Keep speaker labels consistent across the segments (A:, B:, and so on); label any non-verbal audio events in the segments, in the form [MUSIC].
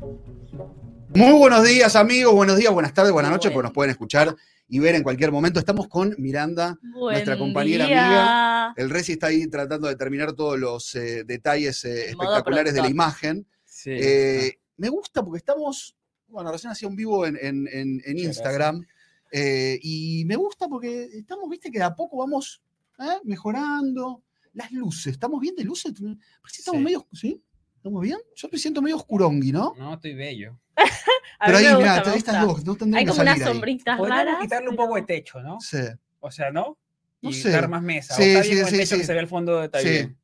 A: Muy buenos días, amigos. Buenos días, buenas tardes, buenas noches, porque nos pueden escuchar y ver en cualquier momento. Estamos con Miranda,
B: Buen
A: nuestra compañera
B: día.
A: amiga. el Reci está ahí tratando de terminar todos los eh, detalles eh,
B: En modo
A: espectaculares de la
B: productor.
A: imagen.
C: Sí.
A: Eh, me gusta porque estamos, bueno, recién hacía un vivo en, en- en- en Instagram eh, y me gusta porque estamos, viste, que de a poco vamos eh, mejorando las luces. ¿Estamos bien de luces? Parece que estamos
C: Sí.
A: medio, ¿sí? ¿Estamos bien? Yo me siento medio oscurongui, ¿no?
C: No, estoy bello.
B: A
A: Pero
B: mí
A: ahí,
B: me gusta,
A: mirá,
B: me
A: estas
B: gusta.
A: dos, no tendrían
B: Hay
A: que
B: como unas
A: salir ahí.
B: sombritas
C: Podríamos
B: raras.
C: quitarle un
B: pero-
C: poco de techo, ¿no?
A: Sí.
C: O sea, ¿no?
A: No
C: y
A: sé.
C: dar más mesa.
A: Sí,
C: o está
A: sí,
C: bien con el
A: sí,
C: techo
A: sí.
C: que se ve al fondo, está
A: Sí.
C: bien.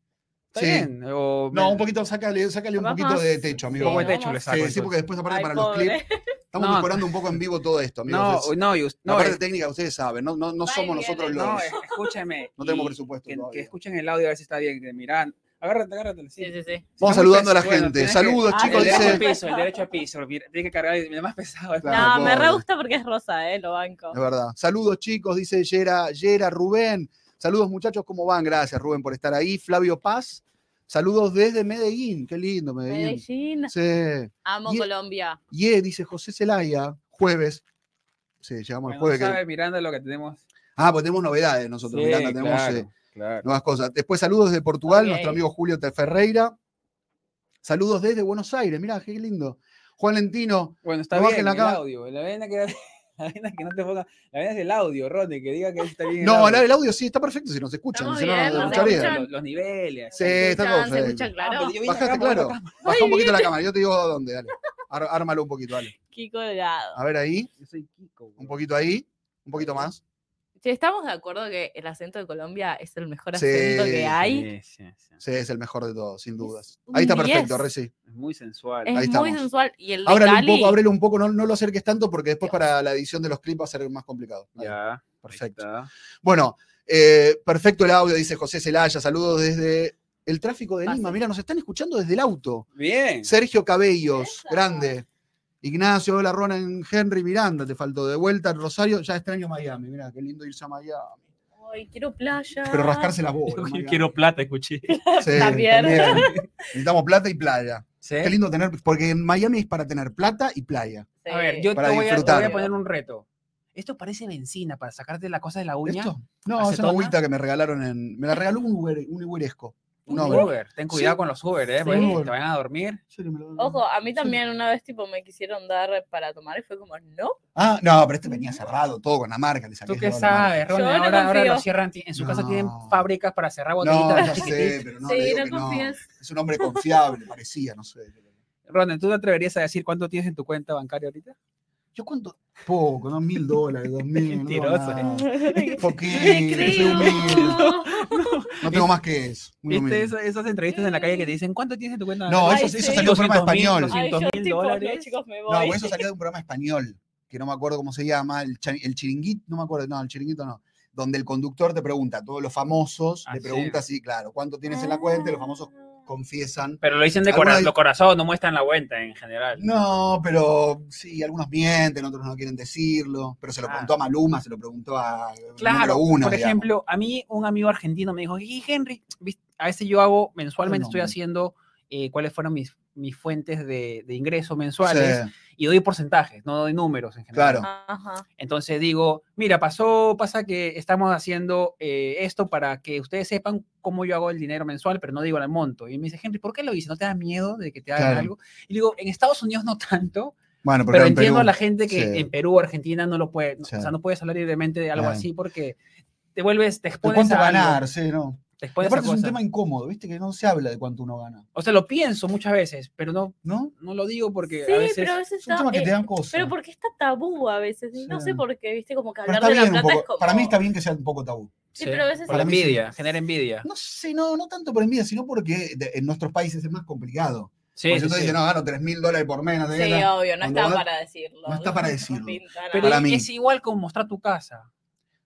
C: Está
A: Sí.
C: bien. O
A: No,
C: me-
A: un poquito, sácale, sácale un
B: Vamos.
A: poquito de techo,
C: un
A: amigo.
C: poco de
B: vamos.
C: techo le
B: Sí,
C: saco.
A: Sí, sí, porque
C: entonces.
A: después aparte
B: Ay,
A: para los
B: pobre.
A: clips. Estamos
C: No.
A: mejorando un poco en vivo todo esto, amigos.
C: No,
A: Es-
C: no, y us-
A: la
C: no,
A: parte
C: eh,
A: técnica, ustedes saben, no, no, no
B: Va y
A: somos
B: viene,
A: nosotros los. [LAUGHS]
C: no,
A: No,
C: eh, escúchame.
A: tenemos
C: y
A: presupuesto.
C: Que,
A: todavía.
C: que escuchen el audio a ver si está bien. que Miran, agárrate, agárrate. Sí.
B: Sí, sí, sí.
A: Vamos
C: Está muy
A: saludando a la
C: pesado. Bueno,
A: gente.
C: tenés que-
A: Saludos,
B: Ah,
A: chicos.
C: el derecho
A: Dice.
C: al piso, el derecho al piso. Mira, Tienes que cargar el el más pesado.
A: Claro.
B: No, me
A: pobre.
B: re gusta porque es rosa, eh, lo banco.
A: Es verdad. Saludos, chicos, dice Yera, Yera, Rubén. Saludos, muchachos, ¿cómo van? Gracias, Rubén, por estar ahí. Flavio Paz. Saludos desde Medellín. Qué lindo, Medellín.
B: Medellín,
A: Sí.
B: amo
A: Y-
B: Colombia.
A: Ye, dice José Celaya, jueves. Sí, llegamos al
C: Bueno,
A: jueves. que-
C: sabe Miranda lo que tenemos.
A: Ah, pues tenemos novedades nosotros,
C: Sí,
A: Miranda, tenemos
C: claro,
A: eh,
C: claro.
A: nuevas cosas. Después saludos de Portugal,
B: Ok.
A: nuestro amigo Julio Te Ferreira. Saludos desde Buenos Aires, mirá, qué lindo. Juan Lentino,
C: Bueno, está
A: no
C: bien
A: bajen
C: el
A: la cama.
C: audio. La vena que, [LAUGHS] la vena que no te ponga. La vena es el audio, Ronnie, que diga que está bien. el
A: No,
C: audio.
A: ahora el audio sí está perfecto si nos escuchan.
B: Estamos
A: Si no,
B: bien,
A: no nos
B: nos
A: escucharía.
B: escuchan.
C: Los, los niveles.
A: Sí,
B: Se
A: Eh, está todo
B: escuchan, se
A: feo.
B: escucha
C: Ah,
B: claro.
C: pero yo vine
A: Bajaste,
C: acá por
A: claro.
C: otra cámara.
A: Baja un poquito la cámara, yo te digo dónde, dale. Ar- ármalo un poquito, dale.
B: Qué colorado.
A: A ver ahí,
C: Yo soy Kiko.
A: un poquito ahí, un poquito más.
B: Sí, estamos de acuerdo que el acento de Colombia es el mejor
A: Sí,
B: acento que hay.
A: Sí, es el mejor de todos, sin dudas.
B: un
A: Ahí está
B: 10.
A: perfecto, Reci.
C: Es muy sensual.
B: Es
A: Ahí
B: muy
A: estamos.
B: sensual. Y el de
A: Ábrelo un
B: Cali,
A: poco, ábrelo un poco, no, no lo acerques tanto porque después
B: Dios.
A: para la edición de los clips va a ser más complicado. Ahí,
C: Ya.
A: perfecto.
C: ahí está.
A: Bueno, eh, perfecto el audio, dice José Celaya. Saludos desde el tráfico de
B: Pase.
A: Lima. Mira, nos están escuchando desde el auto.
C: Bien.
A: Sergio Cabellos,
B: Esa.
A: grande. Ignacio, hola Ronan, Henry Miranda, te faltó. De vuelta al Rosario, ya extraño Miami. Mira, qué lindo irse a Miami.
B: Ay, quiero playa.
A: Pero rascarse la
C: Oh,
A: boca. [LAUGHS] Miami.
B: [LAUGHS]
C: plata, escuché.
A: Sí,
B: También. [LAUGHS]
A: Necesitamos plata y playa.
C: ¿Sí?
A: Qué lindo tener, porque en Miami es para tener plata y playa.
B: Sí.
C: A ver, yo te
A: Para
C: voy a, te
A: disfrutar.
C: voy a poner un reto. Esto parece benzina para sacarte la cosa de la uña.
A: ¿Esto? No, es una
C: ¿Acetona?
A: agüita que me regalaron en. Me la regaló un, uber, un uberesco.
C: Un
A: Un Uber.
C: Uber. Ten cuidado
A: Sí.
C: con los Uber, ¿eh?
B: Sí.
C: Porque te van a dormir.
A: Sí, me lo-
B: Ojo, a mí
A: Sí.
B: también una vez tipo me quisieron dar para tomar y fue como, no.
A: [LAUGHS] Ah, no, pero este venía cerrado, todo con la marca. Le saqué
C: ¿Tú qué
A: todo la marca.
C: sabes,
B: Yo
C: Ronnie?
B: no
C: Ahora, ahora
B: confío.
C: lo cierran. ti- En su casa tienen
A: No.
C: fábricas para cerrar
A: No,
C: [LAUGHS] botellitas
A: ya
C: chiquititas.
A: sé, pero no,
B: sí,
A: le digo
B: no
A: que no.
B: confías.
A: Es un hombre confiable, parecía, no sé.
C: Ronnie, ¿tú te atreverías a decir cuánto tienes en tu cuenta bancaria ahorita?
A: ¿Yo cuánto? Poco, ¿no? Mil dólares, dos mil. no,
C: Mentiroso, eh.
A: nada.
B: Te
A: Poquito, soy
B: creo.
A: humilde. No tengo más que eso. Muy
C: ¿Viste
A: humilde.
C: esas, esas entrevistas en la calle que te dicen cuánto tienes en tu cuenta
A: No,
C: bancaria?
B: eso- Ay, eso sí.
A: salió en un programa
C: 200.000,
A: español.
B: Ay, yo
C: 200.000
B: tipo, no,
C: dólares.
B: chicos, me
A: No,
B: voy.
A: eso salió de un programa español, que no me acuerdo cómo se llama, el, cha- el chiringuito, no me acuerdo, no, el chiringuito no, donde el conductor te pregunta, todos los famosos,
C: Ah,
A: le
C: sí.
A: pregunta, sí, claro, ¿cuánto tienes
B: Ah.
A: en la cuenta? Y los famosos confiesan.
C: Pero lo dicen de
A: Alguna
C: cora
A: vez-
C: lo corazón, no muestran la cuenta en general.
A: No, pero sí, algunos mienten, otros no quieren decirlo, pero se lo
C: Ah.
A: preguntó a Maluma, se lo preguntó a
C: Claro,
A: número uno,
C: por
A: digamos.
C: ejemplo, a mí un amigo argentino me dijo, y Henry, ¿viste? a veces yo hago mensualmente,
A: Bueno,
C: estoy
A: hombre.
C: haciendo eh, cuáles fueron mis, mis fuentes de, de ingresos
A: Sí,
C: mensuales y doy porcentajes, no doy números en general.
A: claro.
B: Ajá.
C: Entonces digo, mira, pasó, pasa que estamos haciendo eh, esto para que ustedes sepan cómo yo hago el dinero mensual, pero no digo el monto. Y me dice, Henry, ¿por qué lo hice? ¿No te da miedo de que te hagan
A: Claro.
C: algo? Y digo, en Estados Unidos no tanto,
A: Bueno,
C: pero
A: en
C: entiendo
A: Perú-
C: a la gente que
A: sí.
C: en Perú o Argentina no lo puede, no-
A: Sí.
C: o sea, no puedes hablar libremente de algo
A: Claro.
C: así porque te vuelves, te
A: ¿De
C: expones
A: cuánto
C: a algo,
A: ganar? Sí, no.
C: te expones a
A: Aparte es un
C: cosas.
A: tema incómodo, viste, que no se habla de cuánto uno gana,
C: O sea, lo pienso muchas veces, pero no,
A: ¿no?
C: no lo digo porque
B: sí,
C: a veces...
B: pero a veces
A: Es un
B: está,
A: tema que
B: eh,
A: te dan cosas.
B: Pero porque está tabú a veces, y no
A: Sí.
B: sé por qué, viste, como que
A: Pero
B: hablar
A: está
B: de la
A: bien un
B: plata es
A: poco.
B: como...
A: Para mí está bien que sea un poco tabú.
B: Sí, pero a veces
C: por
A: para
C: la
A: mí sí.
C: envidia, genera envidia.
A: No sé, no, no tanto por envidia, sino porque de- en nuestros países es más complicado.
C: Sí,
A: Porque
C: sí,
A: si tú
C: sí.
A: dices, no, gano 3 mil dólares por mes, no te
B: Sí,
A: digas,
B: obvio, no
A: cuando
B: está
A: vos-
B: para decirlo.
A: no está para decirlo.
B: pinta nada.
C: Pero
A: para mí.
C: es igual como mostrar tu casa.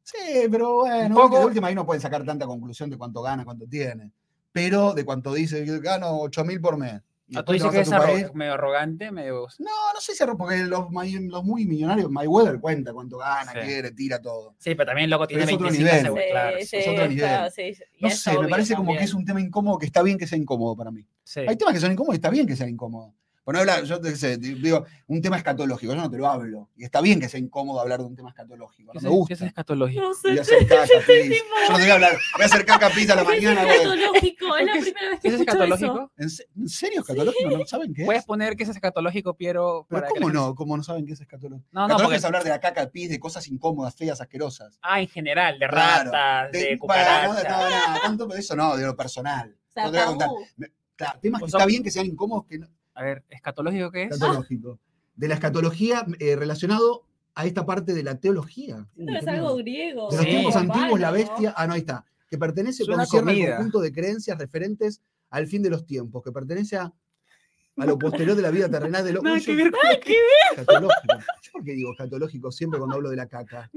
A: Sí, pero bueno,
C: Un poco-
A: de última ahí no pueden sacar tanta conclusión de cuánto gana, cuánto tiene. Pero de cuánto dice, yo gano 8 mil por mes. Y
C: Ah, Tú
A: después te
C: dices que
A: vas
C: es
A: a tu
C: arro-
A: país.
C: medio arrogante, medio...
A: No, no sé si arro- porque los, may- los muy millonarios, Mayweather cuenta cuánto gana,
C: Sí.
A: quiere, tira todo.
C: Sí, pero también loco tiene
A: es otro
C: 25
A: nivel.
C: segundos, claro,
B: Sí,
C: sí,
A: es
B: sí,
A: otro nivel.
B: está, sí, sí, y
A: No
B: es
A: sé, me
B: obvio
A: parece como que
B: también.
A: es un tema incómodo que está bien que sea incómodo para mí.
C: sí.
A: Hay temas que son incómodos y está bien que sea incómodo. Bueno, habla, yo te, sé, te digo, un tema escatológico, yo no te lo hablo. Y está bien que sea incómodo hablar de un tema escatológico.
C: ¿Qué
A: No
C: es-
A: me
C: qué
A: gusta.
C: es escatológico?
B: No sé,
A: Voy a hacer
C: [LAUGHS]
A: caca, Pili.
B: tipo-
A: Yo no te voy a hablar. Voy a hacer caca pizza a la
B: es
A: mañana. güey.
B: escatológico, es la
C: ¿Qué es-
B: primera vez que
C: ¿Qué [LAUGHS] es
B: escucho
C: escatológico?
B: eso.
A: ¿En, se- en serio escatológico? ¿No saben qué
C: Puedes
A: es?
C: poner que es escatológico, Piero.
A: Pero
C: para que la
A: ¿cómo
C: gente-
A: no? ¿Cómo no saben qué es escatológico?
C: No, no,
A: escatológico
C: porque-
A: es hablar de la caca de pis, de cosas incómodas, feas, asquerosas.
C: Ah, en general, de
A: Claro,
C: ratas, de,
A: para- no,
C: cucarachas.
A: no, no, no, tanto de eso no, de lo personal.
B: O sea,
A: No te voy a contar.
B: tabú.
A: Claro, temas que
C: O
A: está
C: sea-
A: bien que sean incómodos, que no,
C: A ver, ¿escatológico qué es?
A: escatológico. De la escatología eh, relacionado a esta parte de la teología.
B: Esto es algo griego.
A: De los
C: Sí.
A: tiempos
B: romano,
A: antiguos, la
B: ¿no?
A: bestia. Ah, no, ahí está. Que pertenece,
C: Suena
A: cuando cierra el
C: comida.
A: conjunto de creencias referentes al fin de los tiempos, que pertenece a, a lo posterior de la vida terrenal de los
C: [LAUGHS] Nada
A: Uy,
C: que
A: yo-
C: ver con-
A: escatológico. ¿Yo por qué digo escatológico siempre cuando hablo de la caca?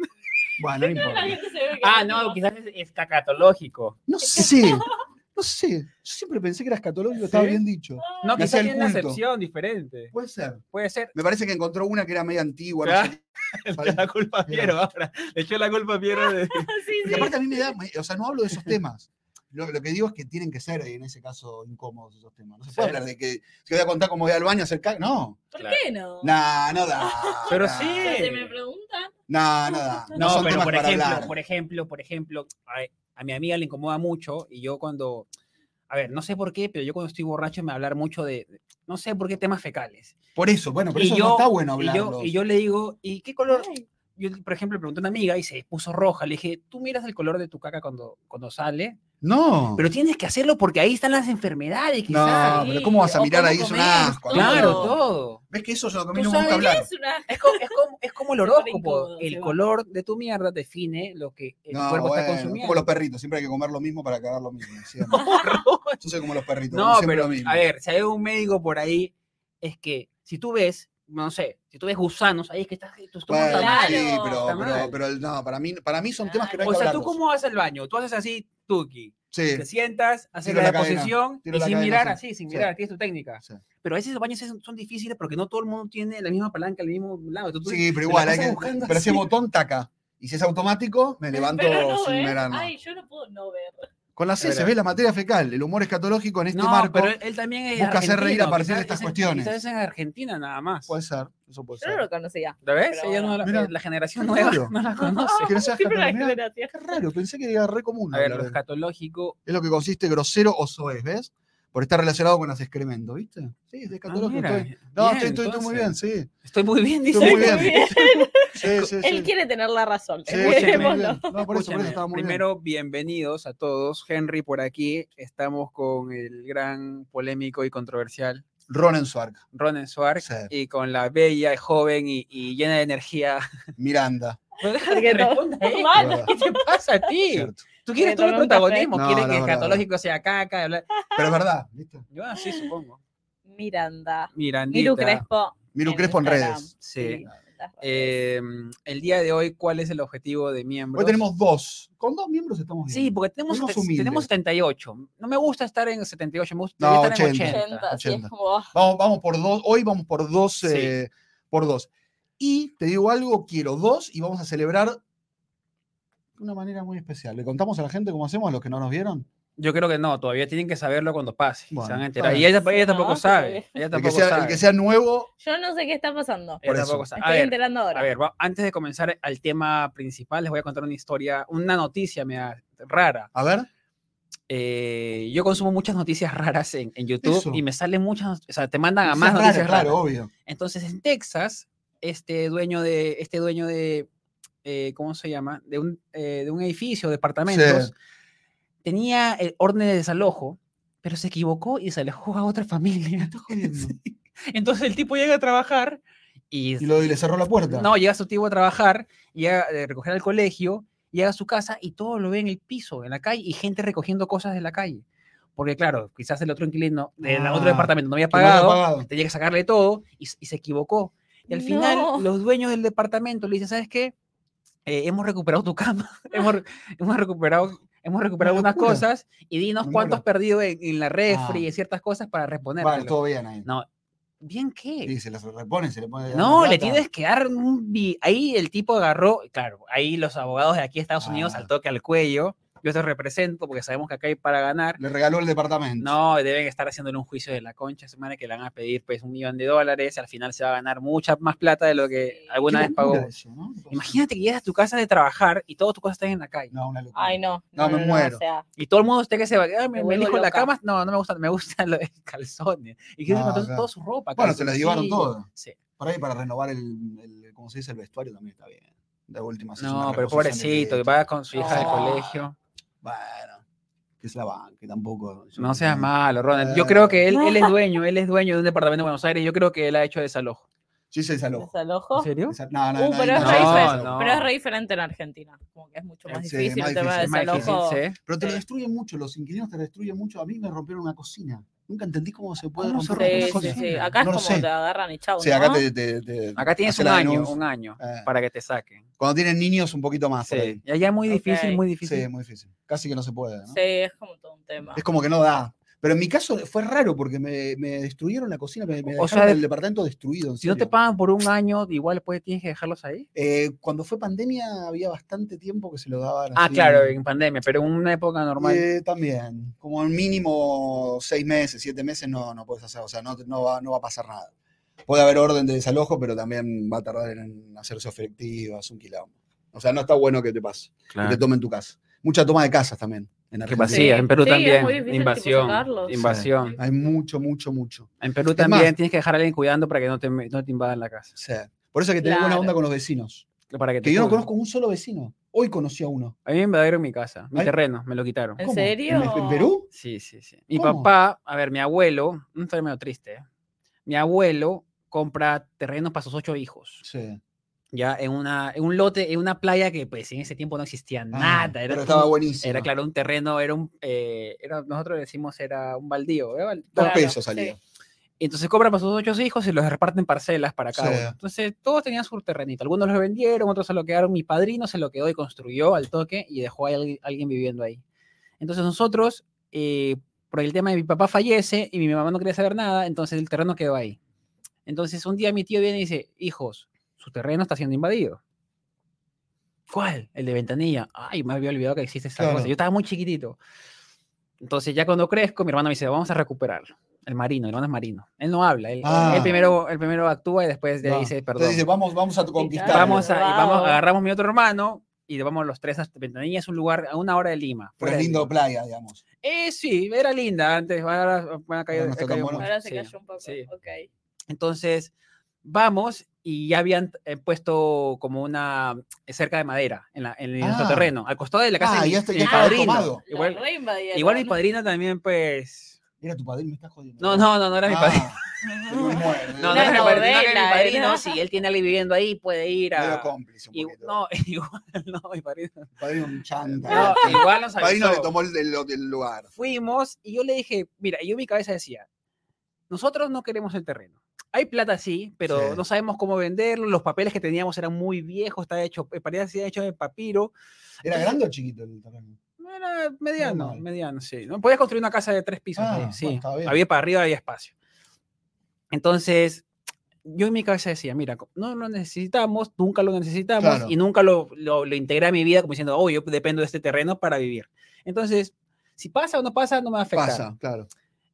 A: Bueno, no
B: La
A: importa.
B: gente se ve que
C: Ah,
B: no,
C: no, quizás es escatológico.
A: No sé. No sé. Yo siempre pensé que era escatológico, estaba
C: ¿Sí?
A: bien dicho.
C: No,
A: Y
C: quizás
A: hacer el
C: tiene una
A: culto.
C: acepción diferente.
A: Puede ser.
C: Puede ser.
A: Me parece que encontró una que era media antigua. no
C: Ah.
A: sé.
C: Le da [LAUGHS] la culpa a Piero ahora. Le echó la culpa a Piero de...
B: [LAUGHS] sí,
A: Y
B: sí.
A: aparte a mí me da, me- o sea, no hablo de esos temas. Lo, lo que digo es que tienen que ser, en ese caso, incómodos esos temas. No se puede
C: Sí.
A: hablar de que si voy a contar cómo voy al baño a hacer caca. No,
B: ¿Por
C: Claro.
B: qué no?
A: nah, no da.
C: Pero
A: nah.
C: sí.
B: Pero si me preguntan,
A: Nah, no da. No,
C: No,
A: son
C: pero
A: temas
C: por
A: para
C: ejemplo,
A: hablar.
C: por ejemplo, por ejemplo, a, a mi amiga le incomoda mucho y yo cuando, a ver, no sé por qué, pero yo cuando estoy borracho me hablar mucho de, no sé por qué temas fecales.
A: Por eso, bueno, por
C: Y
A: eso
C: yo-
A: no está bueno
C: Y yo,
A: hablarlo.
C: y yo le digo, ¿y qué color?
B: ay,
C: Yo, por ejemplo, le pregunté a una amiga y se puso roja. Le dije, ¿tú miras el color de tu caca cuando, cuando sale?
A: No,
C: Pero tienes que hacerlo porque ahí están las enfermedades,
A: no,
C: quizás.
A: pero ¿cómo vas a
B: o
A: mirar
B: cómo
A: ahí? Es un
B: comes,
A: asco. amigo.
C: claro,
B: todo.
C: todo.
A: ¿Ves que eso es lo que a mí no
C: Tú
A: me gusta
C: sabes
A: hablar?
B: es una... [LAUGHS]
C: Es como, es como, es como el
B: Se pone
C: horóscopo.
B: incómodo, se
C: El
B: va.
C: color de tu mierda define lo que el
A: No,
C: cuerpo
A: bueno,
C: está consumiendo.
A: como los perritos, siempre hay que comer lo mismo para cagar lo mismo. siempre.
C: [LAUGHS]
A: Yo soy como los perritos,
C: No,
A: siempre
C: pero
A: lo mismo.
C: a ver, si hay un médico por ahí, es que si tú ves, no sé, si tú ves gusanos, ahí es que estás, tu estómago
A: Bueno,
C: está mal.
A: sí,
B: Claro.
A: pero,
C: Está
A: pero,
C: mal.
A: pero el- no, para mí, para mí son temas que no hay
C: O
A: que
C: sea, ¿tú
A: hablarlos.
C: cómo vas al baño? Tú haces así, tuki.
A: Sí.
C: Te sientas, haces
A: Tiro
C: la,
A: la cadena,
C: posición
A: tiro
C: y
A: la
C: sin
A: cadena,
C: mirar
A: sí.
C: así, sin
A: Sí.
C: mirar, tienes tu técnica.
A: Sí.
C: Pero a veces los baños son, son difíciles porque no todo el mundo tiene la misma palanca, el mismo lado. Entonces,
A: Sí, pero
C: la
A: igual, hay
C: pasas
A: que,
C: buscando
A: pero si es
C: así. ¿eh?
A: botón, taca. Y si es automático, me levanto
B: Pero no
A: sin
B: ver.
A: mirar nada.
B: Ay, yo no puedo no ver.
A: Con la C
C: Es
A: se
C: verdad.
A: ve la materia fecal, el humor escatológico en este
C: no,
A: marco.
C: pero él, él también es
A: busca hacer reír a
C: argentino,
A: partir de
C: quizás
A: estas
C: es en-
A: cuestiones.
C: Quizás es en Argentina nada más.
A: Puede ser, eso puede
B: Yo no lo
A: ser.
B: conocía.
C: ¿Lo ves?
B: Pero
C: Ella no la,
A: Mira.
C: la generación
A: Qué
C: nueva
A: raro.
C: [LAUGHS] no la conoce.
A: Que no sea
B: Siempre la
A: escatológico, mirá,
B: generación.
A: Qué raro, pensé que era re común.
C: A ver,
A: hablar
C: lo
A: de-
C: escatológico.
A: es lo que consiste grosero o soez, ¿ves? Por estar relacionado con las excrementos, ¿viste? Sí, es
C: Ah,
A: escatológico.
C: mira,
A: estoy- No,
C: bien,
A: estoy, estoy- estoy muy bien,
C: entonces.
A: sí.
C: Estoy muy bien, dice.
A: Estoy muy
B: Muy
A: bien.
B: bien.
A: Sí, sí, sí.
B: Él quiere tener la razón.
A: Sí,
C: Escúcheme.
A: sí, muy
B: Dejémoslo.
A: bien. No, por eso, por
C: Escúchame,
A: eso estaba muy bien.
C: primero, bienvenidos a todos. Henry por aquí. Estamos con el gran polémico y controversial
A: Ronen Suarca,
C: Ronen Suárez
A: Sí.
C: y con la bella, joven y, y llena de energía. [LAUGHS]
A: Miranda.
C: Pero déjala
B: Porque
C: que
B: no-
C: responda
B: [LAUGHS]
C: ella.
B: Mal.
A: verdad.
C: ¿Qué te pasa a ti?
A: Cierto.
C: Tú quieres
B: Porque
C: todo el
B: tomé un café.
C: protagonismo,
A: No,
C: quieres
A: no,
C: que
A: no, no.
C: escatológico sea caca. Bla.
A: Pero es verdad, ¿viste?
C: Yo así supongo.
B: Miranda. Miru
C: Mirandita.
B: Crespo.
A: Miru
B: En
A: Crespo en
B: Instagram.
A: redes.
C: Sí.
B: las redes.
C: Eh, el día de hoy, ¿cuál es el objetivo de miembros?
A: Hoy tenemos dos. Con dos miembros estamos bien.
C: Sí, porque tenemos,
A: Fuimos
C: sete- tenemos
A: humildes.
C: 78. No me gusta estar en 78, me gusta
A: No,
C: estar
A: 80.
C: en 80.
B: 80, sí, es
A: 80.
B: como, ah,
A: Vamos, vamos por dos. Hoy vamos por dos.
C: Sí.
A: eh, por dos. Y te digo algo, quiero dos y vamos a celebrar de una manera muy especial. ¿Le contamos a la gente cómo hacemos, los que no nos vieron?
C: Yo creo que no, todavía tienen que saberlo cuando pase.
A: Bueno,
C: se van a
A: está
C: enterar. Y
A: bien.
C: ella, ella tampoco
B: No,
C: sabe.
B: sí.
C: Ella
A: El que
C: tampoco
A: sea, el
C: sabe.
A: que sea nuevo,
B: Yo no sé qué está pasando.
C: Ella
A: Por eso.
C: tampoco sabe.
B: Me
C: A
B: estoy
C: ver,
B: enterando ahora.
C: a ver, va- antes de comenzar al tema principal, les voy a contar una historia, una noticia media rara.
A: a ver,
C: Eh, yo consumo muchas noticias raras en, en YouTube
A: Eso.
C: y me salen muchas, o sea, te mandan a
A: es
C: Ah, más
A: raro,
C: noticias raras.
A: claro, obvio.
C: Entonces, en Texas, este dueño de, este dueño de, eh, ¿cómo se llama? De un, eh, de un edificio, departamentos, tenía el orden de desalojo, pero se equivocó y se alejó a otra familia. [LAUGHS] Sí. [LAUGHS] Entonces el tipo llega a trabajar y,
A: Y, lo, y le cerró la puerta.
C: no, llega su tío a trabajar, llega a recoger al colegio, llega a su casa y todo lo ve en el piso, en la calle, y gente recogiendo cosas de la calle. Porque claro, quizás el otro inquilino del otro
A: Ah,
C: departamento no había
A: que no había
C: pagado,
A: pagado.
C: tenía que sacarle todo y, s- y se equivocó. Y al final
B: No.
C: los dueños [LAUGHS] del departamento le dicen, ¿sabes qué? Eh, hemos recuperado tu cama, hemos, re- hemos recuperado hemos recuperado
A: Una
C: algunas
A: locura.
C: cosas y dinos
A: Me
C: cuánto has
A: muero.
C: perdido en, en la refri
A: Ah.
C: y ciertas cosas para responder.
A: Vale, todo bien ahí.
C: No, ¿bien qué?
A: Sí, se las reponen, se le pone.
C: No, le
A: plata.
C: tienes que dar un... bi- Ahí el tipo agarró, claro, ahí los abogados de aquí de Estados Unidos
A: Ah.
C: al toque al cuello. Yo te represento porque sabemos que acá hay para ganar.
A: Le regaló el departamento.
C: No, deben estar haciéndole un juicio de la concha semana que le van a pedir pues un millón de dólares. Al final se va a ganar mucha más plata de lo que
B: Sí.
A: Qué
C: alguna vez
A: locura
C: pagó.
A: eso, ¿no?
C: Imagínate que llegas a tu casa de trabajar y todas tus cosas están en la calle.
A: No, una locura.
B: Ay, no.
A: No, me muero.
B: o sea,
C: Y todo el mundo usted que se va, "Ah,
B: Me
C: me, me
B: vuelvo
C: dijo la
B: loca.
C: cama. No, no me gusta, me gusta [LAUGHS] los calzones. Y que se
A: Ah,
C: encontró
A: claro.
C: toda su ropa.
A: Bueno, se las llevaron
C: calzoncillos.
A: todas.
C: Sí.
A: Por ahí para renovar el, el ¿cómo se dice? El vestuario también está bien. De última. se hizo
C: No,
A: una
C: pero
A: reposición de
C: pobrecito, que
A: derecho.
C: va con su hija de
B: No.
C: colegio.
A: Bueno, que se la banque tampoco. yo
C: No
A: qué
C: seas
A: sé.
C: malo, Ronald.
A: Ah.
C: Yo creo que él, él
B: [LAUGHS]
C: es
B: No.
C: dueño, él es dueño de un departamento en Buenos Aires. y Yo creo que él ha hecho desalojo.
A: Sí, se desalojo.
B: desalojo.
C: serio?
A: Desa- No, no,
B: Uh,
A: no,
B: pero
A: no,
B: es
A: no,
B: re
A: no,
B: diferente.
A: no. Eh,
B: Pero es re diferente en Argentina. Como que es mucho más
A: Sí,
B: difícil
A: más
B: el tema
A: difícil,
B: del
C: Es más difícil,
B: desalojo.
C: sí.
A: Pero te lo
B: Sí.
A: destruyen mucho, los inquilinos te lo destruyen mucho. A mí me rompieron una cocina. Nunca entendí cómo se puede
C: ¿Cómo se
A: romper
C: rompe
B: Sí,
A: una
C: una
B: sí,
A: cocina.
B: sí.
C: cocina.
B: Acá
A: No
B: es
A: lo
B: como
A: sé.
B: te agarran y chau.
A: Sí, acá
B: ¿no?
A: te, te- te-
C: Acá tienes
A: hace
C: un
A: la
C: año,
A: denuncia.
C: un año
A: Eh,
C: para que te saquen.
A: Cuando tienen niños, un poquito más. por ahí.
C: Sí. Y allá muy difícil,
B: Ok.
C: muy
A: Sí,
C: difícil.
A: muy difícil. Casi que no se puede. ¿no?
B: Sí, es como todo un tema.
A: Es como que no da. Pero en mi caso fue raro porque me, me destruyeron la cocina, me, me
C: O
A: dejaron
C: sea, de-
A: el departamento destruido. en
C: Si no te
A: serio.
C: pagan por un año, igual después tienes que dejarlos ahí.
A: Eh, cuando fue pandemia había bastante tiempo que se lo daban.
C: Ah,
A: así.
C: claro, en pandemia, pero en una época normal.
A: Eh, también, como al mínimo seis meses, siete meses no, no puedes hacer, o sea, no, no, va, no va a pasar nada. Puede haber orden de desalojo, pero también va a tardar en hacerse efectiva, es un quilombo. O sea, no está bueno que te pase, que te tomen tu casa. Mucha toma de casas también. En
C: Ah. Que
A: Argentina.
C: vacía, en Perú
B: Sí, es muy
C: también.
B: difícil, tipo,
C: invasión.
B: sacarlos.
C: Invasión.
A: Hay mucho, mucho, mucho.
C: En Perú
A: Es
C: también
A: más-
C: tienes que dejar a alguien cuidando para que no te, no te invadan la casa.
A: O sea, por eso hay que tener buena
B: Claro.
A: onda con los vecinos.
C: Para que te
A: Que yo no
C: cubran.
A: conozco un solo vecino. Hoy conocí a uno.
C: A mí me invadieron mi casa, mi
A: Ay.
C: terreno, me lo quitaron.
B: ¿En
A: ¿Cómo?
B: serio?
A: ¿En, en Perú?
C: Sí, sí, sí. Mi
A: ¿Cómo?
C: papá, a ver, mi abuelo, un historia medio triste. ¿eh? Mi abuelo compra terrenos para sus ocho hijos,
A: Sí.
C: ya en, una, en un lote, en una playa que pues en ese tiempo no existía
A: Ah,
C: nada.
A: pero
C: Era,
A: estaba
C: un-
A: buenísimo.
C: era claro, un terreno, era un, eh, era, nosotros decimos era un baldío. ¿eh? Bal-
A: Dos
B: Claro,
A: pesos salía.
B: sí.
C: Entonces compran para sus ocho hijos y los reparten parcelas para cada
A: Sí.
C: uno. Entonces todos tenían su terrenito. Algunos los vendieron, otros se lo quedaron. Mi padrino se lo quedó y construyó al toque y dejó a alguien, alguien viviendo ahí. Entonces nosotros, eh, por el tema de mi papá fallece y mi mamá no quería saber nada, entonces el terreno quedó ahí. Entonces un día mi tío viene y dice, hijos, su terreno está siendo invadido. ¿Cuál? El de Ventanilla. Ay, me había olvidado que existe esa cosa.
A: Claro.
C: Yo estaba muy chiquitito. Entonces ya cuando crezco, mi hermano me dice, vamos a recuperarlo. El marino, el hermano es marino. Él no habla, él,
A: Ah.
C: él primero, el primero actúa y después de ahí
A: Va.
C: dice, perdón.
A: Entonces dice, vamos, vamos a tu conquistar.
B: claro.
C: vamos a, y vamos,
B: Wow.
C: agarramos mi otro hermano y vamos los tres a Ventanilla, es un lugar a una hora de Lima.
A: Pero
C: fuera
A: es
C: de
A: lindo
C: Lima.
A: playa, digamos.
C: Eh, sí, era linda antes, ahora, ahora cayó-
A: no está tan
C: ha caído
A: bueno.
C: mucho,
B: Ahora se
C: sí.
B: cayó un poco.
C: sí.
B: Ok.
C: Entonces, vamos y ya habían eh, puesto como una eh, cerca de madera en, la, en nuestro
A: Ah.
C: terreno, al costado de la
A: Ah,
C: casa de mi,
A: ya está-
C: de
A: ya
C: mi
A: estaba
C: padrino.
A: tomado.
B: Lo
C: Igual,
B: reinvadieron.
C: igual mi padrino también, pues...
A: Era tu padrino, me estás jodiendo.
C: No, no, no, no era
A: Ah,
C: mi padrino. No, no,
B: Una
C: no, no, no, que
B: novela,
C: mi padrino,
B: era.
C: si él tiene a alguien viviendo ahí, puede ir
A: Era
C: a...
A: cómplice un
C: y-
A: poquito.
C: no, [LAUGHS] igual, no,
A: [LAUGHS]
C: mi padrino.
A: Tu padrino un chanta.
C: No, igual nos
A: Tu padrino le
C: avisó.
A: tomó el del, del lugar.
C: Fuimos y yo le dije, mira, y yo en mi cabeza decía, nosotros no queremos el terreno. Hay plata sí, pero
A: Sí.
C: no sabemos cómo venderlo. Los papeles que teníamos eran muy viejos, está hecho, eh, parecía hecho de papiro.
A: ¿Era grande o chiquito el terreno?
C: Era mediano,
A: Normal.
C: mediano, sí. ¿no? Podías construir una casa de tres pisos,
A: Ah,
C: ahí,
A: bueno,
C: sí.
A: está bien.
C: había para arriba, había espacio. Entonces, yo en mi cabeza decía, mira, co- no lo necesitamos, nunca lo necesitamos
A: Claro.
C: y nunca lo, lo, lo integré a mi vida como diciendo, oh, yo dependo de este terreno para vivir. Entonces, si pasa o no pasa, no me va a afectar.
A: Pasa, claro.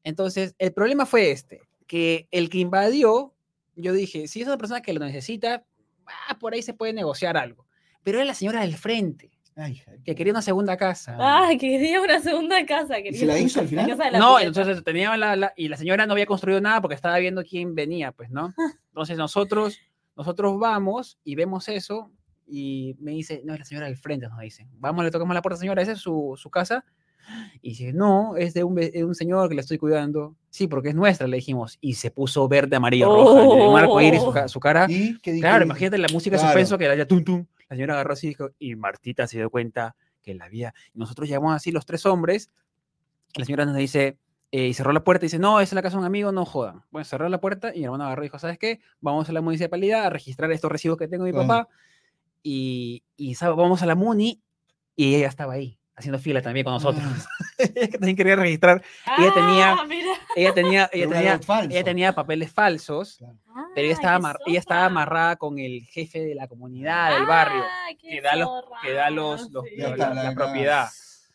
C: Entonces, el problema fue este, que el que invadió, yo dije, si es una persona que lo necesita, ah, por ahí se puede negociar algo. Pero era la señora del frente,
A: Ay,
C: que quería una segunda casa.
A: Ah.
B: Ah, quería una segunda casa. quería
A: se la hizo al final?
B: casa de la
C: No,
B: pileta.
C: entonces tenía la, la- y la señora no había construido nada porque estaba viendo quién venía,
B: [LAUGHS]
C: pues, ¿no? Entonces nosotros, nosotros vamos y vemos eso y me dice, no, es la señora del frente, nos dice, vamos, le tocamos la puerta, señora, esa es su, su casa. Y dice, no, es de un, ve- de un señor que le estoy cuidando. Sí, porque es nuestra, le dijimos. Y se puso verde, amarillo, roja, le dio un arco iris, su,
B: Oh.
C: ca- su cara.
A: ¿Y qué dijo?
C: Claro, imagínate la música de
A: Claro.
C: suspenso que era ya tum tum. La señora agarró así y dijo, y Martita se dio cuenta que la había. Y nosotros llamamos así los tres hombres. La señora nos dice, eh, y cerró la puerta y dice, no, esa es la casa de un amigo, no jodan. Bueno, cerró la puerta y mi hermano agarró y dijo, ¿sabes qué? Vamos a la municipalidad a registrar estos recibos que tengo de mi
A: Claro.
C: papá. Y, y sa- vamos a la MUNI y ella ya estaba ahí. haciendo fila también con nosotros.
A: Ah.
C: [LAUGHS] Ella también quería registrar. Ella tenía-
B: Ah, mira.
C: Ella tenía, ella
A: Pero
C: tenía,
A: era falso.
C: ella tenía papeles falsos, pero ella
B: Ah,
C: estaba,
B: qué
C: amar- ella estaba
B: zorra.
C: amarrada con el jefe de la comunidad, del barrio,
B: Ah, qué
C: que da los-
B: zorra,
C: que da los, los-
B: sí.
A: Ya
C: la-
A: está,
C: la-
A: la-
C: la
A: la-
C: propiedad.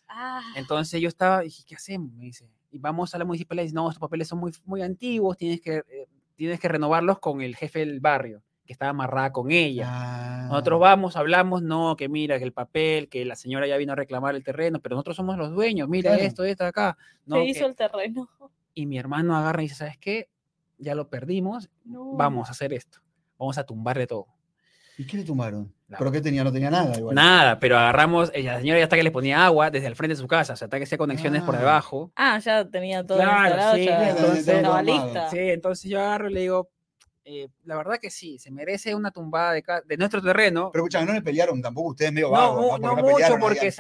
B: Ah,
C: Entonces yo estaba, dije, ¿qué hacemos? Me dice, y vamos a la municipalidad, dice, no, estos papeles son muy, muy antiguos, tienes que, eh, tienes que renovarlos con el jefe del barrio, que estaba amarrada con ella.
A: Ah.
C: Nosotros vamos, hablamos, no, que mira, que el papel, que la señora ya vino a reclamar el terreno, pero nosotros somos los dueños, mira
A: Claro.
C: esto, esto, acá. No,
B: se
C: que-
B: hizo el terreno.
C: Y mi hermano agarra y dice, ¿sabes qué? Ya lo perdimos,
B: No.
C: vamos a hacer esto, vamos a tumbarle todo.
A: ¿Y qué le tomaron?
C: Nada.
A: ¿Pero qué tenía? No tenía nada igual.
C: Nada, pero agarramos, eh, la señora ya está que le ponía agua desde el frente de su casa, o sea, está que hacía conexiones por
A: Ah.
C: debajo.
B: Ah, ya tenía todo
C: Claro,
B: instalado,
C: sí,
B: ya
C: entonces-
B: estaba
A: armado.
B: lista.
C: Sí, entonces yo agarro y le digo, eh, la verdad que sí, se merece una tumbada de, ca- de nuestro terreno.
A: Pero escuchame, no le pelearon tampoco ustedes medio
C: no,
A: vagos.
C: mu-
A: Porque pues
C: no
A: pelearon
C: mucho,
A: ahí
C: porque
A: al final,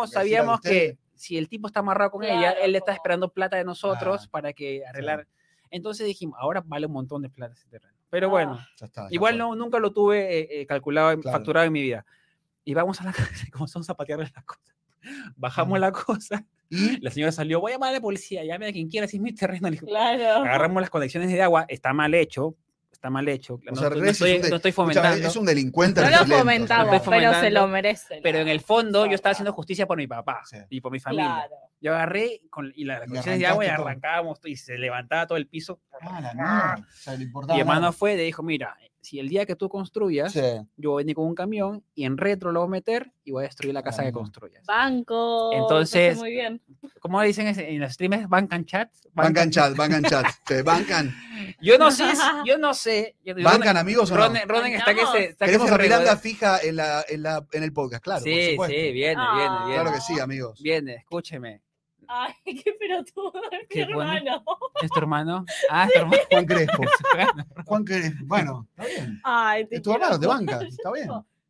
A: porque decirle a
C: sabíamos
A: ustedes-
C: que si el tipo está amarrado con ella,
B: Claro,
C: él le está
B: como-
C: esperando plata de nosotros
A: Ah,
C: para que arreglar. Entonces dijimos, ahora vale un montón de plata ese terreno. Pero
B: Ah.
C: bueno,
A: Ya está, ya
C: igual
A: fue.
C: no, nunca lo tuve eh, eh, calculado, en-
A: Claro.
C: facturado en mi vida. Y vamos a la [LAUGHS] casa, y comenzamos a patear las cosas. Bajamos la cosa,
A: ¿Y?
C: la señora salió, voy a llamar a la policía, llame a quien quiera, si es mi terreno. Le dije,
B: Claro.
C: agarramos las conexiones de agua, está mal hecho, está mal hecho. No,
A: O sea,
C: no
A: Reyes es
C: estoy,
A: un de-
C: no estoy
A: escúchame,
C: fomentando.
A: Es un delincuente.
B: No lo
A: violento,
B: fomentamos,
A: realmente.
B: pero se
C: fomentando,
B: lo merece.
C: Pero en
B: la
C: el fondo yo estaba
B: zorra.
C: haciendo justicia por mi papá
A: Sí.
C: y por mi familia.
B: Claro.
C: Yo agarré con, y las
A: Y
C: conexiones de agua y
A: arrancaste todo.
C: arrancábamos y se levantaba todo el piso.
A: Ah, la mierda. O sea, le importaba
C: Mi hermano
A: nada.
C: fue y le dijo, mira, si el día que tú construyas,
A: Sí.
C: yo voy a venir con un camión y en retro lo voy a meter y voy a destruir la casa que
A: Caramba.
C: construyas.
B: Banco. eso
C: Entonces-
B: Muy bien.
C: ¿Cómo dicen ese- en los streamers? ¿Bancan chat?
A: Bancan chat, bancan
C: [LAUGHS]
A: chat. Sí, bancan.
C: Yo no sé, si- yo no sé. Yo-
A: ¿Bancan amigos o no?
C: Ronen, Ronen está que se... está que
A: Queremos
C: se
A: a Miranda
C: regodea.
A: fija en, la, en, la, en el podcast, claro. por
C: Sí,
A: supuesto.
C: sí, viene, viene,
B: Ah.
C: viene.
A: Claro que sí, amigos.
C: Viene, escúcheme.
B: Ay, [LAUGHS] qué pelotudo de mi
C: Qué bueno.
B: hermano.
C: ¿Es tu hermano? Ah, es tu hermano.
A: Juan
C: [LAUGHS]
A: Crespo. Juan Crespo. Bueno, está bien.
B: Ay, te
A: Es tu
B: quiero
A: hermano, te
B: mucho.
A: banca. Está bien.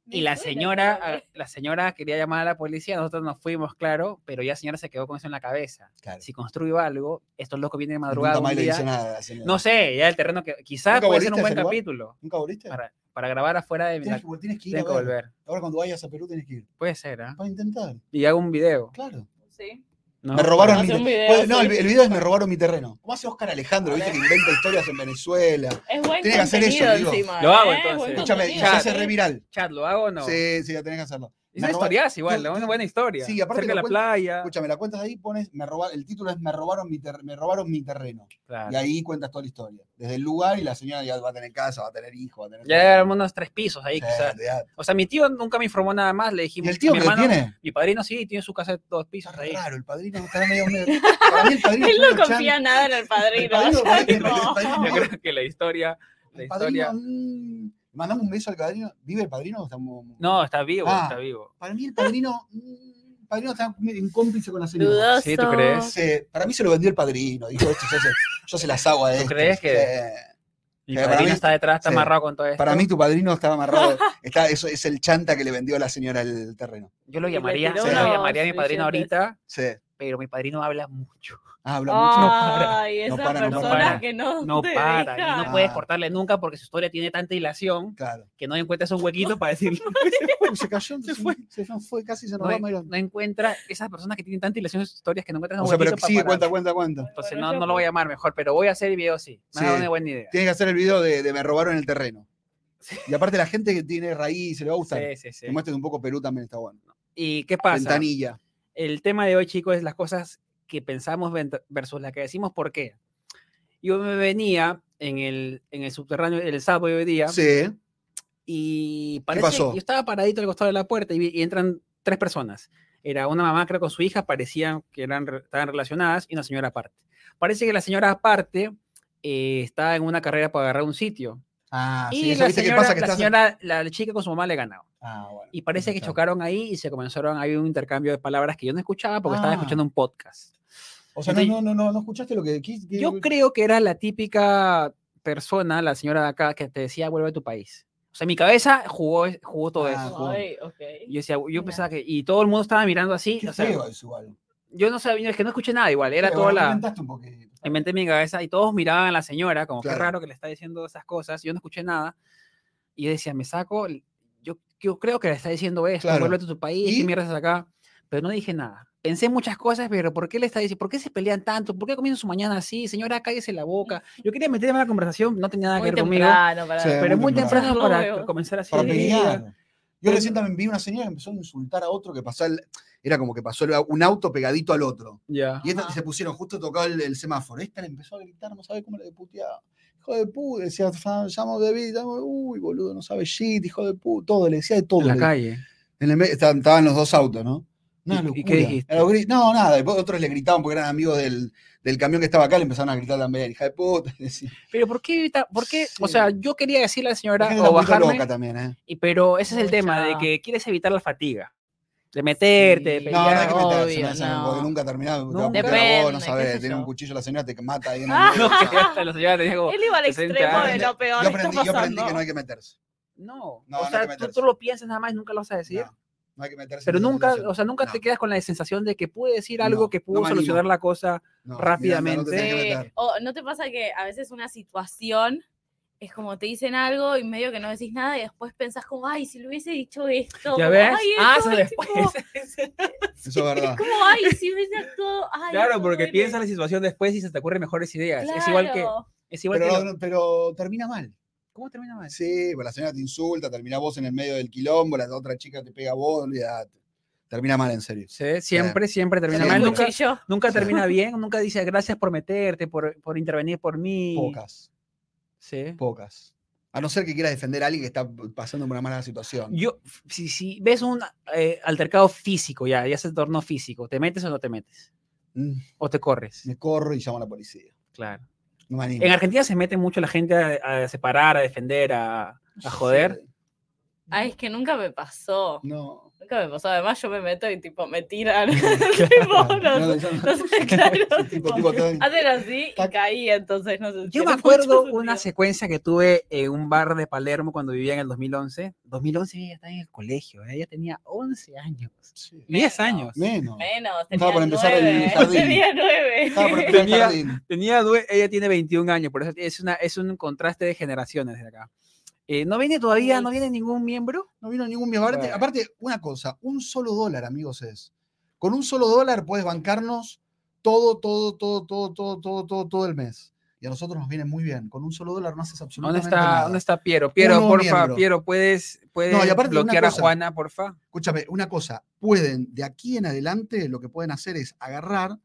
C: Y la señora, ah, la señora quería llamar a la policía, nosotros nos fuimos, claro, pero ya la señora se quedó con eso en la cabeza.
A: Claro.
C: Si construyo algo, estos locos vienen de
A: Nunca
C: madrugada
A: más
C: un
A: le
C: día.
A: dice nada a la señora.
C: No sé, ya el terreno que quizás
A: ¿Nunca
C: puede ser
A: volviste
C: un
A: a
C: buen
A: ese lugar?
C: capítulo
A: ¿Nunca volviste?
C: para, para grabar afuera de mi
A: Tienes,
C: Tienes
A: que- tienes que ir a
C: que
A: ver.
C: volver.
A: Ahora cuando vayas a Perú tienes que ir.
C: Puede ser, ¿ah?
A: Para intentar,
C: Y hago un video.
A: claro.
B: Sí.
C: ¿no?
A: Me robaron mi
B: Hace un
A: terreno.
B: video,
A: no, el,
B: sí.
A: el video es me robaron mi terreno. ¿Cómo hace Oscar Alejandro? Viste que inventa historias en Venezuela.
B: Es buen
A: Tiene que hacer eso,
B: contenido
A: digo.
B: encima.
C: Lo hago,
B: ¿eh?
C: entonces.
B: Buen
A: Escúchame, y
B: contenido,
A: se
C: Ya,
A: hace
B: ¿eh?
A: re viral.
C: Chat, ¿lo hago o no?
A: Sí, sí, ya tenés que hacerlo.
C: Es
A: Me
C: una
A: roba-
C: historia igual,
A: tú-
C: ¿no?
A: tú-
C: una buena historia.
A: sí, aparte
C: Cerca de
A: lo
C: la
A: cuenta-
C: playa.
A: Escúchame, la cuentas ahí, pones, me roba, el título es Me robaron mi, ter- me robaron mi terreno.
C: Claro.
A: Y ahí cuentas toda la historia. Desde el lugar y la señora ya va a tener casa, va a tener hijo, va a tener.
C: Ya éramos unos tres pisos
A: Sí,
C: ahí, quizás.
A: ya.
C: O sea, mi tío nunca me informó nada más. Le
A: ¿Y
C: dijimos,
A: el tío
C: a mi
A: que lo
C: hermano,
A: tiene?
C: Mi padrino sí tiene su casa de dos pisos
A: Es
C: ahí.
A: raro, el padrino estará medio. medio- Para mí el padrino
B: Él
A: es medio
B: no confía
A: chan-
B: nada en el
A: El
B: padrino.
C: [LAUGHS]
B: ya
A: padrino, el padrino-
B: dijo.
A: el padrino-
C: [LAUGHS]
A: [LAUGHS]
C: Yo creo que la historia, la
A: El padrino,
C: historia.
A: mm, mandamos un beso al padrino. ¿Vive el padrino? o estamos-
C: No, está vivo,
A: Ah.
C: está vivo.
A: Para mí el padrino. mm, el padrino está en cómplice con la señora.
B: Dudoso.
C: Sí, ¿tú crees?
A: Ese- para mí se lo vendió el padrino. Dijo, esto yo se, yo se las hago a este". esto.
C: crees que-
A: Sí,
C: Mi
A: para
C: padrino
A: mí-
C: está detrás, está
A: sí.
C: amarrado con todo esto.
A: para mí tu padrino estaba amarrado. Está, eso es el chanta que le vendió a la señora el terreno.
C: yo lo
B: Y le
C: llamaría,
B: tiró
C: yo lo
A: unos
C: llamaría a mi padrino
B: billetes.
C: ahorita,
A: Sí.
C: pero mi padrino habla mucho.
A: Ah, habla mucho.
B: Ay,
A: No
B: esas
A: para, no para, no
C: para.
B: personas que no
C: [LAUGHS] No
B: te
C: para, y
B: dejan.
C: no puedes
A: Ah.
C: cortarle nunca porque su historia tiene tanta hilación
A: Claro.
C: que no encuentras un huequito para decir,
A: Uy, se cayó, se fue, se fue, casi se nos
C: [LAUGHS] no,
A: va
C: en-
A: Mayron.
C: no encuentra esas personas que tienen tanta hilación en sus historias que no encuentran
A: O
C: un
A: sea,
C: huequito
A: pero
C: para
A: sigue,
C: parar.
A: cuenta, cuenta, cuenta.
C: Entonces
B: Bueno,
C: no,
B: yo-
C: no lo voy a llamar mejor, pero voy a hacer el video sí. Me ha dado
A: Sí.
C: una buena idea.
A: Tienes que hacer el video de, de me robaron el terreno. Y aparte la gente que tiene raíz se le va a gustar.
C: Sí, sí, sí.
A: Que muestren un poco Perú también está bueno.
C: ¿Y qué pasa?
A: Ventanilla.
C: el tema de hoy, chicos, es las cosas que pensamos vent- versus las que decimos por qué. Yo me venía en el, en el subterráneo el sábado hoy día
A: Sí.
C: y parece
A: pasó?
C: yo estaba paradito al costado de la puerta y, vi- y entran tres personas. Era una mamá, creo, con su hija, parecían que eran, re- estaban relacionadas y una señora aparte. Parece que la señora aparte eh, estaba en una carrera para agarrar un sitio.
A: Ah,
C: y
A: sí, eso
C: la,
A: viste que
C: señora,
A: pasa que
C: la,
A: estás.
C: señora- la chica con su mamá le ganaba.
A: Ah, bueno.
C: Y parece que
A: Claro.
C: chocaron ahí y se comenzaron ahí un intercambio de palabras que yo no escuchaba porque
A: Ah.
C: estaba escuchando un podcast.
A: O sea, no,
C: Entonces-
A: no, no, no, no escuchaste lo que. quis- que-
C: Yo creo que era la típica persona, la señora de acá, que te decía vuelve a tu país. O sea, en mi cabeza jugó, jugó todo
A: Ah,
C: eso.
A: jugó.
B: Ay, ok.
C: Y Yo, decía, yo
B: Mira.
C: pensaba que. Y todo el mundo estaba mirando así.
A: Qué
C: o sea,
A: feo es igual.
C: yo no sabía, es que no escuché nada igual. Era
A: Sí,
C: toda
A: bueno,
C: la.
A: comentaste un poquito.
C: En mente en mi cabeza y todos miraban a la señora, como
A: Claro.
C: qué raro que le está diciendo esas cosas. Yo no escuché nada. Y yo decía, me saco. el- Yo, yo creo que le está diciendo esto,
A: Claro.
C: vuelve a tu país,
A: ¿Y?
C: ¿qué mierda es acá? pero no dije nada. Pensé muchas cosas, pero ¿por qué le está diciendo? ¿Por qué se pelean tanto? ¿Por qué comienzan su mañana así? Señora, cállese la boca. Yo quería meterme en la conversación, no tenía nada
B: Muy
C: que ver conmigo.
B: temprano para
A: Sí,
C: Pero es muy temprano
B: temprano.
C: para
B: Obvio.
C: comenzar así.
A: para
C: Sí.
A: pelear. Yo recién también vi una señora que empezó a insultar a otro que pasó, al- era como que pasó el- un auto pegadito al otro.
C: Ya.
A: Y esta
B: Ajá.
A: se pusieron justo tocaba el, el semáforo. Esta le empezó a gritar, no sabe cómo le puteaba. Hijo de puta, decía, "Fa- llamo bebé, llamo- uy, boludo, no sabe shit, hijo de puta, todo, le decía de todo.
C: En la
A: le-
C: calle.
A: en el me- estaban, estaban los dos autos, ¿no? Una
C: ¿Y- y qué
A: locura.
C: dijiste?
A: A los gri- No, nada, después otros le gritaban porque eran amigos del, del camión que estaba acá, le empezaron a gritar también, hija de puta. [LAUGHS] decía.
C: Pero ¿por qué? ta- ¿Por qué? O
A: Sí.
C: sea, yo quería decirle a la
A: La
C: señora
A: gente
C: o
A: está muy
C: bajarme,
A: loca también, ¿eh?
C: y, pero ese es el
B: Mucha.
C: tema de que quieres evitar la fatiga. De meterte, de
B: Sí.
A: No, no hay
C: pelear.
A: que
B: obvio,
A: meterse en esa,
B: no.
A: porque nunca terminaba. te va a
C: Nunca.
A: apuntar a vos, no
B: Depende,
A: sabés,
B: qué sé
A: tiene
B: yo.
A: un cuchillo la señora, te mata ahí en el
B: Ah. [LAUGHS]
A: medio.
C: No, que [LAUGHS] hasta la señora tenía como,
B: Él iba al
C: 60
B: extremo de
C: años.
B: lo peor
A: yo
B: que
A: aprendí,
B: está
A: yo aprendí que no
B: pasando.
A: hay que meterse.
C: no.
A: No, no
C: o
A: hay que
C: sea, tú,
A: meterse.
C: tú lo piensas nada más, nunca lo vas a decir.
A: No, no hay que meterse.
C: Pero
A: en esa
C: nunca, oh,
A: situación.
C: o sea, nunca te
A: No,
C: quedas con la sensación de que pude decir algo
A: No,
C: que
A: no
C: pudo
A: me animo.
C: solucionar la cosa.
A: no, Miranda,
C: rápidamente.
A: no te tenés que
B: Sí,
A: meter.
B: O no te pasa que a veces una situación es como te dicen algo y medio que no decís nada y después pensás como, ay, si le hubiese dicho esto.
C: ¿Ya
B: como,
C: ves?
B: "Ay,
C: ah,
B: esto",
C: eso
B: es
C: después.
B: Como,
C: [LAUGHS]
A: Eso es verdad.
B: como, ay, si hubiese actuado. Ay,
C: claro,
B: esto
C: porque
B: hubiera-".
C: piensas la situación después y se te ocurren mejores ideas. Es igual que.
B: Claro.
C: Es [LAUGHS] igual que
A: Pero,
C: lo-
A: no, pero termina mal.
C: ¿Cómo termina mal?
A: Sí, pues la señora te insulta, termina vos en el medio del quilombo, la otra chica te pega a vos, olvidate. Termina mal, en serio.
C: Sí, siempre, siempre termina
A: Sí,
C: mal.
A: porque-
C: Nunca,
B: Cuchillo.
C: nunca
A: Sí.
C: [LAUGHS] termina bien, nunca dice gracias por meterte, por, por intervenir por mí.
A: Pocas,
C: Sí.
A: pocas. A no ser que quieras defender a alguien que está pasando por una mala situación.
C: Yo, si, si ves un eh, altercado físico ya, ya se tornó físico, ¿te metes o no te metes?
A: Mm,
C: ¿O te corres?
A: Me corro y llamo a la policía.
C: Claro.
A: No me animo.
C: En Argentina se mete mucho la gente a, a separar, a defender, a, a joder.
A: Sí,
B: Ay, es que nunca me pasó.
A: No.
B: Nunca me pasó. Además, yo me meto y tipo me
A: [LAUGHS]
B: tiran. [LAUGHS] tipo, no,
A: No,
B: sé,
A: no, no.
B: no sé,
C: [LAUGHS]
D: [LAUGHS]
B: claro.
A: Sí,
B: tipo,
A: tipo, tipo, todo en-
B: hacen así y
A: Tac.
B: caí, entonces no sé.
C: Yo me
B: tiene
C: acuerdo
B: mucho
C: una
B: sentido.
C: secuencia que tuve en un bar de Palermo cuando vivía en el 2011. 2011 ella estaba en el colegio, ¿eh? ella tenía 11 años.
A: Sí.
C: 10
B: Menos.
C: años.
A: Menos.
B: Menos, tenía
A: Estaba por empezar el
B: nueve,
A: jardín.
B: Tenía nueve.
A: Estaba por entrar al
C: Tenía-
A: jardín.
C: Tenía, due- ella tiene 21 años, por eso es, una, es un contraste de generaciones de acá. Eh, no viene todavía, no viene ningún miembro.
A: No vino ningún viejo. Aparte,
C: Bueno.
A: aparte, una cosa, un solo dólar, amigos, es. Con un solo dólar puedes bancarnos todo, todo, todo, todo, todo, todo, todo, todo el mes. Y a nosotros nos viene muy bien. Con un solo dólar no haces
C: ¿Dónde
A: absolutamente
C: está,
A: nada.
C: ¿Dónde está Piero? Piero,
A: nuevo
C: porfa,
A: miembro.
C: Piero, ¿puedes, puedes
A: No, y aparte una
C: bloquear a
A: cosa.
C: Juana, porfa?
A: Escúchame, una cosa, pueden, de aquí en adelante, lo que pueden hacer es agarrar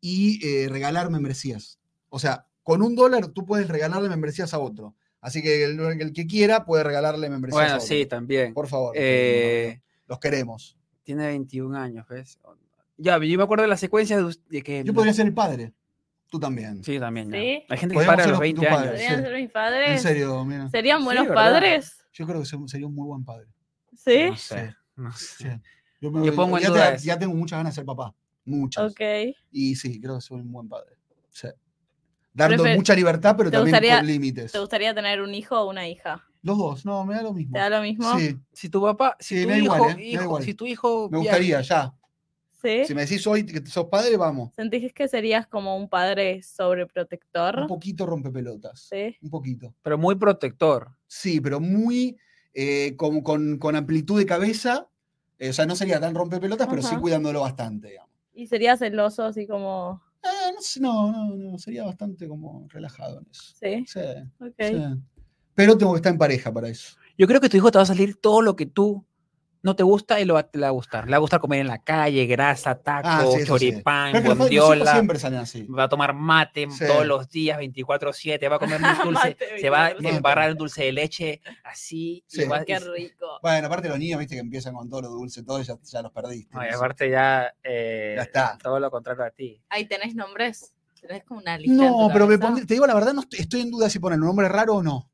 A: y eh, regalar membresías. O sea, con un dólar tú puedes regalarle membresías a otro. Así que el, el que quiera puede regalarle membresías a
C: Bueno,
A: otro.
C: sí, también.
A: Por favor.
C: Eh,
A: los queremos.
C: tiene 21 años, ¿ves? Ya, yo me acuerdo de la secuencia de, us- de que...
A: Yo podría ser el padre. Tú también.
C: eh, Sí, también. ya.
B: ¿Sí?
C: Hay gente que
A: Podríamos
C: para a
A: ser
C: los
A: los-
C: 20
A: tus
C: años.
A: padres.
B: ¿Podrían
A: Sí.
B: ser mis
A: En
B: padres?
A: serio, mira.
B: ¿Serían
C: Sí,
B: buenos
C: ¿verdad?
B: padres?
A: Yo creo que se- sería un muy buen padre.
B: ¿Sí?
C: No sé, no
A: Sí.
C: sé.
A: Yo, me-
C: Yo pongo en
A: ya,
C: duda
A: te-
C: eso.
A: ya tengo muchas ganas de ser papá. Muchas.
B: Ok. ¿Te
A: Y sí, creo que soy un buen padre. Sí. Dando
B: Prefer-
A: mucha libertad, pero
B: ¿te
A: también
B: gustaría-
A: con límites.
B: gustaría tener un hijo o una hija?
A: Los dos, no, me da lo mismo.
B: ¿Te da lo mismo?
A: Sí,
C: Si tu papá, si
A: Sí,
C: tu
A: me da
C: hijo,
A: igual, ¿eh? Me da
C: hijo-
A: igual.
C: si tu hijo...
A: me
C: viaja-
A: gustaría, ya.
B: ¿Sí?
A: Si me decís hoy que sos padre, vamos.
B: ¿Sentís que serías como un padre sobreprotector?
A: Un poquito rompepelotas.
B: Sí.
A: Un poquito.
C: Pero muy protector.
A: Sí, pero muy eh, con, con- con amplitud de cabeza. Eh, o sea, no sería tan rompepelotas, pero sí
B: Ajá.
A: cuidándolo bastante, digamos.
B: ¿Y serías celoso así como...
A: Ah, no, sé, no, no, no, sería bastante como relajado en eso.
B: Sí?
A: Sí,
B: Ok.
A: sí. Pero tengo que estar en pareja para eso.
C: Yo creo que tu hijo te va a salir todo lo que tú no te gusta y lo va, le va a gustar. Le va a gustar comer en la calle, grasa, taco,
A: Ah, sí, eso sí.
C: choripán,
A: Pero es que los padres- los hijos
C: bondiola.
A: siempre salen así.
C: Va a tomar mate
A: Sí.
C: todos los días, 24-7. Va a
A: [LAUGHS]
C: comer un dulce.
B: Mate,
C: se va a
B: 24/7.
C: embarrar en dulce de leche así. y
A: Sí.
C: va- y-
B: Qué rico.
A: Bueno, aparte los niños, viste, que empiezan con todo lo dulce, todo, ya, ya los perdiste.
C: no, y
A: no sé.
C: aparte ya, eh,
A: Ya está.
C: todo lo contrario a ti.
B: Ahí tenés nombres. Tenés como una lista. en
A: No,
B: tu
A: pero me
B: cabeza?
A: pondría- te digo la verdad, no estoy, estoy en duda si poner un nombre raro o no.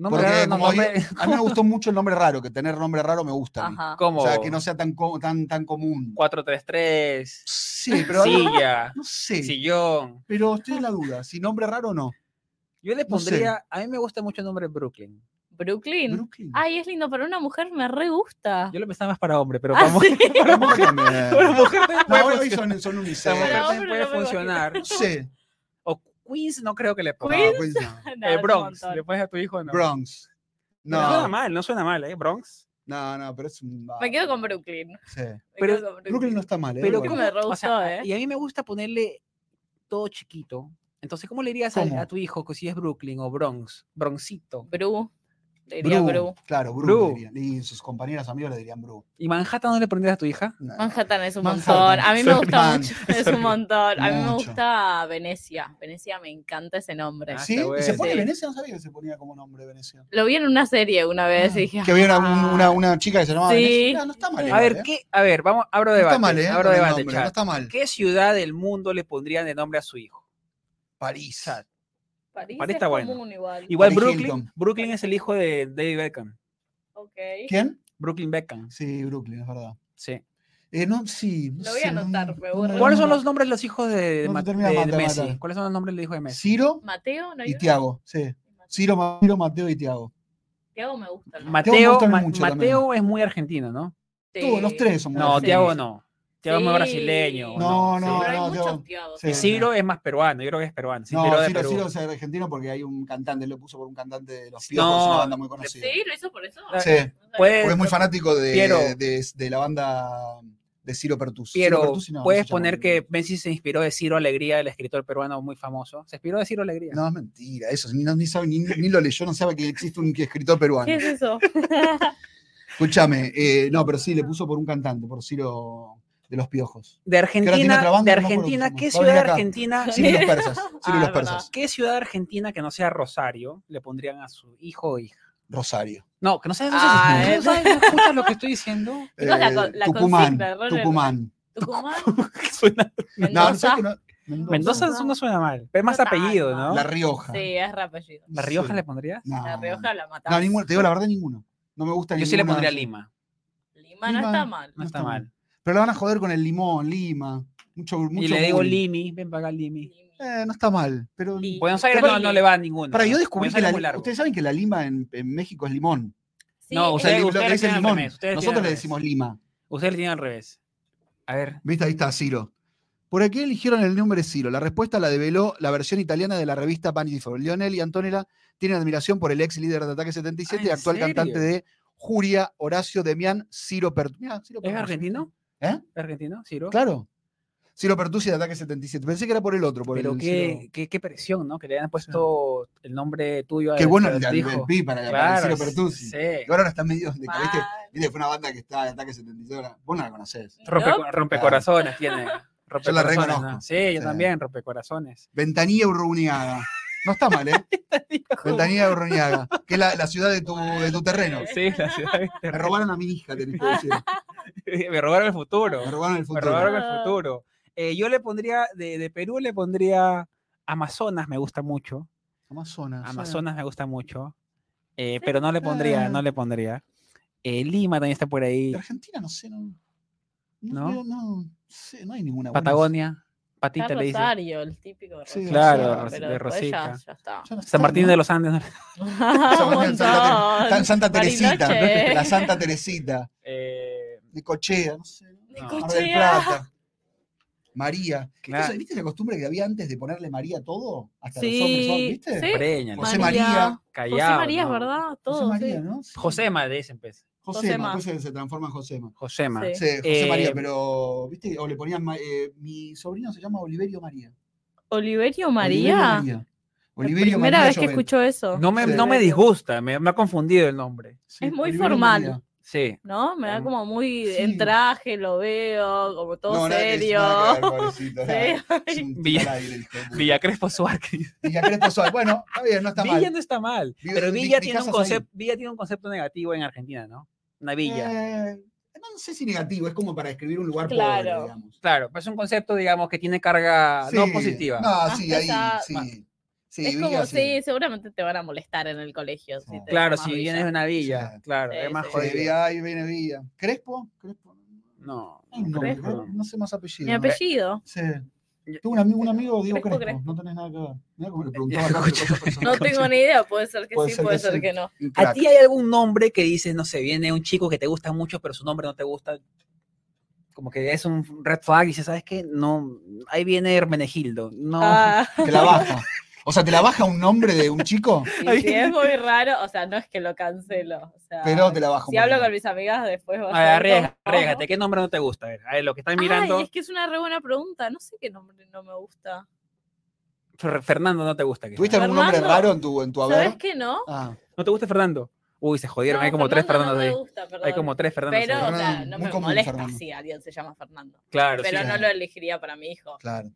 C: No,
A: Porque
C: no,
A: como
C: no,
A: hoy-
C: hombre,
A: A mí me gustó mucho el nombre raro, que tener nombre raro me gusta. a mí.
B: Ajá.
C: [LAUGHS] como
A: O sea, que no sea tan, co- tan, tan común.
C: 4-3-3,
A: Sí, pero algo-
C: silla,
A: no sé.
C: sillón.
A: Pero estoy en la duda, si nombre raro o no.
C: Yo le
A: No sé.
C: pondría, a mí me gusta mucho el nombre Brooklyn.
B: ¿Brooklyn?
A: Brooklyn.
B: Ay, es lindo. Para una mujer me re gusta.
C: Yo lo pensaba más para hombre, pero
B: Ah,
C: para
A: [LAUGHS]
C: mujer,
B: ¿sí?
A: Para mujer también.
C: para mujer también
A: No,
C: puede
A: ahora hoy
C: funcionar.
A: son, son
C: Para
A: unisex.
C: mujer
B: Para
C: también
B: hombre
C: puede
B: no me imagino.
C: funcionar.
A: No sé.
C: O Queens no creo que le
A: No,
C: ponga.
A: pues no.
B: No, es
C: Eh,
B: un
C: Bronx,
B: montón.
C: le pones a tu hijo no.
A: Bronx.
C: No suena
A: No.
C: mal, no suena mal, ¿eh? Bronx.
A: No, no, pero es un.
B: Me quedo con Brooklyn.
A: Sí.
B: Me
C: Pero
B: quedo con
A: Brooklyn no está mal, ¿eh?
C: Pero
B: Brooklyn
A: Igual.
B: me re
C: O sea,
B: gustó, ¿eh?
C: Y a mí me gusta ponerle todo chiquito. Entonces, ¿cómo le dirías a-
A: ¿Cómo?
C: A, tu hijo que si es Brooklyn o Bronx? Broncito.
B: Bru. Te diría
A: Bru,
B: Bru.
A: Claro, Bru.
C: Bru.
A: le dirían. Y sus compañeras amigas le dirían Bru.
C: ¿Y Manhattan no le pondrías a tu hija?
A: No.
B: Manhattan es un
A: Manhattan.
B: montón. A mí me
A: Sorry,
B: gusta
A: man.
B: mucho. Es un montón. A mí me
A: Mucho.
B: gusta Venecia. Venecia me encanta ese nombre.
C: Ah,
A: ¿Sí?
C: está
A: ¿Y ¿Se
C: bueno.
A: pone
B: Sí.
A: Venecia? No sabía que se ponía como nombre Venecia.
B: Lo vi en una serie una vez y dije.
A: Que había una, un-
B: "Ah".
A: una, una chica que se llamaba
B: Sí.
A: Venecia. No, no está mal.
B: Sí.
C: Eh, A
A: igual,
C: ver,
A: ¿eh?
C: ¿qué? A ver, vamos, abro debate.
A: No está mal, ¿eh?
C: abro
A: Con el
C: debate,
A: nombre,
C: chat.
A: no está mal.
C: ¿Qué ciudad del mundo le pondrían de nombre a su hijo?
A: París.
C: Chat.
B: París,
C: París
B: es
C: está bueno.
B: común igual.
C: Igual
A: Paris
C: Brooklyn,
A: Hilton.
C: Brooklyn es el hijo de David Beckham.
B: Ok.
A: ¿Quién?
C: Brooklyn Beckham,
A: Sí, Brooklyn, es verdad.
C: sí.
A: Eh, no, sí. no
B: Lo voy a
A: sé, no-
B: anotar, me borro.
A: no-
C: ¿Cuáles
A: no-
C: son los nombres de los hijos de,
A: No te
C: Ma-
A: termina
C: de- de
A: matar,
C: Messi?
A: matar.
C: ¿Cuáles son los nombres del hijo de Messi?
A: Ciro
B: Mateo, ¿no? hay
A: y
B: uno?
A: Tiago. Sí. Ciro, Ma- Ciro, Mateo y Tiago.
B: Tiago me gusta. ¿no?
A: Tiago me
C: Mateo,
A: gusta
C: Ma-
A: mucho
C: Mateo es muy argentino, ¿no?
B: Sí.
A: Todos los tres son
C: No,
A: buenos.
C: Tiago no. Tiago es más
B: Sí.
C: brasileño. ¿o
A: No,
B: Pero
A: no,
C: Sí.
B: hay
A: no,
B: muchos
A: Tiago.
B: Tiagos.
A: Sí.
C: Y Ciro es más peruano, yo creo que es peruano. Sí,
A: No,
C: Ciro de
A: Ciro,
C: Perú.
A: Ciro es argentino porque hay un cantante, lo puso por un cantante de Los
C: Sí.
A: Piojos,
C: No.
A: una banda muy conocida.
B: Sí, lo hizo por eso.
A: Sí.
B: No sabía.
C: Puedes-
A: Porque es muy fanático
C: Eh, Piero.
A: de, de, de la banda de Ciro Pertus. Ciro
C: Piero,
A: Pertusi no, no
C: puedes
A: se llama
C: poner
A: el-
C: que Messi se inspiró de Ciro Alegría, el escritor peruano muy famoso. Se inspiró de Ciro Alegría.
A: No, es mentira, eso. Ni, no- ni, sabe- ni, ni lo leyó, no sabe que existe un escritor
B: ¿Qué
A: peruano.
B: es
C: [LAUGHS]
B: eso?
A: Escúchame, eh, no, pero sí, le puso por un cantante, por Ciro de los Piojos.
C: De
A: tiene
C: Argentina,
A: otra banda,
C: de
A: no me acuerdo
C: Argentina,
A: cómo se
C: ¿qué
A: llama. Va a venir
C: ciudad de
A: acá.
C: Argentina?
A: Ciro y los
B: [LAUGHS]
A: persas. Ciro y
B: Ah,
A: los
B: es
A: persas.
C: ¿Qué ciudad argentina que no sea Rosario le pondrían a su hijo o hija?
A: Rosario.
C: No, que no seas.
B: Ah,
C: no,
B: es-
C: sabes, no escuchas lo que estoy diciendo.
A: [LAUGHS]
B: Chicos, la con- la
A: Eh, Tucumán.
B: consigna, Roger.
A: Tucumán.
B: Tucumán,
C: Suena-
A: No,
B: Mendoza.
A: ¿sabes que no? Mendoza.
C: Mendoza
B: no.
C: no suena mal, pero es más
B: No tanto.
C: apellido, ¿no?
A: La Rioja.
B: Sí, es rapellido.
C: ¿La Rioja
A: Sí.
C: le pondrías?
A: No.
B: La Rioja la matamos.
A: No, ninguno, te digo la verdad, ninguno. No me gusta
C: Yo sí le
A: ninguna.
C: pondría Lima.
B: Lima no
A: Lima.
B: está mal.
C: No está mal.
A: Pero la van a joder con el limón, Lima. Mucho, mucho
C: Y le digo
A: bullying.
C: Limi, ven para acá Limi.
A: Eh, no está mal. Pero.
B: Lima.
C: Buenos Aires no, no le va a ninguno.
A: Para yo descubrí
C: Buenos
A: que
C: Aires
A: la,
C: es muy largo.
A: ustedes saben que la lima en, en México es limón.
B: Sí,
C: No,
B: es-
A: O sea,
C: Ustedes-
A: lo
C: ustedes
A: que dice
C: tienen al
A: limón.
C: revés, ustedes tienen
A: Nosotros le
C: al
A: decimos lima.
C: Ustedes le tienen al revés. A ver.
A: ¿Viste? Ahí está Ciro. ¿Por qué eligieron el nombre Ciro? La respuesta la develó la versión italiana de la revista Vanity Fair. Lionel y Antonella tienen admiración por el ex líder de Ataque 77
C: Ah,
A: y
C: ¿en
A: actual
C: serio?
A: cantante de Juria, Horacio Demián, Ciro Pertusi. Mirá, Ciro
C: ¿Es
A: Pertusi.
C: argentino?
A: ¿Eh?
C: ¿Es argentino? ¿Ciro?
A: Claro. Ciro Pertusi de Ataque 77. Pensé que era por el otro, por
C: Pero
A: el
C: qué,
A: Ciro-
C: qué, qué presión, ¿no? Que le hayan puesto el nombre tuyo.
A: Qué
C: al-
A: bueno
C: al
A: el, el,
C: hijo.
A: el pi para, para
C: Claro,
A: Ciro Pertusi.
C: sí. Ah.
A: Que ahora está medio de
B: mal.
A: ¿viste? Viste, fue una banda que está de Ataque 77. ahora Vos no la conocés.
C: Rompe,
B: Nope.
C: rompe
A: Claro.
C: corazones tiene. Rompe corazones,
A: reconozco.
C: Sí, yo
A: Sí.
C: también,
A: [LAUGHS]
C: rompe corazones.
A: Ventanilla Urruñaga. No está mal, ¿eh? Ventanilla Urruñaga, que es la, la ciudad de tu, de tu
C: [LAUGHS]
A: terreno.
C: Sí, la ciudad de
A: Me robaron a mi hija, tenés que
B: Ah.
A: decir.
C: [LAUGHS] Me robaron el futuro.
A: Me robaron el
C: Me
A: futuro.
C: robaron el
B: Ah.
C: futuro. Eh, yo le pondría, de, de Perú le pondría Amazonas, me gusta mucho.
A: Amazonas. sí.
C: Amazonas me gusta mucho. Eh, pero no le pondría,
A: Ah.
C: no le pondría. Eh, Lima también está por ahí.
A: De Argentina, no sé, no. No,
C: ¿No?
A: no, no sé, no hay ninguna. buena.
C: Patagonia. Patita
B: Está
C: le dice.
B: Rosario, el típico de
A: Sí,
B: Rosario,
A: Claro,
C: Ros-
B: pero
C: de
B: después Ya,
C: Rosita.
B: ya [LAUGHS] está.
A: Ya no está,
C: San Martín
A: ¿no?
C: de los Andes. ¿no?
A: San Martín, Santa, Ter-
B: montón.
A: San- Santa Teresita.
B: Bariloche. [LAUGHS]
A: La Santa Teresita. [LAUGHS]
C: Eh,
A: De Cochea, no sé. ¿no?
B: De
C: No.
A: Mar del
B: Cochea.
A: Plata. María.
C: Claro.
A: Entonces, ¿Viste la costumbre que había antes de ponerle María a todo? Hasta los hombres, son,
B: Sí,
A: ¿viste?
B: sí.
C: Breña, ¿no?
A: José María.
B: José
C: Callao,
B: María, es
C: ¿no?
B: verdad,
A: José
B: todo.
A: María,
B: sí.
A: ¿no? Sí.
C: Josema le dicen, pues.
A: Josema,
B: Josema.
A: después se transforma en Josema.
C: Josema.
B: Sí.
A: Sí, José
C: Eh,
A: María, pero, ¿viste? O le ponían, ma- eh, mi sobrino se llama Oliverio María.
B: Oliverio María.
A: Oliverio
B: La
A: María. Oliverio
B: primera
A: María
B: vez que
A: Llobet.
B: escucho eso.
C: No me,
A: Sí.
C: no me disgusta, me, me ha confundido el nombre.
A: Sí,
B: es muy
A: Oliverio
B: formal.
A: María.
C: Sí.
B: ¿No? Me da
C: Em,
B: como muy
A: sí.
B: en traje, lo veo, como todo
A: No, nada que-
B: serio.
A: nada
B: [LAUGHS]
A: que ver, pobrecito, nada.
B: Sí.
A: Es un
C: Villa-
A: tiro al aire, hijo de puta.
C: Villa [LAUGHS] Crespo Suárez.
A: Villa Crespo Suárez. Bueno, está bien, no está mal.
C: Villa no está mal.
A: Vive-
C: pero
A: mi-
C: Villa
A: mi casa
C: tiene, un
A: es ahí.
C: concepto, Villa tiene un concepto negativo en Argentina, ¿no? Una villa.
A: Eh, no sé si negativo, es como para escribir un lugar
B: Claro.
A: pobre, digamos.
C: Claro, pues es un concepto, digamos, que tiene carga Ah, no
A: Sí,
C: positiva.
A: No, sí,
B: Más
A: ahí,
B: pesado.
A: sí. Sí,
B: es
A: Villa,
B: como,
A: sí.
B: sí, seguramente te van a molestar en el colegio.
A: Sí.
B: Si te
C: claro,
B: llamas
C: si
B: Villa.
C: vienes de una villa,
A: Sí.
C: claro,
B: Sí,
C: es más
B: sí.
A: Sí,
C: jodido.
A: Villa, ahí viene Villa. ¿Crespo? Crespo.
C: No,
A: Ay, no,
B: Crespo.
A: Crespo, no sé más apellido.
B: Mi
C: [LAUGHS]
B: apellido.
A: Sí. Tengo un amigo, un amigo Diego
B: Crespo, Crespo.
A: Crespo, no tenés nada que ver. Mirá cómo le preguntaba acá sobre cosas
B: No
A: personales.
B: tengo ni idea, puede ser que
A: Puede
B: sí,
A: ser
B: puede
A: que
B: ser
A: sí.
B: que no.
A: [LAUGHS] Un
C: ¿A
A: crack.
C: ti hay algún nombre que dices, no sé, viene un chico que te gusta mucho, pero su nombre no te gusta? Como que es un red flag y dices, ¿sabes qué? No, ahí viene Hermenegildo. No,
B: Ah,
A: Que la baja. O sea, te la baja un nombre de un chico,
D: Y si es muy raro, o sea, no es que lo cancelo. O sea,
A: pero te la baja un
D: si hablo
A: poquito.
D: con mis amigas después va
C: A
D: a
C: ver,
D: ser
C: arriesga,
D: como-
C: arriesgate. ¿Qué nombre no te gusta? A ver, a ver, lo que están mirando.
B: Ay, es que es una re buena pregunta. No sé qué nombre no me gusta.
C: Fer- Fernando no te gusta. quizá.
A: ¿Tuviste algún nombre
B: Fernando.
A: raro en tu, en tu
B: ¿Sabes
A: haber?
B: qué no?
A: Ah,
C: ¿No te gusta Fernando? Uy, se jodieron.
B: No,
C: hay como tres
B: Fernando
C: Fernandos
B: no
C: ahí.
B: me gusta,
C: Hay
B: perdón.
C: como tres Fernandos
D: Pero,
C: ahí.
D: o sea,
A: Fernando,
D: no
A: muy
D: me
A: común,
D: molesta
A: Fernando.
D: si alguien se llama Fernando.
C: Claro,
D: Pero
C: sí.
D: no lo elegiría para mi hijo.
A: claro.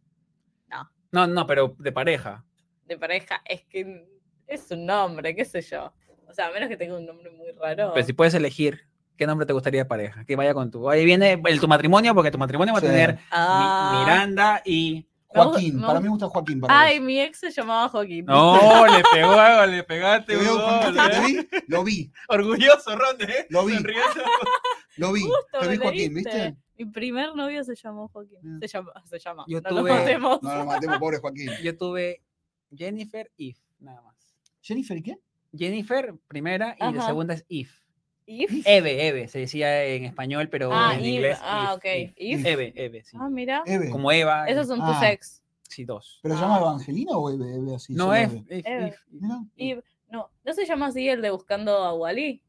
C: No, no, pero de pareja.
D: De pareja, es que es un nombre, qué sé yo. O sea, a menos que tenga un nombre muy raro.
C: Pero Pues si puedes elegir, ¿qué nombre te gustaría de pareja? Que vaya con tu. Ahí viene el, tu matrimonio, porque tu matrimonio va a
A: Sí.
C: tener Mi-
D: Ah,
C: Miranda y.
B: Me gu-
A: Joaquín,
B: me
A: para
B: gu-
A: mí me gusta Joaquín. Para
D: Ay,
A: vos.
D: mi ex se llamaba Joaquín.
C: No,
A: [LAUGHS]
C: [LAUGHS] le pegó, le pegaste.
A: Te veo con- te vi, lo vi,
C: Orgulloso, ¿eh? Ronde.
A: Lo vi. [LAUGHS] lo vi.
D: [LAUGHS] Justo,
A: Te
D: me
A: vi Joaquín,
D: leíste.
A: ¿viste?
B: Mi primer novio se llamó Joaquín.
A: Mm.
D: Se llama. Se llama.
C: Yo
D: no
C: tuve-
D: lo
A: No,
D: matemos.
A: no matemos, pobre Joaquín.
C: Yo tuve Jennifer, If, nada más.
A: ¿Jennifer y qué?
C: Jennifer, primera, y la
D: Ajá.
C: segunda es If.
D: If.
C: Eve, Eve, se decía en español, pero
D: Ah,
C: en
D: Eve,
C: inglés.
D: ah, ok, If.
C: Eve, Eve, sí.
D: Ah, mira.
A: Eve.
C: Como Eva.
B: Esos son tus
A: Ah.
B: ex.
C: Sí, dos.
A: ¿Pero se llama Evangelina o Eve? Eve así.
C: No
A: solo
C: es.
A: Eve.
C: If,
D: Eve.
C: if, if,
A: Mirá,
B: Y, no, ¿no se llama así el de Buscando a Wally?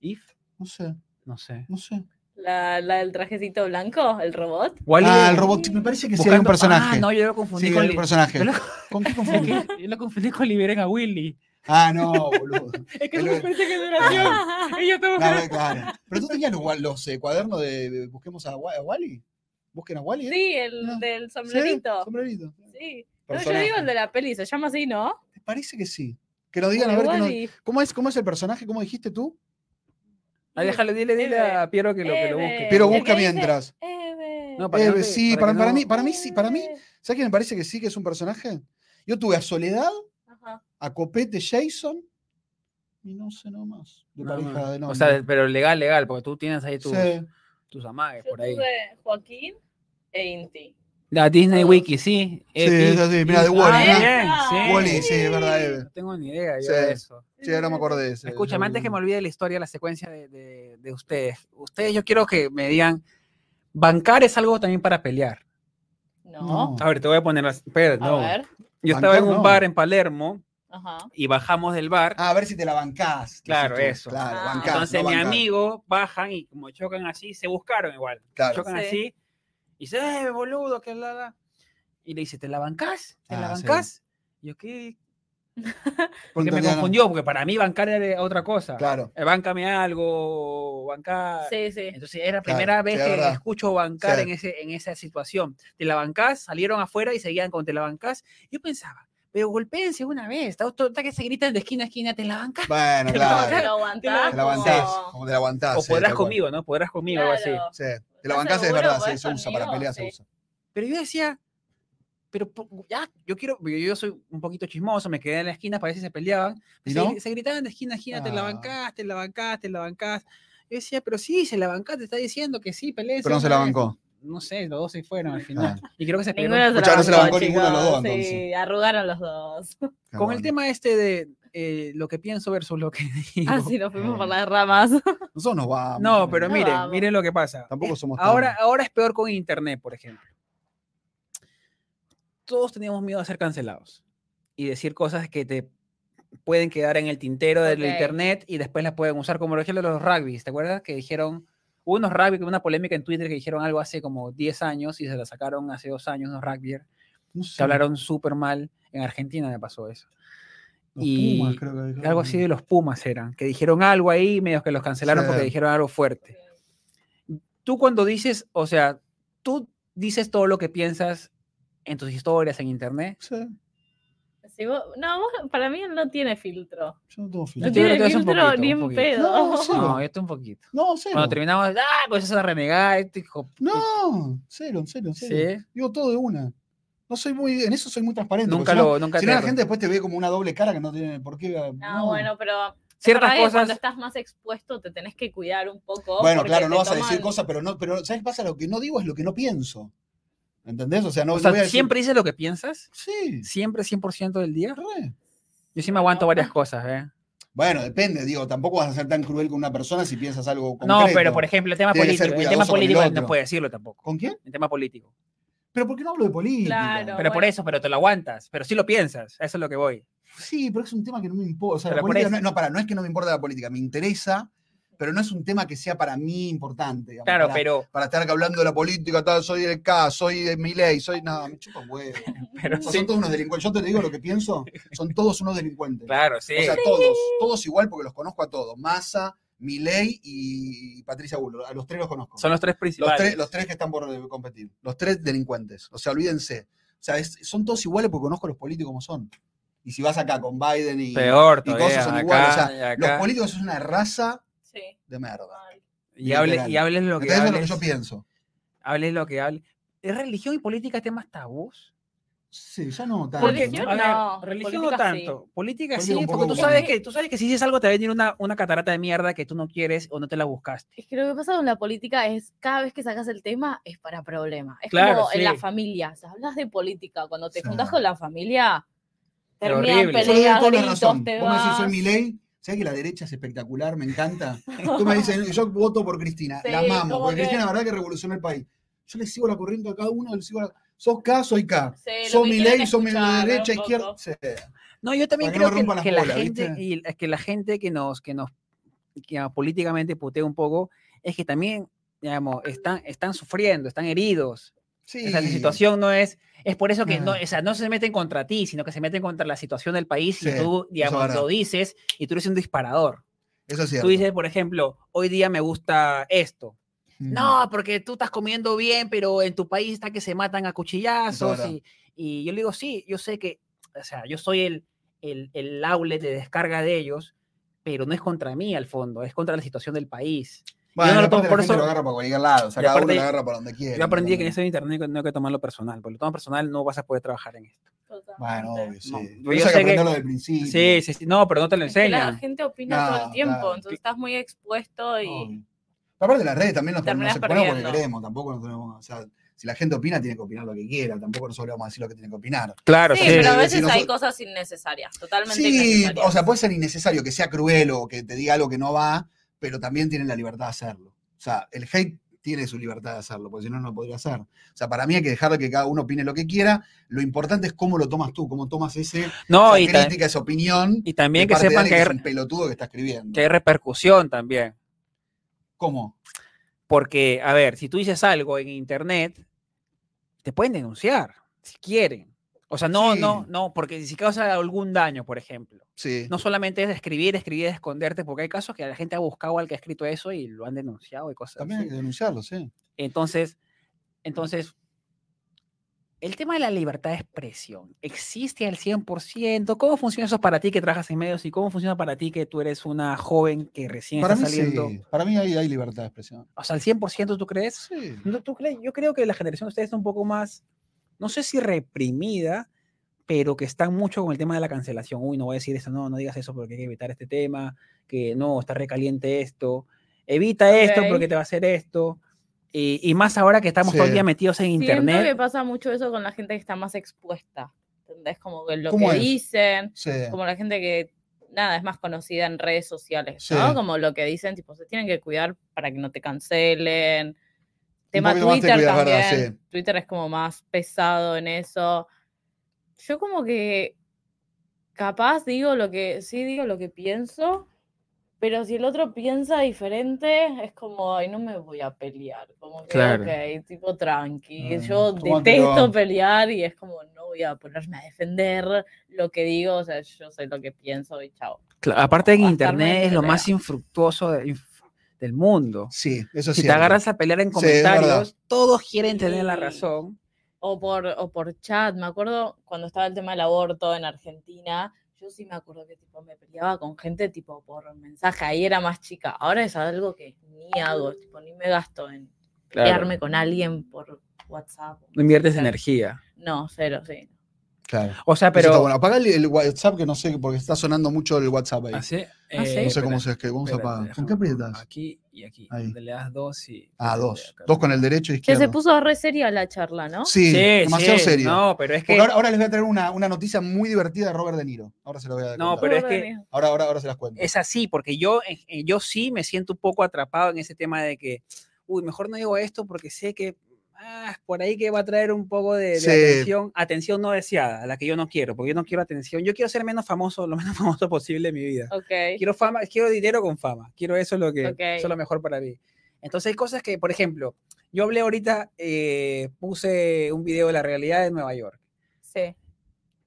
C: if,
A: no sé,
C: no sé.
A: no sé.
D: La, la del trajecito blanco,
A: [LAUGHS]
D: el robot.
C: Wall-E
A: Ah, el
C: es
A: robot, me parece que sí
C: buscando-
A: hay un personaje.
C: Ah, no, yo lo confundí
A: sí,
C: con
A: hay un
C: Li-
A: personaje. [LAUGHS]
C: yo lo-
A: ¿Con
C: [LAUGHS]
A: qué
C: Es
A: confundí?
C: que yo lo confundí con Liberen a Willy.
A: Ah, no, boludo.
C: Es que
A: Pero- Ah,
C: somos diferente generación.
D: [LAUGHS]
C: Y yo tengo
A: No, no, claro. Pero tú tenías los, gua- los, eh, cuadernos de, de Busquemos a, Wa- a Wally. Busquen a Wally. ¿eh?
D: Sí, el
A: No.
D: del
A: Sí,
D: sombrerito.
A: sombrerito.
D: Sí. No, yo
A: Personaje.
D: digo el de la peli, se llama así, ¿no?
A: Me parece que sí. Que nos digan a ver. que nos- ¿Cómo, es, ¿Cómo es el personaje? ¿Cómo dijiste tú?
C: Ah, déjalo, dile, dile a Piero que lo, que lo busque.
D: Eve.
A: Pero
D: Eh, el que
A: busca
D: dice-
A: mientras.
C: No, para que no
A: Eve,
C: te-
A: sí,
C: para
A: para,
C: que
A: para
C: no-
A: mí, para mí sí, para
D: Eh.
A: mí. ¿Sabes quién me parece que sí que es un personaje? Yo tuve a Soledad, a Copete Jason y no sé nomás. De
C: No,
A: pareja
C: no.
A: de nombre.
C: O sea, pero legal, legal, porque tú tienes ahí tus,
A: Sí.
C: tus amagues
D: Yo
C: por ahí.
D: tuve Joaquín e Inti.
C: La Disney
D: Todos.
C: Wiki, sí. Ah,
A: Sí, es así, mira, de Wall-E,
D: mirá.
C: sí.
A: Wall-E, sí, es verdad, Eve.
C: No tengo ni idea yo
A: Sí.
C: de eso.
A: Sí, ahora me acordé de ese.
C: Escúchame,
A: Yo-
C: antes que me olvide la historia, la secuencia de, de- de ustedes. Ustedes, yo quiero que me digan, bancar es algo también para pelear.
D: No.
C: A ver, te voy a poner, las- espera,
D: A
C: no.
D: ver.
C: Yo estaba
A: Bancar
C: en un
A: no.
C: bar en Palermo
D: Ajá.
C: y bajamos del bar.
A: Ah, a ver si te la bancás. decís
C: Claro,
A: tú.
C: eso.
A: Claro,
D: Ah.
A: bancás,
C: Entonces
A: no
C: mi
A: bancás.
C: amigo bajan y como chocan así, se buscaron igual.
A: Claro.
C: Chocan
D: Sí.
C: así y dice, eh, boludo, que la, la". Y le dice, ¿te la bancás? ¿Te la
A: Ah, sí.
C: bancás? Y yo, ¿qué? Porque
A: Punto de
C: me
A: gana.
C: confundió, porque para mí bancar era otra cosa.
A: Claro.
C: Eh, Báncame algo, bancar.
B: Sí, sí.
C: Entonces era la
A: Claro,
C: primera vez
A: sí, es
C: que
A: verdad.
C: escucho bancar
A: Sí.
C: en, ese, en esa situación. Te la bancás, salieron afuera y seguían con te la bancás. Yo pensaba, pero golpéense una vez, está, está que se gritan de esquina a esquina, te la bancás. [LAUGHS]
A: Bueno,
C: Te la
D: Te
A: claro.
D: [LAUGHS] lo aguantás.
A: Te la bancás.
D: como-
A: Como te la bancás.
C: O
A: Ah, sí,
C: podrás
A: tal cual.
C: conmigo, ¿no? Podrás conmigo, algo así.
D: Claro.
A: Sí. Te la
D: ¿Estás
A: bancás es
D: seguro?
A: verdad, sí,
D: ¿Podés
A: se usa. Para
D: conmigo?
A: pelear se
D: Sí.
A: usa.
C: Pero yo decía, pero po- ya, yo quiero, porque yo soy un poquito chismoso, me quedé en la esquina, parece que se peleaban.
A: ¿Y
C: se,
A: no?
C: se gritaban de esquina a esquina, te la
A: Ah.
C: bancás, te la bancás, te la bancás. Yo decía, pero sí, se la bancás, te está diciendo que sí, pelees.
A: Pero no se la bancó. Ah.
C: No sé, los dos se fueron al final. Y creo que se
D: Ninguno
C: pelearon.
A: Escuchá, no se la bancó
D: chicos,
A: ninguno de los dos,
D: sí,
A: entonces.
D: arrugaron los
C: [LAUGHS]
D: dos.
C: Con el tema este de eh, lo que pienso versus lo que [LAUGHS] digo.
D: Así Ah, nos fuimos
A: Eh.
D: por las [LAUGHS] ramas.
A: Nosotros nos vamos.
C: No, pero
D: No,
C: miren,
D: vamos.
C: miren lo que pasa.
A: Tampoco
C: Es-
A: somos tan-
C: ahora, ahora es peor con internet, por ejemplo. Todos teníamos miedo a ser cancelados y decir cosas que te pueden quedar en el tintero del
D: Ok.
C: internet y después las pueden usar, como lo dijeron los rugby's, ¿te acuerdas? Que dijeron, hubo unos rugby, una polémica en Twitter que dijeron algo hace como 10 años y se la sacaron hace dos años unos rugbyers
A: No
C: que
A: sé,
C: hablaron súper mal. En Argentina me pasó eso.
A: los
C: y
A: Pumas, creo que dijeron.
C: Algo así de los Pumas eran, que dijeron algo ahí, medio que los cancelaron porque
A: Sí.
C: dijeron algo fuerte. Tú cuando dices, o sea, tú dices todo lo que piensas en tus historias en internet.
A: Sí,
D: Si vos- no, vos- para mí él no tiene filtro.
A: yo no tengo filtro.
D: No
C: Yo creo
D: tiene
C: que es un
D: filtro
C: poquito,
D: ni
C: un
D: en
C: poquito.
D: pedo. [LAUGHS]
A: No, sí. Cero.
C: No, esto un poquito.
A: No, cero.
C: Cuando terminamos, ah, pues eso es renegada, este hijo.
A: No, cero, cero, cero.
C: Sí,
A: Digo todo de una. No soy muy, en eso soy muy transparente. porque
C: nunca
A: si no-
C: lo, nunca
A: Si no, la
C: te-
A: gente después te ve como una doble cara que no tiene por qué.
D: Ah,
A: no.
D: bueno, pero
C: Ciertas
D: para que cuando
C: cosas,
D: estás más expuesto te tenés que cuidar un poco.
A: Bueno,
D: porque
A: claro,
D: te
A: no vas a decir
D: toman-
A: cosas, pero no, pero ¿sabes qué pasa? Lo que no digo es lo que no pienso. ¿Entendés? O sea, no,
C: o
A: no
C: sea,
A: voy a decir-
C: siempre dices lo que piensas,
A: Sí,
C: siempre 100% del día.
A: re.
C: Yo sí me aguanto
D: Bueno.
C: varias cosas, ¿eh?
A: Bueno, depende, digo, tampoco vas a ser tan cruel con una persona si piensas algo concreto.
C: No, pero por ejemplo, el tema
A: Tiene que ser
C: político, el tema
A: cuidadoso con el
C: político no
A: otro.
C: puede decirlo tampoco.
A: ¿Con quién?
C: El tema político.
A: Pero ¿por qué no hablo de política?
D: Claro.
C: Pero por
D: bueno.
C: eso, pero te lo aguantas, pero sí lo piensas, a eso es lo que voy.
A: Sí, pero es un tema que no me importa. O sea, la
C: Pero por
A: política
C: eso-
A: no, no, pará, no es que no me importa la política, me interesa, pero no es un tema que sea para mí importante. digamos,
C: Claro,
A: para,
C: pero,
A: Para estar acá hablando de la política, tal, soy del K, soy de Milei, soy. Nada, me chupa un huevo.
D: [LAUGHS]
C: pero
A: O sea,
C: sí,
A: Son todos unos delincuentes. Yo te digo lo que pienso, son todos unos delincuentes.
C: claro, sí.
A: O sea, todos, todos igual porque los conozco a todos. Massa, Milei y Patricia Bullrich. A los tres los conozco.
C: Son los tres
A: Los
C: principales.
A: tres, los tres que están por eh, competir. Los tres delincuentes. O sea, olvídense. O sea, es- son todos iguales porque conozco a los políticos como son. Y si vas acá con Biden y.
C: Peor
A: y todos
C: todavía,
A: son
C: acá,
A: iguales, o sea,
C: y acá.
A: Los políticos es una raza
D: Sí,
A: de merda.
D: mal.
C: y, hables, y
A: literal.
C: hables lo
A: Entonces, eso
C: que
A: es lo que
C: hables,
A: yo pienso.
C: hables lo que hables. ¿Es religión y política temas tabús?
A: Sí, ya no tanto.
C: Porque,
D: Religión
C: a ver,
D: no,
C: religión no
D: política sí.
C: tanto. Política
A: Política
C: sí,
A: un
C: porque
A: poco
C: tú
A: como-
C: sabes, que, tú sabes que si dices algo te va a venir una, una catarata de mierda que tú no quieres o no te la buscaste.
B: Es que lo que pasa con la política es cada vez que sacas el tema es para problema. Es
C: Claro,
B: como en
C: sí.
B: la familia. O sea, hablas de política. Cuando te
A: Sí.
B: juntas con la familia,
C: Es
B: terminan
C: horrible.
A: Yo le doy
B: peleas,
A: toda la
B: gritos,
A: razón.
B: te
A: Vos me decís,
B: vas.
A: soy mi ley. ¿Sabés que la derecha es espectacular? Me encanta. Tú
B: [LAUGHS]
A: me
D: [LAUGHS]
A: dices, yo voto por Cristina.
D: Sí,
A: la amamos.
D: como
A: Porque
D: que-
A: Cristina, la verdad, que revolucionó el país. Yo le sigo la corriente a cada uno. Le sigo la- Sos K, soy K.
D: Sí, lo
A: sos
D: que
A: mi
D: quieren
A: ley, sos mi
D: escuchar,
A: derecha,
D: un
A: izquierda.
D: poco.
A: Sí.
C: No, yo también
A: Para que no
C: creo
A: rompa
C: que,
A: las
C: que la
A: bolas,
C: gente,
A: ¿viste?
C: y es que la gente que nos, que nos que, ah, políticamente putea un poco es que también, digamos, están, están sufriendo, están heridos.
A: Sí.
C: O sea, la situación no es... Es por eso que no,
A: Ah.
C: o sea, no se meten contra ti, sino que se meten contra la situación del país y
A: Sí,
C: tú, digamos,
A: verdad.
C: lo dices y tú eres un disparador.
A: Eso es cierto.
C: Tú dices, por ejemplo, hoy día me gusta esto.
A: Mm.
C: No, porque tú estás comiendo bien, pero en tu país está que se matan a cuchillazos.
A: Claro.
C: Y, y yo le digo, sí, yo sé que, o sea, yo soy el, el, el outlet de descarga de ellos, pero no es contra mí al fondo, es contra la situación del país.
A: Bueno,
C: yo no lo
A: aparte
C: tomo
A: la
C: por
A: gente
C: eso-
A: lo agarra para cualquier lado. O sea,
C: Yo
A: cada uno
C: aparte-
A: lo agarra para donde quiere.
C: Yo aprendí que en
A: ¿entendés?
C: esto de internet no hay que tomarlo personal, porque lo tomas personal no vas a poder trabajar en esto.
A: Bueno,
D: Totalmente.
A: obvio, sí.
C: No,
A: Pero eso
C: yo sé
A: hay
C: que-
A: que aprenderlo del principio.
C: Sí, sí, sí, no, pero no te lo
B: Es que la
C: enseñan.
B: gente opina todo
A: No,
B: el tiempo,
A: claro.
B: entonces estás muy expuesto y
A: Obvio. Pero aparte las redes también nos, nos
D: Terminás
A: exponemos porque
D: perdiendo.
A: queremos, tampoco nos tenemos, o sea, si la gente opina, tiene que opinar lo que quiera, tampoco nosotros le vamos a decir lo que tiene que opinar.
C: Claro,
D: Sí,
A: sí.
D: pero a
A: Sí,
D: veces
A: no
D: hay
A: so-
D: cosas innecesarias, totalmente
A: Sí,
D: innecesarias.
A: o sea, puede ser innecesario que sea cruel o que te diga algo que no va, pero también tienen la libertad de hacerlo. O sea, el hate tiene su libertad de hacerlo, porque si no, no lo podría hacer. O sea, para mí hay que dejar que cada uno opine lo que quiera, lo importante es cómo lo tomas tú, cómo tomas ese,
C: No,
A: esa
C: Oh, y, ta-
A: crítica, esa opinión.
C: y también
A: de
C: que
A: parte de
C: sepan
A: alguien
C: que hay,
A: es un
C: re-
A: pelotudo que está escribiendo.
C: que hay repercusión también.
A: ¿Cómo?
C: Porque, a ver, si tú dices algo en internet, te pueden denunciar, si quieren. O sea, no, no,
A: Sí.
C: no, porque si causa algún daño, por ejemplo.
A: Sí.
C: No solamente es escribir, escribir, esconderte, porque hay casos que la gente ha buscado al que ha escrito eso y lo han denunciado y cosas
A: También hay
C: así.
A: que denunciarlo, sí.
C: Entonces, entonces, el tema de la libertad de expresión, ¿existe al 100%? ¿Cómo funciona eso para ti que trabajas en medios y cómo funciona para ti que tú eres una joven que recién
A: Para mí,
C: está saliendo?
A: sí. Para mí hay, hay libertad de expresión.
C: O sea, ¿al 100% tú crees?
A: Sí.
C: No, ¿tú crees? Yo creo que la generación de ustedes está un poco más, no sé si reprimida, pero que están mucho con el tema de la cancelación. Uy, no voy a decir eso, no, no digas eso porque hay que evitar este tema, que no, está recaliente esto, evita esto porque
D: Ok.
C: te va a hacer esto. Y, y más ahora que estamos todo el
A: Sí.
C: día metidos en
D: Siento que
C: internet.
D: pasa mucho eso con la gente que está más expuesta. ¿Entendés? Como que lo
A: ¿Cómo
D: que
A: es?
D: dicen,
A: Sí.
D: como la gente que nada es más conocida en redes sociales,
A: Sí.
D: ¿no? Como lo que dicen, tipo, se tienen que cuidar para que no te cancelen. Tema
A: poquito más te
D: Twitter
A: cuidas,
D: también.
A: ¿verdad?
D: Twitter es como más pesado en eso. Yo como que capaz digo lo que, sí digo lo que pienso, pero si el otro piensa diferente, es como, ay, no me voy a pelear. Como que,
C: Claro.
D: ok, tipo tranqui.
A: Mm,
D: Yo
A: tómatelo.
D: detesto pelear y es como, no voy a ponerme a defender lo que digo, o sea, yo sé lo que pienso y chao.
C: Cla- Aparte en
D: bastarme
C: internet es lo
D: pelea.
C: más infructuoso de- inf- del mundo.
A: Sí, eso es
C: Si te
A: cierto.
C: agarras a pelear en
A: Sí, es verdad.
C: comentarios, todos quieren tener la
D: Sí.
C: razón.
D: o por, o por chat. Me acuerdo cuando estaba el tema del aborto en Argentina, yo sí me acuerdo que tipo me peleaba con gente tipo por mensaje, ahí era más chica. Ahora es algo que ni hago, tipo, ni me gasto en
C: Claro.
D: pelearme con alguien por WhatsApp.
C: No inviertes
D: Claro.
C: energía.
D: No, cero, sí.
A: Claro.
C: O sea,
A: Eso está
C: ah, pero...
A: bueno. Apagá el, el WhatsApp, que no sé, porque está sonando mucho el WhatsApp ahí.
C: ¿Ah, sí?
D: sí?
A: no sé
C: espera.
A: cómo se es que vamos a
C: Espérate,
A: apagar. ¿Con
C: déjame
A: qué
C: poner
A: aprietas?
C: Aquí y aquí.
A: Ahí.
C: Donde le das dos y.
A: Ah,
C: y
A: dos.
C: acá.
A: Dos con el derecho e
D: Que
A: izquierdo.
D: se puso re seria la charla, ¿no?
A: Sí, demasiado
C: sí,
A: serio.
C: No, pero es que.
A: Porque ahora, ahora les voy a traer una, una noticia muy divertida de Robert De Niro. Ahora se la voy a
C: No,
A: contar.
C: pero es
D: Pobre
C: que-
D: Daniel.
A: ahora, ahora, ahora se las cuento.
C: Es así, porque yo, eh, eh, yo sí me siento un poco atrapado en ese tema de que, uy, mejor no digo esto porque sé que ah, por ahí que va a traer un poco de, de
A: Sí.
C: atención, atención no deseada, a la que yo no quiero, porque yo no quiero atención, yo quiero ser menos famoso, lo menos [LAUGHS] famoso posible en mi vida.
D: Ok.
C: Quiero fama, quiero dinero con fama, quiero eso es lo que, eso es lo
D: Ok.
C: mejor para mí. Entonces hay cosas que, por ejemplo, yo hablé ahorita, eh, puse un video de la realidad de Nueva York
D: Sí.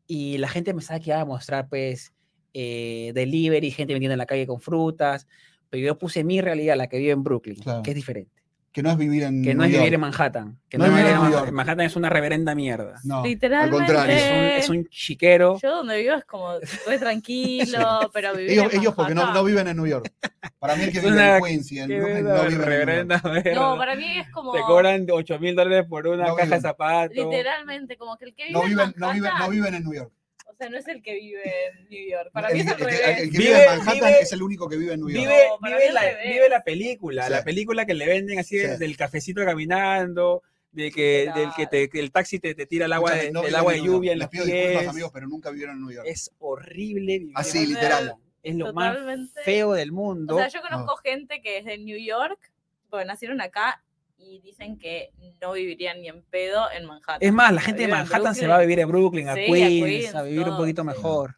C: y la gente pensaba que iba a mostrar, pues, eh, delivery, gente vendiendo en la calle con frutas, pero yo puse mi realidad, la que vivo en Brooklyn,
A: Claro.
C: que es diferente,
A: Que no es vivir en.
C: que no
A: New
C: es vivir
A: York.
C: en Manhattan, que
A: No
C: no,
A: es
C: es
A: vivir en
C: vivir en
A: New
C: Manhattan,
A: York.
C: Manhattan es una reverenda mierda.
A: No, al
D: Literalmente.
C: Es
A: contrario.
C: un, es un chiquero.
D: Yo donde vivo es como re tranquilo, pero vivir
A: Ellos,
D: en
A: ellos porque no, no
D: Manhattan-
A: viven en New York. Para mí el que
C: Es
A: vive en
C: una-
A: Queens y en
C: Qué
A: Brooklyn no
C: verga,
A: vive en New York.
C: reverenda verga.
D: No, para mí es como
C: Te cobran 8 mil dólares por una
A: No
C: caja
A: viven.
C: de zapatos.
D: literalmente como que el que vive
A: No
D: en
A: viven, no, viven,
D: Manhattan,
A: no viven en New York.
D: o sea, no es el que vive en New York. Para
A: el,
D: mí es al
A: el que-
D: revés.
A: el que vive, en
C: Vive-
A: Manhattan
C: vive-
A: es el único que vive en New York.
C: Vive,
D: No, para
C: vive
D: mí
C: la,
D: al revés.
C: vive la película,
A: Sí.
C: la película que le venden así de-
A: Sí.
C: del cafecito caminando, de que, del que, te, que el taxi te, te tira el agua, de,
A: Escúchame, no
C: el
A: viven
C: agua
A: en
C: de
A: New York.
C: lluvia en
A: Les
C: los
A: pido disculpas,
C: pies.
A: amigos, pero nunca vivieron en New York.
C: Es horrible vivir
A: Así,
C: en
A: literal.
C: Manhattan. Es lo más
D: Totalmente.
C: feo del mundo.
D: O sea, yo conozco gente que es de New York, bueno, nacieron acá y dicen que no vivirían ni en pedo en Manhattan.
C: es más, la gente de
D: vive en
C: Manhattan se
D: Brooklyn.
C: va a vivir a Brooklyn, a,
D: Sí, a
C: Queens, a
D: Queens,
C: vivir un
D: todo,
C: poquito
D: sí.
C: mejor.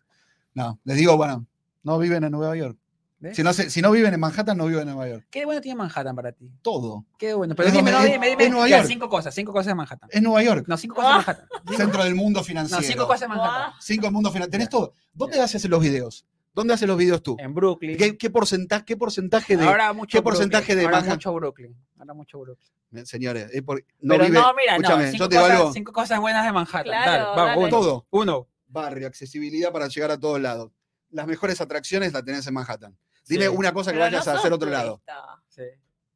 A: No, les digo, bueno, no viven en Nueva York.
C: ¿Ves?
A: ¿Eh? Si no, se- si no viven en Manhattan, no viven en Nueva York.
C: Qué bueno tiene Manhattan para ti.
A: Todo.
C: Qué bueno. Pero
A: Es
C: dime,
A: donde-
C: no,
A: es-
C: dime,
A: es
C: dime,
A: Nueva
C: ya,
A: York.
C: cinco cosas, cinco cosas de Manhattan.
A: Es Nueva York,
C: No, cinco
D: Ah.
C: cosas de Manhattan.
A: centro del mundo
C: No,
A: financiero.
C: cinco cosas de Manhattan.
D: Guau.
A: Cinco del mundo financiero. Tenés todo. ¿Dónde haces los videos? ¿Dónde haces los videos tú?
C: En Brooklyn.
A: ¿Qué, qué porcentaje, qué porcentaje de.
C: Ahora mucho
A: qué porcentaje de
C: Brooklyn, ahora
A: Manhattan?
C: mucho Brooklyn. Ahora mucho Brooklyn.
A: Señores, es por- no
C: Pero
A: vive.
C: no, mira,
A: escúchame,
C: no,
A: yo
C: cinco,
A: te
C: cosas,
A: evalúo.
C: cinco cosas buenas de Manhattan.
D: Claro,
C: Dale, vamos,
D: dale.
C: uno.
A: Todo.
C: Uno.
A: barrio, accesibilidad para llegar a todos lados. Las mejores atracciones las tenés en Manhattan. Dime
C: Sí.
A: una cosa que
D: Pero
A: vayas
D: no
A: a hacer
D: sos
A: otro lado.
D: turista.
C: Sí.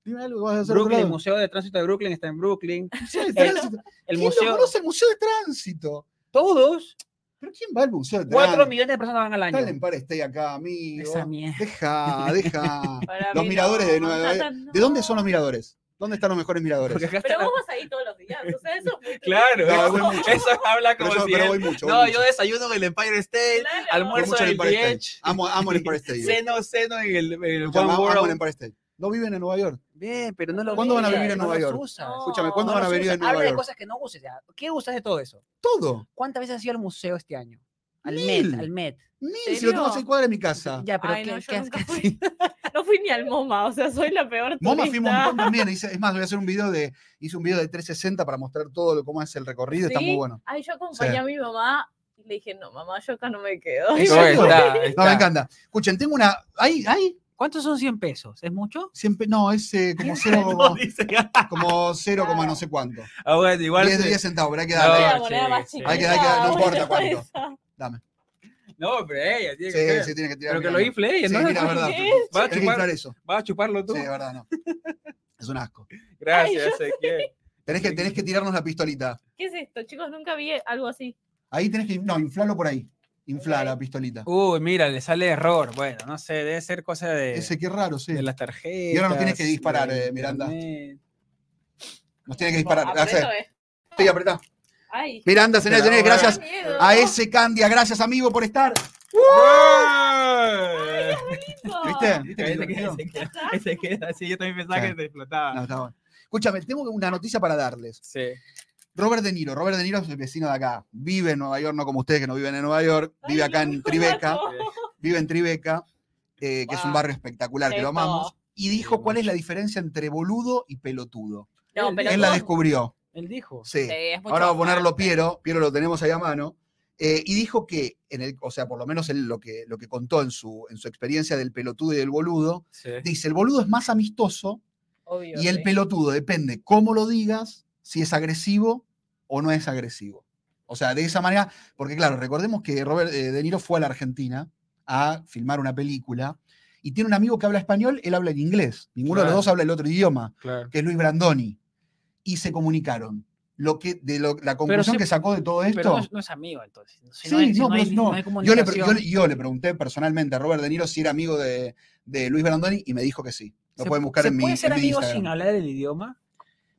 A: Dime algo que vayas a hacer
C: Brooklyn, el
A: otro lado.
C: Museo de Tránsito de Brooklyn está en Brooklyn.
A: Museo de
C: eh,
A: Tránsito.
C: El
A: ¿Quién lo
C: museo.
A: conoce el Museo de Tránsito?
C: Todos.
A: ¿Pero quién va al Museo de Tránsito?
C: Cuatro millones de personas van al
A: Está el
C: año.
A: Empire State acá, amigo.
C: Esa mierda.
A: Deja,
C: [LAUGHS]
A: deja.
D: Para
A: Los
D: mí
A: miradores de Nueva
D: Manhattan
A: ¿De dónde
D: no.
A: son los miradores? ¿Dónde están los mejores miradores?
C: Porque acá
D: Pero
C: está-
D: vos vas ahí todos los días, o sea, eso es muy [LAUGHS]
C: Claro,
A: No,
C: eso,
A: voy mucho.
C: eso habla como
A: Pero yo
C: si
A: pero
C: él-
A: voy mucho. voy
C: No, yo
A: mucho.
C: desayuno en el Empire State,
D: Claro.
A: Voy
C: almuerzo
A: mucho
C: en
A: al
C: el
A: Empire
C: PH,
A: State. Amo, amo el Empire State.
C: ceno, ceno en el, en el
A: Yo
C: One
A: amo, amo el
C: World.
A: Empire State. No viven en Nueva York.
C: Bien, pero no lo
A: ¿Cuándo van a
C: usas,
A: vivir en
C: no
A: Nueva
C: los
A: York?
C: usas.
D: No.
A: Escúchame, ¿cuándo
C: No
A: van a
C: los
A: venir de
C: usas.
A: Nueva
C: Habla de
A: York?
C: cosas que no usas ya. ¿Qué usas de todo eso?
A: Todo.
C: ¿Cuántas veces has ido al museo este año? Al
A: Mil. Ah.
C: Met, al Met.
A: Mil, si lo tengo a
D: serio?
A: seis cuadras de mi casa.
C: Ya, pero
D: Ay,
C: ¿qué,
D: no,
C: qué
D: yo
C: has-
D: nunca
C: qué
D: fui.
C: [LAUGHS] has-
D: [LAUGHS] No fui ni al MoMA, o sea, soy la peor
A: MoMA
D: turista.
A: fuimos un montón también. hice- es más, voy a hacer un video de. Hice un video de 360 para mostrar todo lo, cómo es el recorrido. Está
D: ¿Sí?
A: muy bueno.
D: Ay, yo acompañé
A: Sí.
D: a mi mamá y le dije, no, mamá, [LAUGHS] yo acá no me quedo.
A: Eso
D: Y me
A: es.
D: fui.
C: Está,
A: No, me
C: está.
A: encanta. Escuchen, tengo una. ¿Hay? ¿Hay?
C: ¿Cuántos son 100 pesos? ¿Es mucho? [LAUGHS]
A: Siempre, no, es eh, como cero,
C: No,
A: como,
C: dice.
A: como cero, coma no sé cuánto.
C: Ah, bueno, igual.
A: 10,
C: sí.
A: 10 centavos, pero hay que
C: No,
A: darle.
D: La
C: che,
D: moneda más
C: sí.
D: chiquita,
A: Hay que- hay que-
D: [LAUGHS]
A: no
D: boludo,
A: importa cuánto.
D: esa.
C: No, pero ella tiene que
A: Sí,
C: ser.
A: sí, tiene que tirar.
C: pero que
A: mira,
C: lo
A: no.
C: infle ella,
A: Sí,
C: ¿no?
A: mira, es verdad.
D: ¿Qué?
C: [LAUGHS] Va a
A: Hay que
C: chupar-
A: inflar eso.
C: Vas a chuparlo tú.
A: Sí, es verdad, no. Es un asco.
D: Ay,
C: Gracias,
D: yo
C: Ezequiel.
A: Tenés que, tenés que tirarnos la pistolita.
D: ¿Qué es esto? Chicos, nunca vi algo así.
A: Ahí tenés que. No, inflarlo por ahí. Inflar la pistolita.
C: Uy, mira, le sale error. Bueno, no sé, debe ser cosa de,
A: Ese, qué raro, sí.
C: de las tarjetas.
A: Y ahora nos tienes que disparar,
C: de
A: eh, Miranda.
C: internet.
A: Nos tiene que disparar.
D: Aprieto
A: Gracias.
D: esto.
A: Sí, apretá.
D: Ay,
A: Miranda, señores,
C: Pero
A: señores,
C: ahora-
A: gracias
D: qué miedo.
A: a este, ese Candia. Gracias, amigo, por estar.
C: ¡Wow!
D: Lindo.
A: ¿Viste? ¿Viste que
C: Ese que-
A: divertido?
C: ese que- ese que- así, yo también pensaba
A: Sí.
C: que te explotaba.
A: No, está bueno. Escúchame, tengo una noticia para darles.
C: Sí.
A: Robert De Niro. Robert De Niro es el vecino de acá. Vive en Nueva York, no como ustedes que no viven en Nueva York.
D: Ay,
A: Vive acá
D: lo
A: en
D: conozco.
A: Tribeca. Vive en Tribeca, eh, que es un
D: Guau.
A: barrio espectacular, que lo
D: Cheto.
A: amamos. Y dijo cuál es la diferencia entre boludo y pelotudo.
D: No, pero
A: Él la
D: vos-
A: descubrió.
C: Él dijo.
A: Sí.
D: Sí, es mucho
A: Ahora va a
D: más
A: ponerlo
D: fuerte.
A: Piero, Piero lo tenemos ahí a mano, eh, y dijo que, en el, o sea, por lo menos él lo que, lo que contó en su, en su experiencia del pelotudo y del boludo,
C: Sí.
A: dice, el boludo es más amistoso
D: Obvio,
A: y el
D: sí.
A: pelotudo depende cómo lo digas, si es agresivo o no es agresivo. O sea, de esa manera, porque claro, recordemos que Robert eh, De Niro fue a la Argentina a filmar una película y tiene un amigo que habla español, él habla en inglés, ninguno de
C: Claro.
A: los dos habla el otro idioma
C: Claro.
A: que es Luis Brandoni, y se comunicaron. Lo que, de lo- la conclusión
C: sí-
A: que sacó de todo esto.
C: Pero no, es- no es amigo, entonces. Si
A: sí,
C: no hay, si
A: no,
C: no hay-
A: pero
C: si
A: no.
C: no hay
A: yo, le, pre- yo
C: comunicación,
A: le- yo le pregunté personalmente a Robert De Niro si era amigo de, de Luis Brandoni y me dijo que sí. Lo
C: ¿se-
A: pueden buscar
C: ¿se
A: en mi,
C: puede ser
A: en mi
C: amigo
A: Instagram.
C: sin hablar el idioma?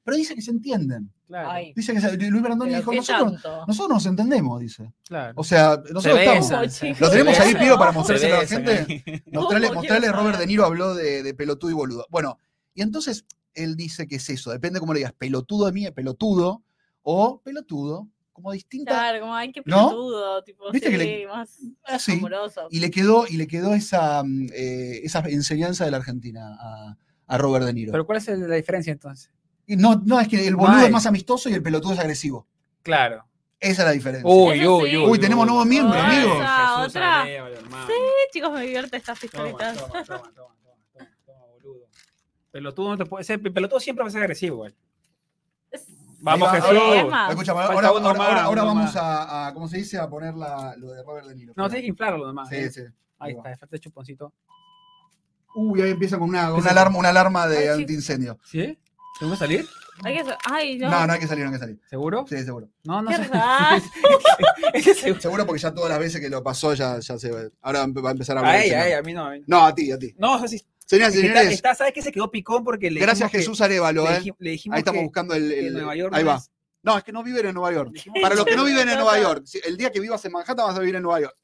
A: Pero dice que se entienden.
C: Claro.
D: Ay,
A: Dice que se- Luis Brandoni
D: pero
A: dijo,
D: qué
A: nosotros,
D: tanto.
A: nosotros nos entendemos, dice.
C: claro.
A: O sea, nosotros estamos.
D: besan, se-
A: Lo tenemos
D: se
A: ahí,
D: besan.
A: Piro, para
D: Se
A: mostrárselo a la
C: besan
A: gente.
C: ahí.
A: Mostrarle,
D: ¿Cómo? Quiero
A: mostrarle Robert
D: saber.
A: De Niro habló de, de pelotudo y boludo. Bueno, y entonces él dice que es eso. Depende cómo le digas, pelotudo de mí, pelotudo, o pelotudo, como distinta.
D: [LAUGHS] Claro, como hay que
A: ¿No?
D: pelotudo, tipo,
A: ¿Viste que
D: sí,
A: le-
D: más
A: Ah, sí.
D: amoroso.
A: Y le quedó, y le quedó esa, mm, eh, esa enseñanza de la Argentina a, a Robert De Niro.
C: Pero ¿cuál es el- la diferencia entonces?
A: Y no, no, es que el boludo
C: Mal.
A: es más amistoso y el pelotudo es agresivo.
C: Claro.
A: Esa es la diferencia.
C: Uy, uy,
D: Eso
C: uy,
D: sí.
A: Uy, tenemos nuevo miembro,
D: Esa,
A: amigo.
D: otra.
C: Sí.
D: Sí, chicos, me divierte estas pistolitas.
C: Pelotudo no te puede ser. Pelotudo siempre va a ser agresivo, igual.
A: Vamos,
C: Vamos,
A: Jesús.
C: Jesús.
D: Emma.
A: Escucha,
C: Ah, Falta
A: ahora,
C: uno
A: ahora-
C: más,
A: ahora- ahora
C: uno
A: vamos
C: más.
A: a, a- ¿cómo se dice? A poner la- lo de Robert De Niro.
C: No, tienes que inflarlo nomás. eh.
A: Sí, sí.
C: Ahí
A: va.
C: está, le falta el chuponcito.
A: Uy, ahí empieza con una, una
C: Empieza
A: alarma, una alarma de
D: Ay, sí.
A: antiincendio.
C: ¿Sí? ¿Seguro salir?
D: Hay que- Ay, no.
A: No. no, hay que salir, no hay que salir.
C: ¿Seguro?
A: Sí, seguro.
C: No, no
D: Qué
C: sé.
D: raro.
A: [LAUGHS]
C: Es que seguro.
A: Seguro porque ya todas las veces que lo pasó ya, ya se va. Ahora va a empezar a hablar.
C: A ella,
A: ese
C: a
A: no.
C: ella, a mí no. a mí no.
A: No, a ti, a ti.
C: No, o sea, sí,
A: Señoras y
C: es que está,
A: señores,
C: está- ¿sabes qué? Se quedó picón porque le
A: gracias
C: dijimos
A: Jesús Arevalo,
C: que-
A: ¿eh?
C: le dij- Le dijimos
A: Ahí estamos
C: que-
A: buscando el.
C: que
A: el-
C: Nueva York
A: ahí
C: no
A: va.
C: es-
A: No, es que no viven en Nueva York.
C: [LAUGHS] le dijimos
A: Para los que no viven en Nueva
D: Ajá.
A: York, si- el día que vivas en Manhattan vas a vivir en Nueva York.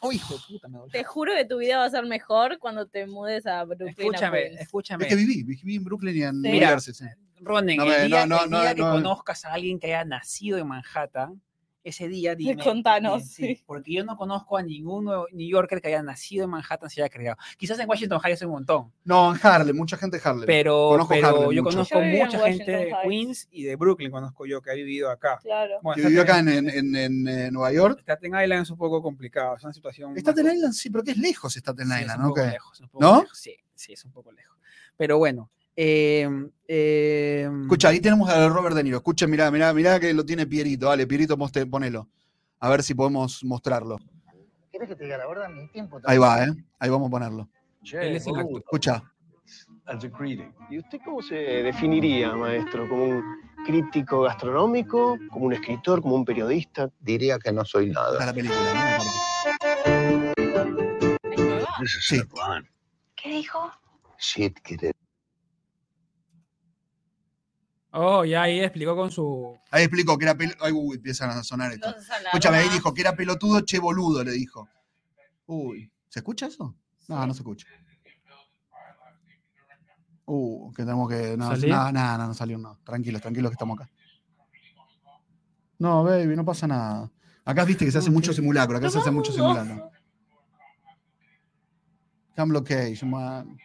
C: Oh, hijo de puta, me dolió.
D: Te juro que tu vida va a ser mejor cuando te mudes a Brooklyn. a
C: Escúchame,
D: Queens.
C: escúchame.
A: Es que viví, viví en Brooklyn y en
D: Sí.
A: Nueva Jersey. sí.
C: Ronen,
A: No me-
C: el día,
A: no, no,
C: el día
A: no,
C: que
A: no.
C: conozcas a alguien que haya nacido en Manhattan, ese día [LAUGHS] dime.
D: contanos,
C: dime, sí,
D: sí.
C: Porque yo no conozco a ningún nuevo- New Yorker que haya nacido en Manhattan se haya creado. Quizás en Washington Heights hay un montón,
A: No, en Harlem, mucha gente en Harlem.
C: pero,
A: Conozco
C: pero
A: Harlem
C: yo
A: mucho.
C: conozco
D: Yo viví en
C: mucha gente de
D: Washington Heights.
C: Queens y de Brooklyn, conozco yo que ha vivido acá.
D: Claro.
C: Bueno,
A: que vivió acá
C: Staten-
A: en, en, en, eh, Nueva York.
C: Staten Island es un poco complicado, es una situación. más-
A: Staten Island, sí, pero que es lejos Staten
C: Sí, es
A: Island,
C: un
A: ¿no?
C: poco
A: Que-
C: lejos, un poco
A: ¿No?
C: lejos, Sí, sí, es un poco lejos. Pero bueno. eh, eh,
A: Escucha, ahí tenemos a Robert De Niro. Escucha, mirá, mirá, mirá que lo tiene Pierito. Dale, Pierito, moste- ponelo. A ver si podemos mostrarlo.
E: ¿Quieres que te diga la verdad? Mi tiempo
A: Ahí va, ¿eh? Ahí vamos a ponerlo.
C: Él es el actor.
A: Escucha.
F: ¿Y usted cómo se definiría, maestro? ¿Como un crítico gastronómico? ¿Como un escritor? ¿Como un periodista?
E: Diría que no soy
A: Está
E: nada.
A: la película, ¿no? Me acuerdo. Sí.
B: ¿Qué dijo?
E: Shit, que te-
C: Oh, ya ahí explicó con su.
A: Ahí explicó que era pelotudo. Ay, uy, empiezan a sonar esto.
D: Entonces, a la
A: Escúchame, ahí
D: hora-
A: dijo que era pelotudo, che boludo, le dijo. Uy, ¿se escucha eso? No, no se escucha. Uh, que tenemos que. No,
C: ¿Salir?
A: no, no, no, no salió, no. Tranquilos, tranquilos que estamos acá. No, baby, no pasa nada. Acá viste que se hace mucho simulacro, acá se hace mucho simulacro. Cam location, man.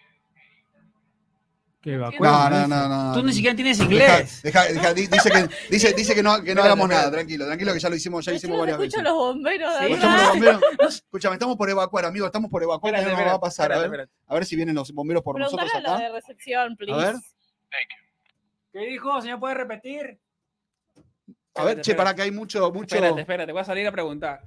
C: Qué
A: No, no, no, no.
C: Tú ni siquiera tienes
A: Deja-
C: inglés.
A: deja- deja- di- dice que, dice, dice que no, que no
C: Espérate,
A: hagamos nada,
C: espérate.
A: tranquilo, tranquilo que ya lo hicimos, ya
D: Yo
A: hicimos
D: no te
A: varias
D: escucho
A: veces.
D: a los bomberos,
C: Sí.
D: de
A: Escuchamos los
D: verdad.
A: bomberos.
C: [LAUGHS]
A: Escúchame, estamos por evacuar, amigo, estamos por evacuar, ya
C: Espérate,
A: no nos va a
C: espérate,
A: pasar. ¿eh? a,
C: espérate,
A: ver,
C: espérate.
A: a ver si vienen los bomberos por nosotros
D: Preguntale a los
A: acá.
D: de recepción, please.
A: ver.
C: ¿Qué dijo? ¿Señor puede repetir?
A: A ver, che,
C: espérate.
A: para que hay mucho, mucho.
C: Espérate, espérate, voy a salir a preguntar.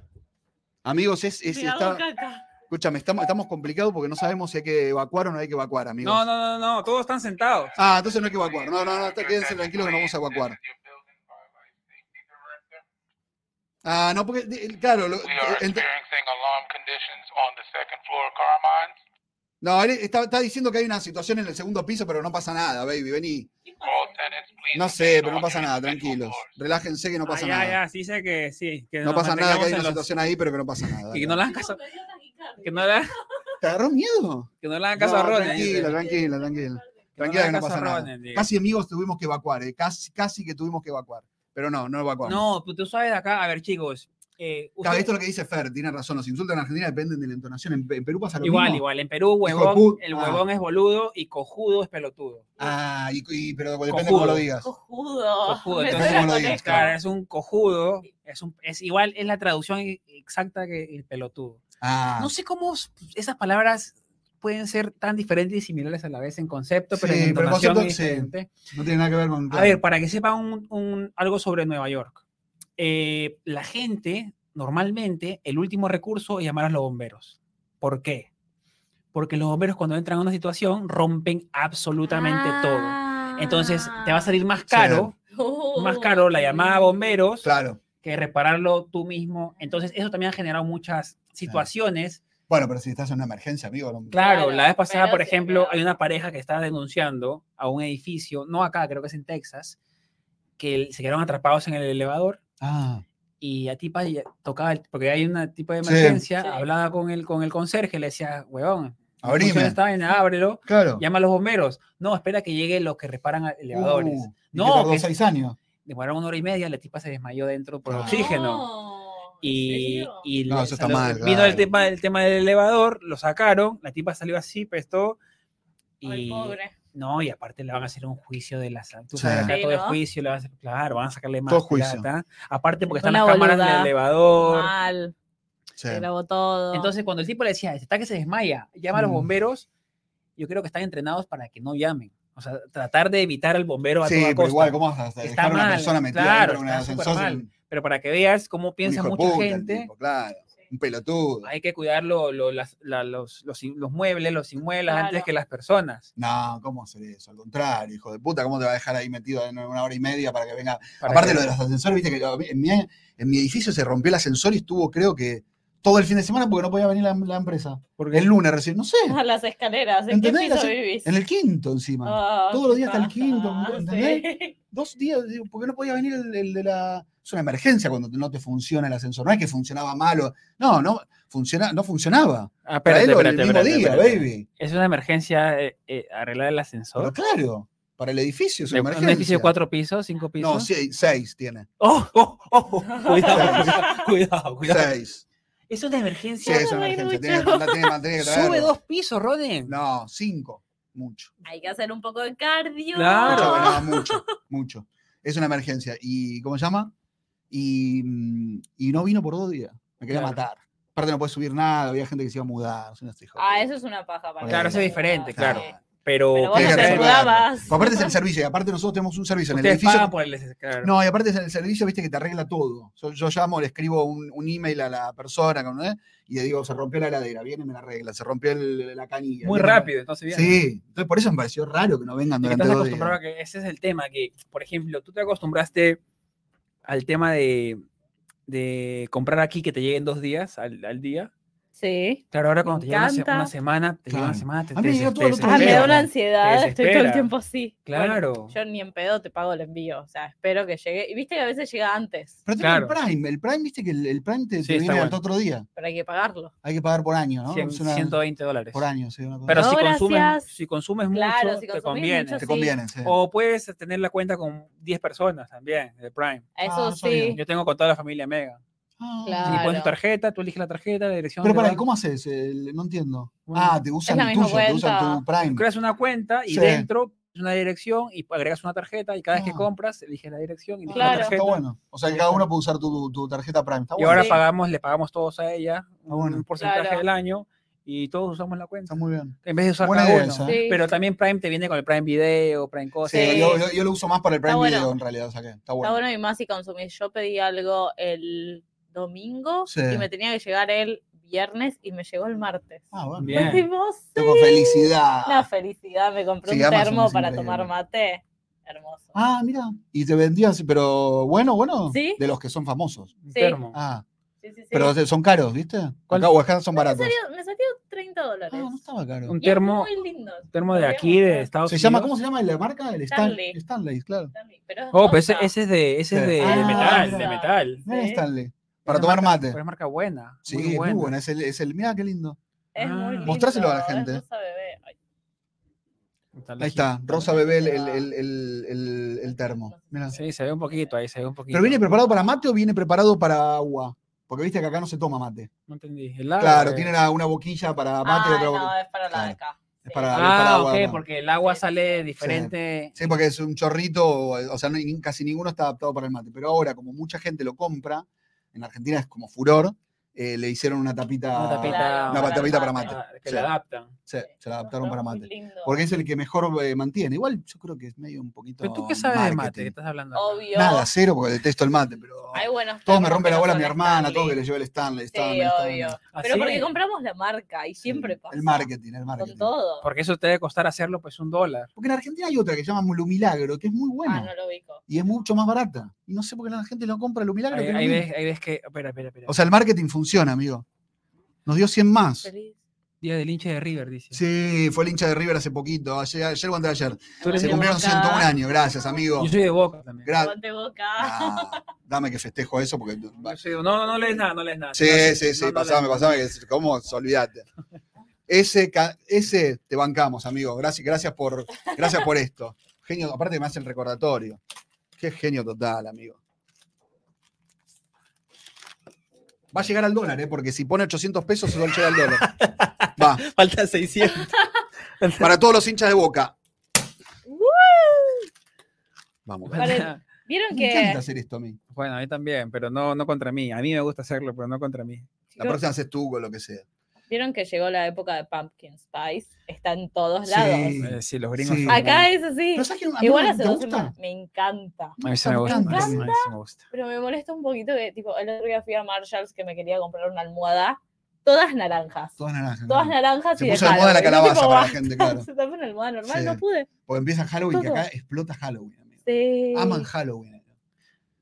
A: Amigos, es, es-
D: Cuidado,
A: está-
D: caca.
A: escúchame, estamos, estamos complicados porque no sabemos si hay que evacuar o no hay que evacuar, amigos.
C: No, no, no, no, todos están sentados.
A: Ah, entonces no hay que evacuar. No, no, no, está- quédense tranquilos que no vamos a evacuar. Ah, no, porque, de- claro, lo-
G: We are
A: ent-
G: experiencing alarm conditions on the second floor of Carmine.
A: no, él está, está diciendo que hay una situación en el segundo piso, pero no pasa nada, baby, vení.
G: All tenants, please.
A: No sé,
G: remain
A: pero no
G: on
A: pasa
G: your
A: nada,
G: respectful
A: tranquilos.
G: floors.
A: Relájense que no pasa
C: Ah,
A: nada.
C: Ya, ya, sí dice que sí. Que
A: No pasa nada, que hay
C: en
A: una
C: los-
A: situación ahí, pero que no pasa nada.
C: Y que no le hagan
D: Chicos,
C: caso,
D: me dio taquicardia.
C: que no le,
A: ¿Te agarró miedo?
C: que no le hagan caso a
A: No,
C: Ronen. dice.
A: Tranquila, tranquila, tranquila.
C: Que no le
A: Tranquila que
C: hagan
A: no
C: caso a
A: pasa nada.
C: Ronen, dice.
A: Casi amigos tuvimos que evacuar, eh, casi, casi que tuvimos que evacuar. Pero no, no evacuamos.
C: No, pues tú, tú sabes acá, a ver, chicos. eh,
A: Claro,
C: usted-
A: esto es lo que dice Fer, tiene razón. Los insultos en Argentina dependen de la entonación. En, en Perú pasa lo
C: igual,
A: mismo.
C: igual. En Perú,
A: de
C: huevón,
A: put-
C: el
A: ah.
C: huevón es boludo y cojudo es pelotudo.
A: Ah, y, y- pero depende
C: Cojudo.
A: cómo lo digas.
D: Cojudo.
A: Ah,
C: Cojudo,
D: Me
C: entonces,
D: suena
A: ¿cómo lo
D: con
A: digas?
D: esto.
C: Claro, es un cojudo, es, un, es igual, es la traducción e-, exacta que el pelotudo.
A: Ah,
C: No sé cómo s- esas palabras pueden ser tan diferentes y similares a la vez en concepto, pero
A: Sí,
C: en
A: pero el
C: entonación
A: concepto,
C: es
A: sí.
C: diferente.
A: no tiene nada que ver con.
C: A ver, para que sepan un- un- algo sobre Nueva York. Eh, la gente, normalmente, el último recurso es llamar a los bomberos. ¿Por qué? Porque los bomberos cuando entran a una situación rompen absolutamente
D: Ah.
C: todo. Entonces, te va a salir más caro,
D: Uh.
C: más caro la llamada a bomberos
A: Claro.
C: que repararlo tú mismo. Entonces, eso también ha generado muchas situaciones.
A: Bueno, pero si estás en una emergencia, amigo. no-
C: Claro,
D: Claro,
C: la vez pasada,
D: pero
C: por
D: sí,
C: ejemplo,
D: pero-
C: hay una pareja que estaba denunciando a un edificio, no acá, creo que es en Texas, que se quedaron atrapados en el elevador
A: Ah,
C: y la tipa ya tocaba, el- porque hay una tipo de
A: Sí.
C: emergencia,
D: Sí.
C: hablaba con el, con el conserje, le decía, huevón, Funciona
A: Abrime.
C: esta vaina, ábrelo,
A: Claro. Uh,
C: llama a los bomberos. No, espera que lleguen los que reparan elevadores.
A: Uh, y que
C: No,
A: tardó
C: que-
A: seis años.
C: Demoraron una hora y media, la tipa se desmayó dentro por
A: Ah.
C: oxígeno.
D: Oh,
B: No, ¿en
C: Y,
B: serio?
C: y
A: No,
C: le
A: eso está
C: salió-
A: mal,
C: Vino
A: claro.
C: el, tema, el tema del elevador, lo sacaron, la tipa salió así, prestó. Y,
B: Ay, pobre.
C: No, y aparte le van a hacer un juicio de la sal. Tú
A: Sí.
C: sabes, acá
B: Sí,
C: todo es
B: ¿no?
C: juicio, le van a hacer, claro, van a sacarle más
A: Todo juicio.
C: plata. Aparte porque
D: Fue
C: están
D: una
C: las cámaras del
D: boluda.
C: elevador.
D: Mal,
A: Sí.
D: se grabó todo. [LAUGHS]
C: Entonces, cuando el tipo le decía, está que se desmaya, llama a los
A: Mm.
C: bomberos, yo creo que están entrenados para que no llamen. O sea, tratar de evitar al bombero a
A: Sí,
C: toda
A: pero
C: costa.
A: igual, ¿cómo vas a dejar
C: Está
A: a una
C: mal,
A: persona metida
C: claro,
A: dentro de un
C: está súper
A: ascensor?
C: mal.
A: Un- un
C: Pero para que veas cómo piensa
A: hijo de
C: mucha
A: puta, el
C: gente,
A: tipo, claro. Un pelotudo.
C: hay que cuidar lo- lo- las- la- los, los in- los muebles, los inmuebles antes
B: Claro.
C: que las personas.
A: No, ¿cómo hacer eso? Al contrario, hijo de puta, ¿cómo te va a dejar ahí metido en una hora y media para que venga?
C: para
A: Aparte
C: que-
A: lo de los ascensores, viste que yo- en mi, en mi edificio se rompió el ascensor y estuvo, creo que, todo el fin de semana porque no podía venir la, la empresa.
C: porque
A: El lunes recién, no sé,
C: Ah.
B: A las escaleras, ¿en qué
A: ¿Entendés?
B: piso
A: Así-
B: vivís?
A: en el quinto encima.
B: Ah,
A: Todos los
B: ¿qué
A: días hasta el
B: pasa?
A: quinto, ¿entendés?
D: [LAUGHS]
B: Sí.
A: Dos días, digo, porque no podía venir el, el de la... Es una emergencia cuando no te funciona el ascensor. No es que funcionaba malo. No, no, funciona, no funcionaba.
C: Ah,
A: Para
C: espérate,
A: él
C: espérate,
A: el mismo
C: espérate,
A: día,
C: espérate.
A: baby.
C: Es una emergencia eh, eh, arreglar el
A: Pero
C: ascensor.
A: claro, para el edificio es
C: De-
A: una emergencia.
C: Eh, un edificio de cuatro pisos, cinco pisos.
A: No, sí, seis tiene.
C: ¡Oh, oh, oh! [LAUGHS] Cuidado, cuidado, cuidado, cuidado.
A: Seis.
C: Es una
A: Sí,
C: emergencia.
A: es una
B: Ay,
A: emergencia.
B: mucho.
A: Tiene, que- la tiene que mantener que
C: Sube
A: traerlo.
C: dos pisos, Roden.
A: No, cinco. Mucho.
B: Hay que hacer un poco de cardio.
C: Claro.
A: Mucho, no, mucho, mucho. Es una emergencia. ¿Y cómo se llama? Y, mm, y no vino por dos días. Me quería
C: Claro.
A: matar. Aparte no puede subir nada, había gente que se iba a mudar. no sé, no estoy jodiendo.
B: Ah, eso es una paja. para
A: Claro,
B: mí.
A: eso es
C: diferente,
B: Sí.
C: claro. Pero,
B: Pero vos
A: Tiene
B: no
A: que
B: te
A: resolverlo.
B: mudabas.
A: Pero aparte es el servicio, y aparte nosotros tenemos un servicio en el
C: ustedes
A: edificio.
C: pagan por el- claro.
A: No, y aparte es el servicio, viste, que te arregla todo. Yo, yo llamo, le escribo un, un email a la persona con- ¿eh? y le digo, se rompió la heladera, viene y me la arregla, se rompió el- la canilla.
C: Muy
A: viene y me-
C: rápido, entonces bien.
A: Sí, entonces por eso me pareció raro que no vengan
C: Y que
A: durante
C: estás
A: dos días.
C: acostumbrado a que ese es el tema, que, por ejemplo, tú te acostumbraste al tema de, de comprar aquí que te lleguen dos días al, al día.
D: Sí.
C: Claro, ahora cuando te llega una, se-
D: encanta.
C: una semana, te llega una
A: Claro.
C: semana, te,
A: A mí me
C: te
A: llegó
C: des-
A: todo el
C: te
A: otro
D: Ah, me da
A: Desespera.
D: una
C: desesperas.
D: ansiedad,
C: Te
D: estoy todo
C: desespera.
D: el tiempo así. Bueno,
C: Claro.
D: yo ni en pedo te pago el envío, o sea, espero que llegue. Y viste que a veces llega antes,
A: Pero tenés
C: Claro.
A: el Prime, el Prime, viste que el, el Prime te,
C: Sí,
A: te
C: está
A: viene
C: bueno.
A: hasta otro día.
D: pero hay que pagarlo.
A: Hay que pagar por año, ¿no?
C: Cien-
A: Es una-
C: 120 dólares.
A: por año, sí, una cosa
C: Pero
A: así.
C: si,
D: No,
C: consumes,
D: gracias.
C: si consumes mucho,
D: Claro, si
C: te
D: consumís
C: conviene.
D: mucho,
A: te
D: sí.
A: conviene, sí.
C: O puedes tener la cuenta con 10 personas también, de Prime.
D: Eso
A: Ah, está bien.
D: sí.
C: Yo tengo con toda la familia Mega.
A: Ah,
C: Y
D: Claro.
C: pones tu tarjeta, tú eliges la tarjeta, la dirección.
A: Pero
C: de
A: pará, ¿y
C: banco.
A: ¿cómo haces? El- no entiendo.
C: Bueno,
A: Ah, te usan
D: la
A: el
D: misma
A: tuyo, te usan tu
D: cuenta.
A: Prime.
C: creas una cuenta y
A: Sí.
C: dentro es una dirección y agregas una tarjeta y cada vez que
A: Ah.
C: compras eliges la dirección y eliges
A: Ah,
C: la
D: Claro.
A: Está
C: tarjeta.
A: bueno. O sea, que cada uno puede usar tu, tu tarjeta Prime. Está
C: Y
A: bueno.
C: ahora
D: Sí.
C: pagamos, le pagamos todos a ella un
A: bueno.
C: porcentaje
D: Claro.
C: del año y todos usamos la cuenta.
A: Está muy bien.
C: En vez de usar
A: Buena
C: cada
A: idea
C: uno.
A: esa. ¿eh?
D: Sí.
C: Pero también Prime te viene con el Prime Video, Prime
A: Sí,
C: Cosas.
A: Yo, yo- yo lo uso más para el Prime
D: Está bueno.
A: Video en realidad, o sea que está bueno.
D: Está bueno y más si consumís. Yo pedí algo el domingo
A: Sí.
D: y me tenía que llegar el viernes y me llegó el martes. [LAUGHS]
A: Ah, bueno.
C: Bien.
D: Fue tipo,
A: Estoy con
D: sí,
A: felicidad.
D: Una felicidad, me compré
A: Sí,
D: un
A: Amazon
D: termo
A: es
D: para
A: increíble.
D: tomar mate. Hermoso.
A: Ah, mira. Y te vendías, pero bueno, bueno.
D: Sí.
A: De los que son famosos.
C: Un
D: Sí.
C: termo.
A: Ah,
D: Sí, sí, sí.
A: pero son caros, ¿viste?
C: ¿Cuál?
A: Acá o acá son baratos.
D: Salió- me salió 30 dólares.
A: Ah, no estaba caro.
C: Un
D: Y es
C: termo,
D: muy lindo.
C: un termo de
D: Podríamos
C: aquí, de
D: hacer-
C: Estados
A: Se
C: Unidos.
A: llama, ¿cómo se llama la marca? El Stan-
D: Stanley.
A: Stanley, claro.
D: Stanley, pero es
C: Oh, pero ese,
D: rosa.
C: ese es de, ese es
A: Sí.
C: de, de
A: Ah,
C: metal, de
D: rosa.
C: metal.
A: Mira el
D: Sí.
A: Stanley. Para
C: Esa
A: tomar
C: marca-
A: mate.
C: Pero es marca buena.
A: Sí,
C: muy buena.
A: muy bueno. Es el, es el mira qué lindo.
D: Es muy
C: Ah.
D: lindo.
A: Mostráselo a la
D: es
A: gente.
D: rosa bebé. Ay,
A: Ahí está, Rosa Bebé, el, el- el- el- el- el termo. Mirá.
C: Sí, se ve un poquito, ahí se ve un poquito.
A: ¿Pero viene preparado para mate o viene preparado para agua? Porque viste que acá no se toma mate.
C: No entendí. El agua,
A: Claro,
C: eh.
A: tiene la- una boquilla para mate y
D: Ah,
A: otra boquilla.
D: no, es para la
A: Claro.
D: de acá.
A: Es
D: sí.
A: para, es para
C: Ah,
A: agua.
C: ok,
A: ¿no?
C: porque el agua
D: Sí, sí,
C: sale
D: sí.
C: diferente.
A: Sí, porque es un chorrito, o o sea, no- ni- casi ninguno está adaptado para el mate. Pero ahora, como mucha gente lo compra, en Argentina es como furor, eh, le hicieron una tapita.
C: Una tapita,
D: Claro,
A: una
D: para
A: tapita para
D: el
A: mate.
D: mate.
C: ah, que
A: Sí.
C: la adaptan.
A: Sí, se la adaptaron para
D: Muy
A: mate.
D: lindo.
A: Porque es el que mejor eh, mantiene. Igual yo creo que es medio un poquito.
C: ¿Pero tú qué sabes de mate? ¿Qué
A: marketing.
C: estás hablando? acá?
D: Obvio.
A: Nada, cero, porque detesto el mate, pero.
D: Hay buenos
A: todos me
D: termos
A: rompen la
D: que no
A: bola
D: son
A: mi hermana,
D: Stanley.
A: todo que le lleva el Stanley, Stanley,
D: Sí,
A: Stanley.
D: obvio.
C: Así
D: Pero porque
C: es.
D: compramos la marca y siempre pasa.
A: El marketing, el marketing.
D: Con todo.
C: Porque eso te debe costar hacerlo pues
A: [LAUGHS]
C: un dólar.
A: Porque en Argentina hay otra que se llama Lumilagro, que es muy buena
D: Ah, no lo ubico.
A: y es mucho más barata. Y no sé por qué la gente no compra Lumilagro.
C: Ahí,
A: que
C: ahí
A: Lumi.
C: ves, ahí ves que. Espera, espera, espera.
A: O sea, el marketing funciona, amigo. Nos dio 100 más.
D: Feliz.
C: Día del hinche de River, dice.
A: Sí, fue el hincha de River hace poquito, ayer, ayer o antes de ayer.
C: Tú eres
A: Se
C: de
A: cumplieron
D: Boca.
A: 101 años, gracias, amigo.
C: Yo soy de Boca
D: [LAUGHS]
C: también.
A: Gra-
D: Aguante boca.
A: Ah, dame que festejo eso porque...
C: Yo soy de- No, no lees nada, no lees nada.
A: Sí, sí, sí,
C: No, no lees
A: pasame,
C: nada.
A: pasame, que- ¿cómo? Olvídate. Ese, ca- ese te bancamos, amigo. Gracias, gracias, por, gracias por esto. Genio, aparte que me hace el recordatorio. Qué genio total, amigo. Va a llegar al dólar, ¿eh? porque si pone 800 pesos, se va a llegar al dólar. Va,
C: Faltan 600.
A: para todos los hinchas de boca. Vamos,
D: Vale, ¿Vieron
A: me
D: que
A: encanta hacer esto a mí.
C: [LAUGHS] Bueno, a mí también, pero no, no contra mí. A mí me gusta hacerlo, pero no contra mí.
A: La próxima haces tú o lo que sea.
D: vieron que llegó la época de Pumpkin Spice? Está en todos
A: Sí.
D: lados.
C: Eh, sí, los gringos.
A: Sí.
C: son-
D: Acá es así.
A: Pero ¿sabes que a mí
D: Igual
A: no-
D: hace
A: ¿te
D: dos
A: gusta?
D: semanas. Me encanta.
C: A mí sí me gusta.
A: Me
C: A mí sí me gusta.
D: Pero me molesta un poquito que, tipo, el otro día fui a Marshalls que me quería comprar una almohada. Todas naranjas.
A: Todas naranjas.
D: Todas
A: ¿no?
D: naranjas
A: Mm. Se
D: y
A: puso
D: de
A: de moda la
D: Halloween.
A: calabaza
D: Tipo,
A: para
D: [LAUGHS]
A: la gente,
D: basta,
A: claro.
D: Se tapó una almohada normal,
A: Sí.
D: no pude.
A: Porque empieza Halloween, que
D: Todo.
A: acá explota Halloween. amigo.
D: Sí.
A: Aman Halloween.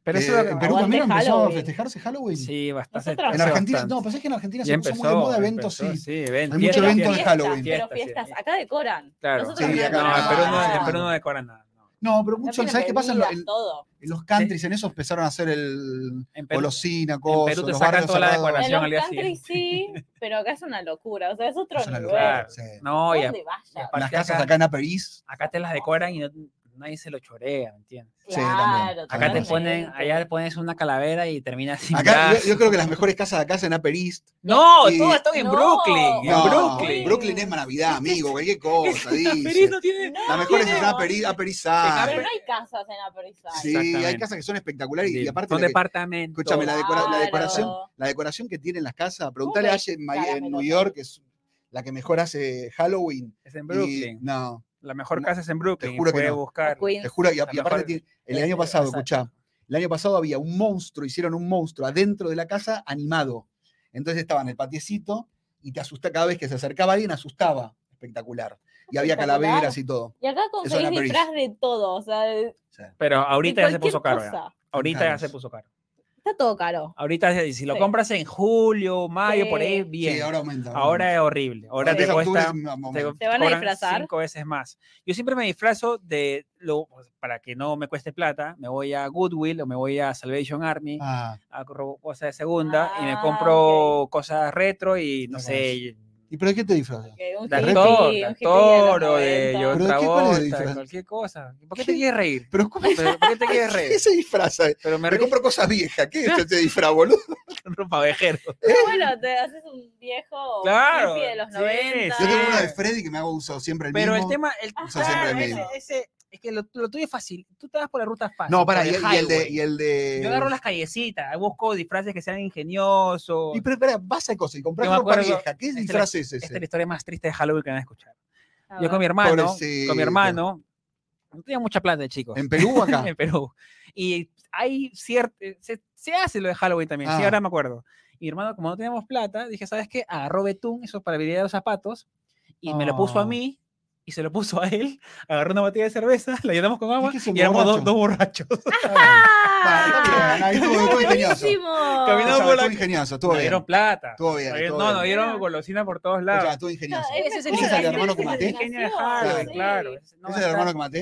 C: Pero
A: Eh,
C: eso es
A: en
C: lo
A: Perú también empezó
D: Aguante
A: a
D: Halloween.
A: festejarse Halloween.
C: Sí, bastante.
D: Nosotros-
A: En
D: hace
A: Argentina, no, pensás que en Argentina
C: ya
A: se puso muy de moda eventos,
C: empezó,
A: sí.
C: eventos.
A: Hay mucho
C: Fiestas,
A: evento de
C: fiestas,
A: Halloween.
D: Pero
C: fiestas,
D: fiestas, ah.
C: sí.
D: acá decoran.
C: Claro.
D: Nosotros
A: Sí,
D: no
A: acá no,
D: decoramos
A: pero
C: pero
A: no-
C: no,
D: nada.
A: en Perú
C: decora nada.
A: No, pero mucho,
D: No
A: ¿sabes qué
D: tienen
A: pasa? En lo-
D: bebidas,
A: en-
D: todo.
A: en los countries en eso empezaron a hacer el
C: En Perú,
A: golosina, cosas.
C: Perú te
A: los
C: sacan
A: barrios
C: toda la
A: cerrados.
D: En
C: decoración. Nación al
D: los
C: día
D: country sí, pero acá es una locura. O sea, es otro
A: Es una
D: nivel.
A: locura,
C: Claro.
A: sí.
C: no, y a-
D: ¿Dónde vayas?
C: aparte
A: Las casas
C: acá-
A: acá en Upper East,
C: acá te las decoran y no, nadie se lo chorea, ¿me entiendes?
A: sí, también.
D: Claro,
C: Acá te
D: totalmente.
C: ponen, allá te pones una calavera y terminas sin
A: Ah, Acá, yo,
C: brazo.
A: yo creo que las mejores casas de acá son en Upper East.
C: No,
A: y-
C: todas están en
D: No.
C: Brooklyn, en
A: No,
C: Brooklyn.
A: Brooklyn es Navidad, amigo, cualquier
C: [LAUGHS]
A: cosa, dice.
C: Feliz no tiene.
A: Las mejores
D: tiene-
A: están en Upper East, Upper East
D: Pero
A: Side.
D: no hay casas en Upper East Side.
A: Ah, Sí, hay
C: Exactamente.
A: casas que son espectaculares y, y aparte
C: son
A: la que-
C: departamentos.
A: Escúchame, la, decora- la decoración,
D: Claro.
A: la decoración que tienen las casas, preguntale a
D: ves
A: Aye en, Maya- en
D: caramelos
A: New
D: ahí?
A: York, que es la que mejor hace Halloween.
C: Es en
A: y-
C: Brooklyn.
A: no,
C: La mejor
A: no,
C: casa es en Brooklyn.
A: juro que
C: puedes
A: no.
C: buscar.
D: Queens.
A: te juro, y, a-
C: La
A: y aparte
C: mejor-
A: tiene- el año pasado, escuchá, el año pasado había un monstruo, hicieron un monstruo adentro de la casa animado. Entonces estaba en el patiecito y te asusta cada vez que se acercaba alguien, asustaba. Espectacular. Y había
D: Espectacular.
A: calaveras y todo.
D: Y acá
A: en
D: conseguís
A: Upper East.
D: disfraz de todo. O sea, de- de
C: Pero ahorita ya se
D: cualquier
C: puso caro. ya.
D: cosa.
C: Ahorita ya
A: Caros.
C: se puso caro.
D: Está todo caro.
C: Ahorita, si si lo
D: Sí.
C: compras en julio, mayo, por ahí,
D: Sí,
C: bien.
A: Sí, ahora
C: ahora,
A: aumenta.
C: es horrible. Ahora te
A: empieza octubre,
C: cuesta.
A: es un
C: te
A: momento.
D: ¿Te van a
C: cobran
D: disfrazar?
C: Cinco veces más. Yo siempre me disfrazo de lo para que no me cueste plata. Me voy a Goodwill o me voy a Salvation Army
A: Ah,
C: a robo- cosas de segunda y me
D: Ah,
C: compro cosas retro y no
A: Me
C: sé. y-
A: ¿Y pero de qué te disfrazas?
D: Que un
C: De
D: hippie,
C: actor,
D: un
C: de
D: hippie los
C: actor o de
D: 90.
C: John
A: Pero, ¿de qué- cuál es el
C: Travolta,
A: disfraz?
C: de cualquier cosa. ¿Por
A: ¿Qué?
C: qué te quieres reír?
A: Pero
D: [LAUGHS]
A: ¿cómo
C: ¿Pero ¿Por qué te quieres reír?
A: ¿Qué se disfraza?
C: Pero me
A: Me
C: río
A: compro cosas viejas. ¿Qué es este disfraz, boludo?
C: con ropa vejero.
D: Pero bueno, te haces un viejo
C: Claro,
D: hippie de los
C: sí,
D: 90.
C: sí.
A: Yo tengo una de Freddy que me hago uso siempre el
C: Pero el
A: mismo.
C: tema, el, Ah,
A: Usa siempre el
C: ese-
A: mismo.
C: ese- es que lo, lo tuyo es fácil. Tú te vas por la ruta fácil.
A: No, para,
C: por
A: y, y el de.
C: highway.
A: Y el de...
C: Yo agarro las callecitas, ahí busco disfraces que sean ingeniosos.
A: Y pero, pará, vas a cosas y compras
C: Yo me
A: ropa
C: acuerdo-
A: vieja. ¿Qué
C: este
A: disfraz es ese?
C: Esta es la historia más triste de Halloween que van a escuchar.
D: A
C: Yo con
D: ver.
C: mi hermano, con
A: Pobrecito.
C: mi hermano, no tenía mucha plata, chicos.
A: ¿En Perú o acá?
C: en Perú. Y hay cierto, se, se hace lo de Halloween también, sí,
A: Ah.
C: ahora me acuerdo. Y mi hermano, como no teníamos plata, dije, ¿sabes qué? Agarró betún, eso para habilidad de los zapatos, y me lo puso a
A: Ah.
C: mí, y se lo puso a él, agarró una botella de cerveza, la llenamos con agua,
A: que es un
C: y éramos dos,
A: borracho.
C: dos borrachos.
A: Ah, está bien, ahí estuvo- estuvo ingenioso.
D: ¡Buenísimo!
C: Caminaba
A: Escuchame,
C: por la-
A: Estuvo ingenioso, estuvo
C: Nos
A: bien.
C: dieron plata.
A: Estuvo bien,
C: Nos dieron-
A: estuvo
C: no, nos
A: bien.
C: dieron golosinas por todos
A: O sea,
C: lados.
A: estuvo ingenioso.
D: Ah, ese es el
A: Ese es el
D: ingenio.
A: hermano que
D: Ese es
A: maté.
D: el
C: ingenio de
D: imaginación,
C: Halloween,
A: sí.
C: claro. Ese
A: ¿Ese
C: no va
A: es
C: a
A: el hermano
C: estar.
A: que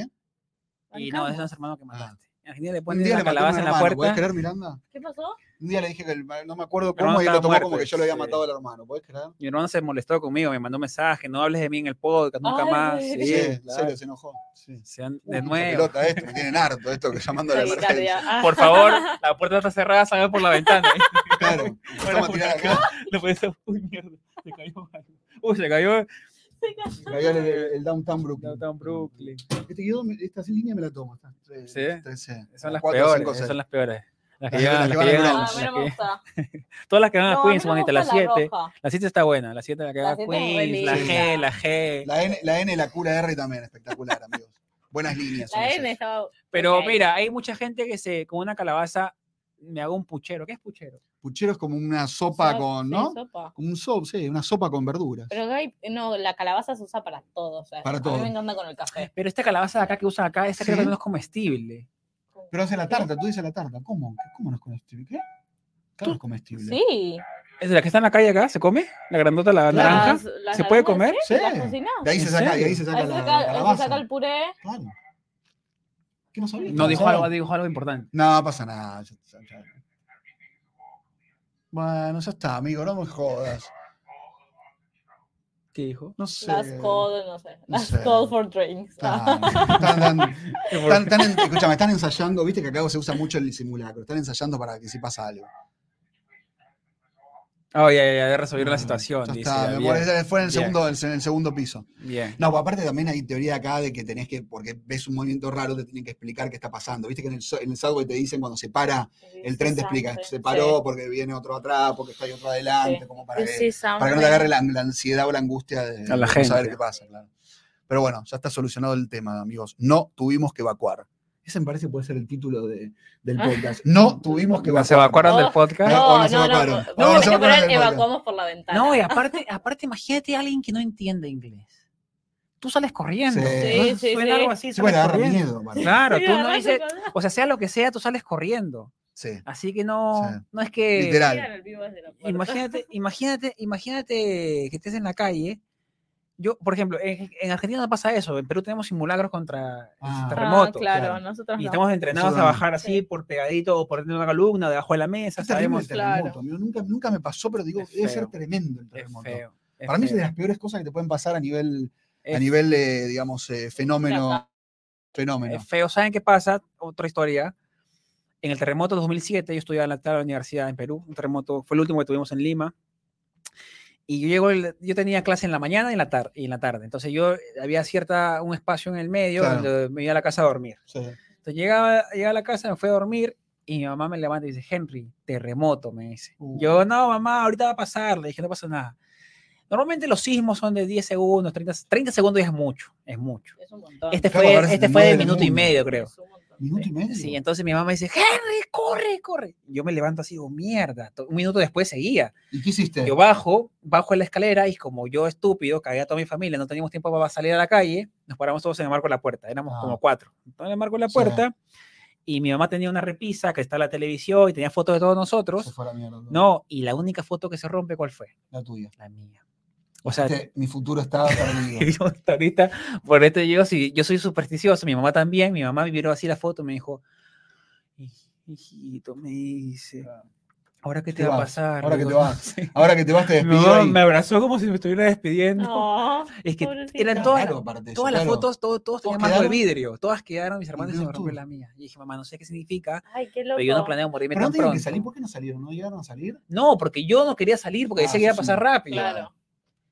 A: maté?
C: Y no, ese no es el hermano que
A: Ah.
C: mataste. Imagínate, le
A: Un
C: pones
A: día
C: la
A: le maté a un
C: calabaza en la
A: hermano. ¿Podés
C: puerta.
A: creer, Miranda?
D: ¿Qué pasó?
A: Un día le dije que el- no me acuerdo
C: Pero no
A: cómo y él lo
C: estaba
A: tomó como
C: muerto,
A: que yo le había
C: sí.
A: matado al hermano. ¿Podés creer?
C: Mi hermano se molestó conmigo, me mandó un mensaje, no hables de mí en el podcast, nunca
D: Ay,
C: más.
D: sí.
A: Sí,
C: Sí,
A: en
C: claro.
A: serio, se enojó. Sí.
C: Se han-
A: Uh,
C: de
A: mucha
C: nuevo.
A: pelota esto, me tienen harto esto que llamando a la
D: Ahí,
A: emergencia.
D: Katia. [LAUGHS]
C: Por favor, la puerta está cerrada, salgan por la ventana.
A: Claro, empezamos a tirar acá.
C: Lo pensé, uy, mierda, se cayó algo. Uy, se cayó.
A: Se cayó el, el- el Downtown Brooklyn.
C: Downtown Brooklyn.
A: Este, yo, me- esta sin línea me la tomo. Esta, tres,
C: Sí.
A: tres, sí.
C: Son las
A: Cuatro,
C: peores,
A: cinco,
C: esas
A: seis.
C: son las peores. Las que
A: Las que-
C: llegan,
A: las
C: las
A: que
C: que
A: van
C: llegan.
A: a
D: Ah,
C: las
D: a mí no me
C: que-
D: gusta.
C: Todas las que van a
D: No, a mí
C: Queens,
D: no me
C: bonita,
D: gusta
C: las
D: la
C: 7.
D: roja.
C: La 7 está buena, la 7 la que
D: La
C: va a
D: siete es
C: Queens, la
D: buenísima.
C: G, la G.
A: La N, la N, la Q, la R también, espectacular, amigos. Buenas líneas. son
D: La
A: esas.
D: N estaba...
C: Pero
D: Ok.
C: mira, hay mucha gente que se, con una calabaza, me hago un puchero. ¿Qué es puchero?
A: Puchero es como una sopa
D: Sop-
A: con,
D: sí,
A: ¿no?
D: sopa.
A: Como un sop, sí, una sopa con verduras.
D: Pero acá hay- no, la calabaza se usa para todo. o sea,
A: Para
D: a
A: todo.
D: mí me encanta con el café.
C: Pero esta calabaza de acá que usan acá, esta creo que
A: Sí.
C: no es comestible.
A: Pero hace la tarta, tú dices la tarta. ¿Cómo? ¿Cómo no es comestible? ¿Qué? ¿Qué no es comestible?
D: Sí.
C: ¿Es de la que está en la calle acá? ¿Se come? ¿La grandota, la naranja?
D: Las- las
C: ¿Se puede
D: naranjas,
C: comer?
A: Sí.
D: ¿Las cocinás?
A: De ahí se
C: ¿En
A: saca, de ahí
C: serio?
A: se saca
D: Ahí se
A: la,
D: saca-
A: la
D: ahí se
A: calabaza.
D: saca el puré.
A: Claro. ¿Qué no sabía?
C: No, dijo
A: sabía.
C: algo, dijo algo importante.
A: No, pasa nada. ya- ya- ya. Bueno, ya está, amigo, no me jodas.
C: ¿Qué dijo?
A: No sé.
D: Last call, no sé.
A: No
D: Last
A: sé. Ah.
D: call for drinks. Ah.
A: Están, están- están- están en- escúchame, están ensayando, viste que acá se usa mucho el simulacro, están ensayando para que si pasa algo.
C: Oh, ya, ya, ya, de resolver la
A: Ah,
C: situación.
A: Ya
C: Dice,
A: está,
C: ya,
A: me
C: bien,
A: parece- fue en el,
C: bien.
A: segundo, en el segundo piso.
C: bien.
A: No, pues aparte también hay teoría acá de que tenés que, porque ves un movimiento raro, te tienen que explicar qué está pasando. Viste que en el, so- en el subway te dicen cuando se para, el tren te explica, se paró porque viene otro atrás, porque está ahí otro adelante,
D: Sí.
A: como para que, para que no te agarre la, la ansiedad o la angustia de,
C: A la
A: de no saber
C: gente.
A: qué pasa. claro. Pero bueno, ya está solucionado el tema, amigos. No tuvimos que evacuar. Ese me parece puede ser el título de- del
D: Ah.
A: podcast. No tuvimos que
C: ¿No
A: evacuar.
C: se evacuaron del
D: No,
C: podcast?
A: No, o no
D: Oh, No, no,
A: se
D: no,
A: evacuaron.
D: no,
A: No, no se
D: pero
A: evacuaron del
D: evacuamos por la ventana.
C: No, y
D: [LAUGHS]
C: aparte, aparte, imagínate a alguien que no entiende inglés. Tú sales corriendo.
A: Sí.
C: ¿no?
D: Sí, sí,
C: Suena
D: sí.
C: algo así,
A: Sí, bueno,
C: sales
A: agarra
C: corriendo.
A: miedo. Marta.
C: Claro,
D: Sí,
C: tú no
D: agarrás
C: dices,
D: el colgado.
C: o sea, sea lo que sea, tú sales corriendo.
A: Sí,
C: Así que no,
A: Sí.
C: no es que
A: Literal.
D: Tiran el vivo desde la puerta. [LAUGHS]
C: imagínate, imagínate, imagínate que estés en la calle. Yo, por ejemplo, en, en Argentina no pasa eso, en Perú tenemos simulacros contra
A: Ah. Ah,
C: el terremoto.
D: Ah, claro,
A: claro.
D: nosotros
C: Y
D: no.
C: estamos entrenados a
A: Nosotros no.
C: bajar así
D: Sí.
C: por pegadito o por dentro de una columna, debajo de la mesa,
A: Es terrible el
C: sabemos.
A: terremoto,
D: Claro.
A: amigo. Nunca, nunca me pasó, pero digo,
C: Es
A: debe ser
C: feo.
A: tremendo el
C: Es
A: terremoto.
C: feo, es
A: Para mí es de
C: feo,
A: las peores cosas que te pueden pasar a nivel, a
C: es-
A: nivel eh, digamos, eh, fenómeno.
D: Acá.
A: Fenómeno.
C: es feo. ¿Saben qué pasa? Otra historia. En el terremoto de 2007, yo estudiaba en la, estaba en la universidad en Perú, un terremoto, fue el último que tuvimos en Lima. Y yo, llego, el- yo tenía clase en la mañana y en la, tar- y en la tarde. Entonces yo había cierta, un espacio en el medio
A: Claro.
C: donde me iba a la casa a dormir.
A: Sí.
C: Entonces llegaba, llegaba a la casa, me fui a dormir y mi mamá me levanta y dice, Henry, terremoto, me dice.
A: Uh.
C: Yo, no, mamá, ahorita va a pasar. Le dije, no pasa nada. Normalmente los sismos son de 10 segundos, 30, 30 segundos y es mucho, es mucho.
D: Es un montón.
C: Este
A: Claro,
C: fue,
A: ahora se
C: este
A: te
C: fue
A: mueve
C: de
A: el
C: minuto y
A: mundo.
C: medio, creo.
D: Es un montón.
A: Minuto y medio.
C: Sí, entonces mi mamá me dice, Henry, corre, corre. Yo me levanto así, digo, mierda. To- Un minuto después seguía.
A: ¿Y qué hiciste?
C: Yo bajo, bajo la escalera y como yo estúpido, cagué a toda mi familia, no teníamos tiempo para salir a la calle, nos paramos todos en el marco de la puerta. Éramos
A: Ah.
C: como cuatro. Entonces en el marco de la
A: Sí.
C: puerta y mi mamá tenía una repisa que está la televisión y tenía fotos de todos
A: Se
C: nosotros.
A: fue a la mierda.
C: No, y la única foto que se rompe, ¿cuál fue?
A: La tuya.
C: La mía. O sea,
A: Este, mi futuro está
C: [LAUGHS]
A: perdido.
C: yo hasta ahorita, por esto yo, sí, yo soy supersticioso, mi mamá también, mi mamá me miró así la foto, me dijo, "Hij- hijito, me dice, ahora qué
A: Ah.
C: te,
A: Te
C: va a
A: vas,
C: pasar.
A: ahora
C: Le
A: que
C: digo,
A: te
C: "No
A: vas". [LAUGHS]
C: sé".
A: Ahora que te vas, te
C: Mi
A: despido.
C: mamá
A: ahí.
C: me abrazó como si me estuviera despidiendo.
D: No.
C: es que
D: pobrecito.
C: eran
A: Claro,
C: todas,
A: aparte,
C: todas
A: sí,
C: las
A: claro.
C: fotos, todo- todos
A: Todos
C: tenían marco de
A: quedaron.
C: vidrio, todas quedaron, mis hermanos y se
A: menos
C: me rompió
A: tú.
C: la mía. Y dije, mamá, no sé qué significa,
D: Ay, qué loco.
C: pero yo no planeo morirme
A: Pero no
C: tan
A: tenían
C: pronto.
A: que salir. ¿Por qué no salieron? ¿No llegaron a salir?
C: No, porque yo no quería salir porque
A: Ah,
C: decía que iba a
A: sos un-
C: pasar rápido.
D: Claro.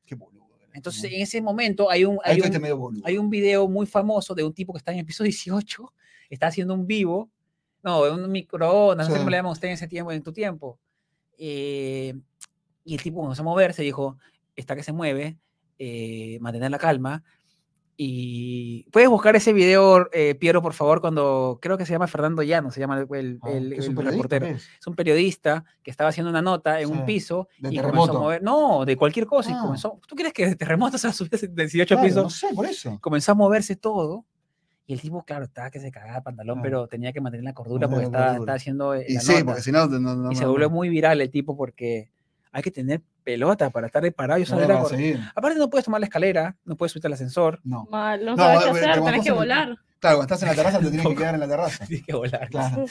A: Qué boludo. eres,
C: Entonces,
A: ¿no?
C: en ese momento hay un...
A: Ahí este
C: Hay un
A: fuiste medio boludo.
C: hay un video muy famoso de un tipo que está en el piso [LAUGHS] 18, está haciendo un vivo, no, en un microondas, no sé
A: Sí.
C: cómo le llaman usted en ese tiempo, en tu tiempo. eh, y el tipo comenzó a moverse, dijo, está que se mueve, eh, mantener la calma. Y puedes buscar ese video, eh, Piero, por favor, cuando creo que se llama Fernando Llano, se llama el, el-
A: Ah,
C: el-
A: ¿qué es
C: el
A: un periodista,
C: reportero.
A: qué es?
C: Es un periodista que estaba haciendo una nota en
A: Sí,
C: un piso
A: de
C: y comenzó
A: terremoto.
C: a mover. No, de cualquier cosa. Y
A: Ah.
C: comenzó. ¿Tú crees que de terremoto se va a subir de 18
A: Claro,
C: pisos?
A: No sé, por eso.
C: comenzó a moverse todo. Y el tipo, claro, estaba que se cagaba el pantalón,
A: Claro.
C: pero tenía que mantener la cordura
A: Mantener
C: porque
A: la
C: estaba,
A: cordura.
C: estaba haciendo. eh,
A: Y
C: la
A: sí,
C: nota.
A: porque si no, no, no, no-
C: Y se
A: no-
C: volvió
A: no
C: muy viral el tipo porque hay que tener pelota para estar ahí parado. Yo
A: van
C: salí de la
A: a
C: cor-
A: seguir.
C: Aparte, no puedes tomar la escalera, no puedes subirte al ascensor. [LAUGHS]
A: No.
D: Mal, no,
A: No,
D: sabes qué
A: pero
D: hacer,
A: como
D: tenés que
A: cosas-
D: volar.
A: Claro, cuando estás en la terraza te tienes que
C: [LAUGHS] Tampoco.
A: quedar en la terraza.
C: Tienes que volar.
A: Claro.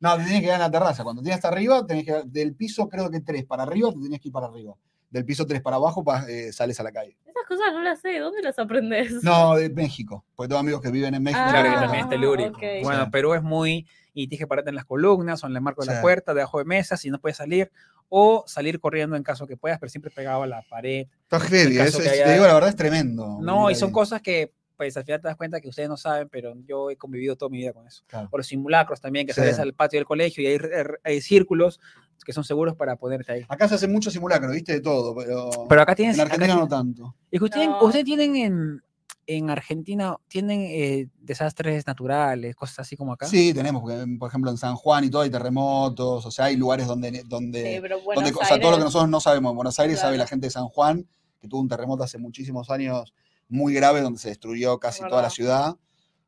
A: No, te tienes que quedar en la terraza. Cuando tienes hasta arriba, tenés que, del piso creo que tres para arriba, te tenías que ir para arriba. Del piso tres para abajo pa- eh, sales a la calle.
D: Esas cosas no las sé, ¿dónde las aprendes?
A: No, de México. Porque tengo amigos que viven en México.
C: Claro, que
D: Ah,
C: también es telúrico.
D: ok.
C: Bueno,
A: Sí.
C: Perú es muy. Y tienes que pararte en las columnas o en el marco de la
A: Sí.
C: puerta, debajo de mesas, si no puedes salir. O salir corriendo en caso que puedas, pero siempre pegado a la pared.
A: Está heavy.
C: En caso
A: eso
C: que
A: es-
C: haya-
A: Te digo, la verdad es tremendo. eh.
C: No,
A: vivir
C: y son
A: ahí.
C: cosas que, pues al final te das cuenta que ustedes no saben, pero yo he convivido toda mi vida con eso.
A: Claro.
C: O los simulacros también, que
A: Sí.
C: sales al patio del colegio y hay, r- hay círculos que son seguros para ponerte ahí.
A: Acá se hace mucho simulacro, viste, de todo, pero,
C: Pero acá tienes...
A: en
C: acá
A: Argentina
C: ti-
A: no tanto.
C: es que ustedes,
D: No.
C: ustedes tienen en, en Argentina, tienen eh, desastres naturales, cosas así como acá.
A: Sí, tenemos, porque, por ejemplo, en San Juan y todo hay terremotos, o sea, hay lugares donde, donde,
D: Sí, pero
A: eh, donde-
D: Buenos
A: o sea, todo lo que
D: Aires-
A: nosotros no sabemos. En Buenos Aires sabe la
D: Claro.
A: gente de San Juan, que tuvo un terremoto hace muchísimos años muy grave, donde se destruyó casi toda la
D: verdad.
A: ciudad.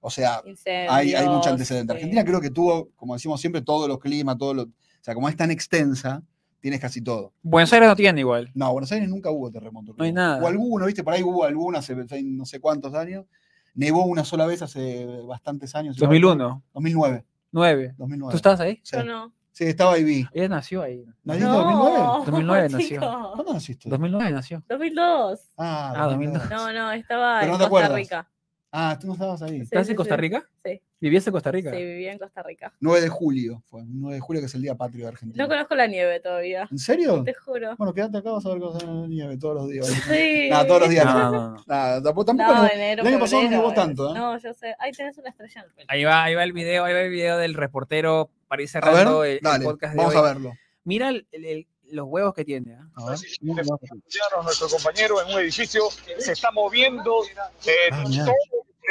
A: O sea, hay, hay
D: Incendios,
A: mucho antecedente.
D: sí.
A: Argentina creo que tuvo, como decimos siempre, todos los climas, todo lo, o sea, como es tan extensa, tienes casi todo.
C: Buenos Aires no tienen igual.
A: No, Buenos Aires nunca hubo terremoto.
C: No hay
A: creo.
C: nada.
A: O alguno, viste, por ahí hubo alguno hace hace no sé cuántos años. Nevó una sola vez hace bastantes años. si no recuerdo.
C: 2001,
A: 2009.
C: 9.
A: 2009.
C: ¿Tú estabas ahí?
A: Sí.
D: Yo no.
A: Sí, estaba ahí vi.
C: Ella
A: [LAUGHS]
C: nació ahí.
A: ¿Naciste en 2009?
D: [LAUGHS]
C: 2009 nació.
D: chico,
A: ¿Cuándo naciste?
C: 2009 nació.
D: 2002.
A: Ah,
C: Ah,
A: 2002.
D: No, no, estaba
A: Pero
D: en
A: no te
D: Costa
A: acuerdas.
D: Rica.
A: Ah, tú no estabas ahí.
D: Sí,
C: ¿Estás
D: sí,
C: en Costa
D: sí.
C: Rica?
D: Sí.
C: ¿Vivías en Costa Rica?
D: Sí, vivía en Costa Rica.
A: 9 de julio. Fue 9 de julio que es el día patrio de Argentina.
D: No conozco la nieve todavía,
A: ¿En serio?
D: te
A: [LAUGHS]
D: juro.
A: Bueno, quédate acá, vas a ver cosas en la nieve todos los días.
D: Sí.
A: Nada, todos los días.
C: No,
A: No,
C: no, no.
A: Nada, tampoco, tampoco
D: No, eh.
A: nos-
D: enero,
A: el año pasado no
D: febrero,
A: nevó
D: es-
A: tanto, ¿eh?
D: No, yo sé. Ahí tenés una estrella en el pelo.
C: [LAUGHS] Ahí va, ahí va el video, ahí va el video del reportero para ir
A: A
C: cerrando el-
A: ver,
C: el,
A: dale,
C: podcast de
A: vamos
C: hoy.
A: a verlo.
C: Mira el- el- el- los huevos que tiene. ¿ah?
A: A ver.
H: nuestro compañero en un edificio se está moviendo eh,
A: Ah, mirá.
H: todo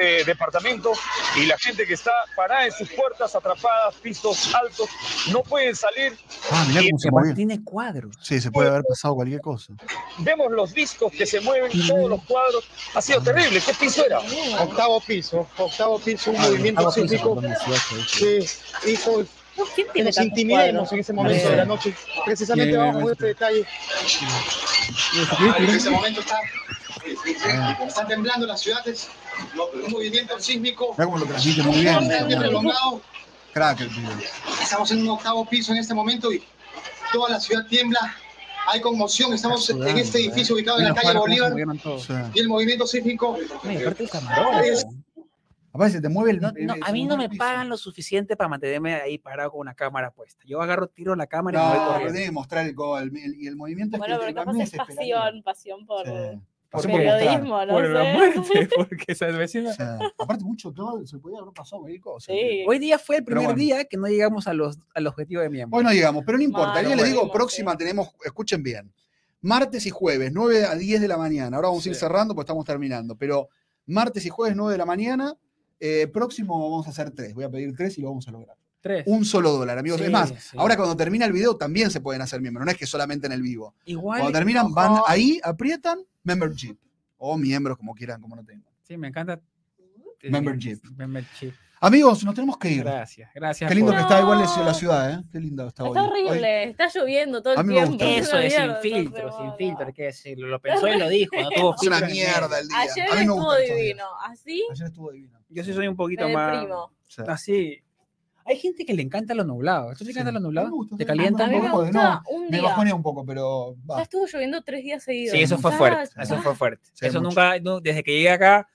H: eh, departamento y la gente que está parada en sus puertas atrapadas, pisos altos, no pueden salir.
A: Ah, mirá cómo se
C: Y aparte
A: movió.
C: Tiene cuadros.
A: Sí, se puede haber pasado cualquier cosa.
H: Vemos los discos que se mueven, todos los cuadros. Ha
C: Ah.
H: sido terrible. ¿Qué piso era?
D: Uh,
F: Octavo piso, octavo piso, un
A: Ah,
F: movimiento
A: estaba preso
F: sísmico
A: con 18, dice.
F: que hizo
D: ¿Quién
F: que
D: tiene
F: nos
D: tantos
F: intimidemos
D: cuadros?
F: en ese momento de la noche. Precisamente
C: Tiene-
F: vamos a este detalle.
H: Ah, En ese momento está,
A: Ah,
H: eh, está temblando las ciudades, un movimiento sísmico
A: Mirá cómo lo transmite muy bien. Ah,
H: prolongado.
A: Crack el pibe.
H: Estamos en un octavo piso en este momento y toda la ciudad tiembla. Hay conmoción. Estamos
A: Está
H: en este
A: sudando,
H: edificio ubicado en
C: Mira
H: la
C: los cuadros, cómo
H: calle
C: se
H: Bolívar
C: movieron todos.
A: Sí.
H: y el movimiento sísmico.
C: No, y aparte el camarón,
F: é
H: Es-
C: ¿no?
A: Aparte se te mueve el...
C: No,
A: el-
C: no,
A: el-
C: a mí no me
A: piso.
C: pagan lo suficiente para mantenerme ahí parado con una cámara puesta. Yo agarro, tiro la cámara y me voy
A: No, pero
C: corriendo.
A: tiene que mostrar el gol. el- Y el movimiento es
D: Bueno,
A: que
D: pero
A: te- a
D: capaz
A: mí
D: es
A: me desesperaría.
D: pasión, pasión por,
A: Sí.
D: por
A: Pasión por mostrar.
D: periodismo, no
C: por
D: sé.
C: la muerte, porque esas
A: O
C: vecinas. [LAUGHS]
A: sea, aparte mucho todo se podía haber pasado cualquier cosa.
D: Sí.
C: Hoy día fue el
A: Pero
C: primer
A: bueno.
C: día que no llegamos a los, al objetivo de miembro.
A: Hoy no llegamos, pero no importa.
D: Mal,
A: Yo le
D: bueno.
A: digo, próxima tenemos, escuchen bien, martes y jueves, 9 a 10 de la mañana. Ahora vamos a ir
C: Sí.
A: cerrando porque estamos terminando, pero martes y jueves, 9 de la mañana. eh, próximo vamos a hacer tres, voy a pedir tres y lo vamos a lograr.
C: Tres.
A: Un solo dólar, amigos.
C: Sí,
A: es más,
C: sí.
A: ahora cuando termina el video también se pueden hacer miembros, no es que solamente en el vivo.
C: Igual.
A: Cuando terminan, van
C: ojo.
A: ahí, aprietan, membership. O miembros, como quieran, como no tengan.
C: Sí, me encanta. eh,
A: Membership.
C: Membership.
A: Amigos, nos tenemos que ir.
C: Gracias, gracias.
A: Qué lindo
C: por-
A: que está igual es la ciudad, ¿eh? Qué linda está,
D: Está
A: hoy. Hoy-
D: horrible, está lloviendo todo
A: A
D: el
A: mí me
D: tiempo.
A: gusta.
D: es
C: Eso
D: una
C: es
D: mierda,
C: sin
D: no
C: filtro,
D: se
C: sin
D: moda.
C: filtro, hay que decirlo. Lo pensó y lo dijo. No tuvo
A: Es una
C: filtro ni
A: mierda el día. A
D: Ayer
A: mí me
D: estuvo
A: gustan esos días.
D: divino, así
A: Ayer estuvo divino.
C: Yo sí soy un
D: me
C: poquito más.
D: deprimo.
A: Sí.
C: Así. Hay gente que le encanta lo nublado. ¿A ti te encanta lo nublado?
A: Me gusta,
C: ¿Te
A: sí,
C: calienta?
D: A mí me
A: poco de
D: gusta un
A: Me
D: día.
A: bajonea un poco, pero
D: Ya
A: va.
D: estuvo lloviendo tres días seguidos.
C: Sí, eso fue
D: Ya,
C: fuerte.
D: ya.
C: Eso fue fuerte.
A: Sí,
C: eso
A: mucho.
C: nunca, no, desde que llegué acá,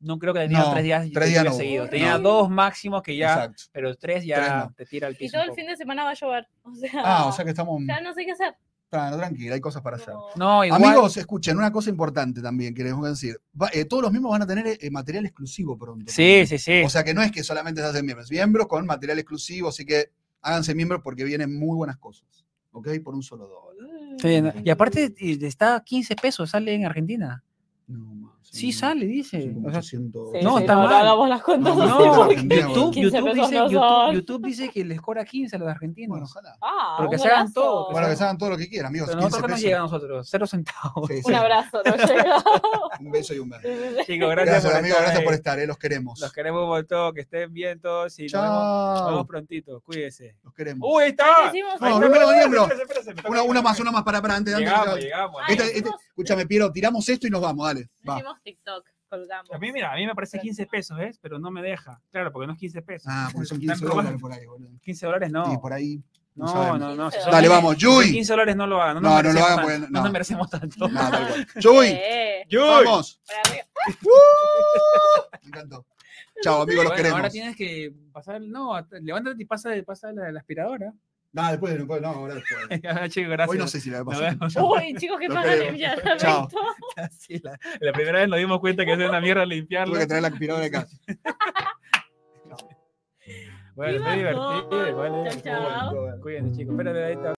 C: no creo que tenía
A: No,
C: tres días,
A: tres días no hubo.
C: seguidos. Tenía
D: No.
C: dos máximos que ya,
A: Exacto.
C: pero tres ya
A: Tres no.
C: te tira al
D: Y
C: piso.
D: todo
C: un
D: el
C: poco.
D: fin de semana va a llover. O sea,
A: Ah, o sea que estamos
D: ya no sé qué hacer.
A: tra- tranquila, hay cosas para hacer.
D: Como-
C: No, igual.
A: Amigos, escuchen, una cosa importante también que les voy a decir. Va- eh, todos los miembros van a tener eh, material exclusivo pronto.
C: sí, sí, sí.
A: O sea que no es que solamente se hacen miembros, miembros con material exclusivo, así que háganse miembros porque vienen muy buenas cosas. ¿Ok? Por un solo dólar.
C: Sí, no- y aparte y está 15 pesos, sale en Argentina.
A: No, ma, son
C: Sí,
A: como-
C: sale, dice.
A: son como
C: O sea,
A: 800.
D: Sí,
C: No,
D: sí,
C: está
D: no,
C: mal.
D: no hagamos las cuentas.
A: No,
D: así,
A: no,
D: porque-
A: no.
C: YouTube,
D: 15
C: YouTube
D: pesos
C: dice,
D: no
C: YouTube,
D: son.
C: YouTube dice que les cobra 15 a los argentinos.
A: Bueno, ojalá.
D: Ah,
C: Pero que
D: un
C: se hagan
D: abrazo.
C: todo,
A: Bueno, que se hagan todo lo que quieran, amigos.
C: Pero
A: 15
C: nosotros no nos
A: pesos.
C: llega a nosotros, cero centavos.
A: Sí, Ah, sí.
D: Un abrazo,
A: [LAUGHS]
D: no llega. [LAUGHS]
A: Un beso y un beso.
C: [LAUGHS] Chicos, gracias,
A: Gracias,
C: por
A: amigos.
C: estar
A: Gracias
C: ahí.
A: por estar, eh, los queremos.
C: Los queremos por todo, que estén bien todos y nos vemos, nos
A: Chao.
C: vemos prontito, cuídese.
A: Los queremos.
C: ¡Uy, está!
D: Hicimos-
A: No,
C: Ahí
A: no,
C: está,
A: no,
C: espérate,
A: miembro.
C: espérate, espérate, me toca
A: Una,
C: a mí,
A: una
C: me
A: más,
C: toca.
A: una más para, para antes. antes
C: Llegamos,
A: ya-
C: llegamos.
D: Ay,
A: Esta-
D: hicimos-
A: esta- escúchame, Piero, tiramos esto y nos vamos, dale. Este, Va.
D: Hicimos TikTok, colgamos.
C: A mí, mira, a mí me parece 15 pesos, ¿ves? Pero no me deja. Claro, porque no es 15 pesos.
A: Ah, porque son
C: Están
A: 15
C: robando.
A: dólares por ahí, boludo.
C: 15 dólares no.
A: Sí, por ahí. no
C: no,
A: sabemos.
C: no, no. si
D: Dale,
C: son
A: Dale,
C: 15,
A: vamos.
C: si
A: Yui.
C: 15 dólares no lo hagan.
A: No, no
C: nos
A: lo
C: merecemos
A: hagan,
C: tanto,
A: porque
C: no
A: no.
C: nos merecemos tanto. [LAUGHS]
A: Nada, Ah, tal cual.
D: Sí,
A: Yui.
D: para
A: Vamos.
D: mí-
A: Me encantó. Chao, amigos, los
C: Bueno, Ahora
A: queremos.
C: tienes que pasar, no, at- levántate y pasa, pasa la, la aspiradora.
A: No, después, después, no, ahora después.
C: Ya, Chicos, [LAUGHS] gracias.
A: Hoy no sé si la voy a
C: Nos
A: pasar. Chao.
D: Uy, chicos, que
A: Lo
D: pagan
A: queremos.
D: ya.
A: Chao.
D: perfecto.
C: [LAUGHS] Sí, la, [LAUGHS] la primera vez nos dimos cuenta que era una mierda limpiarlo.
A: Tuve que traer la aspiradora acá.
C: Bueno, fue
D: Viva
C: divertido.
D: Gol.
C: igual, eh,
D: Chao,
C: estuvo bueno. Cuídense, chicos. Espérate, ahí te-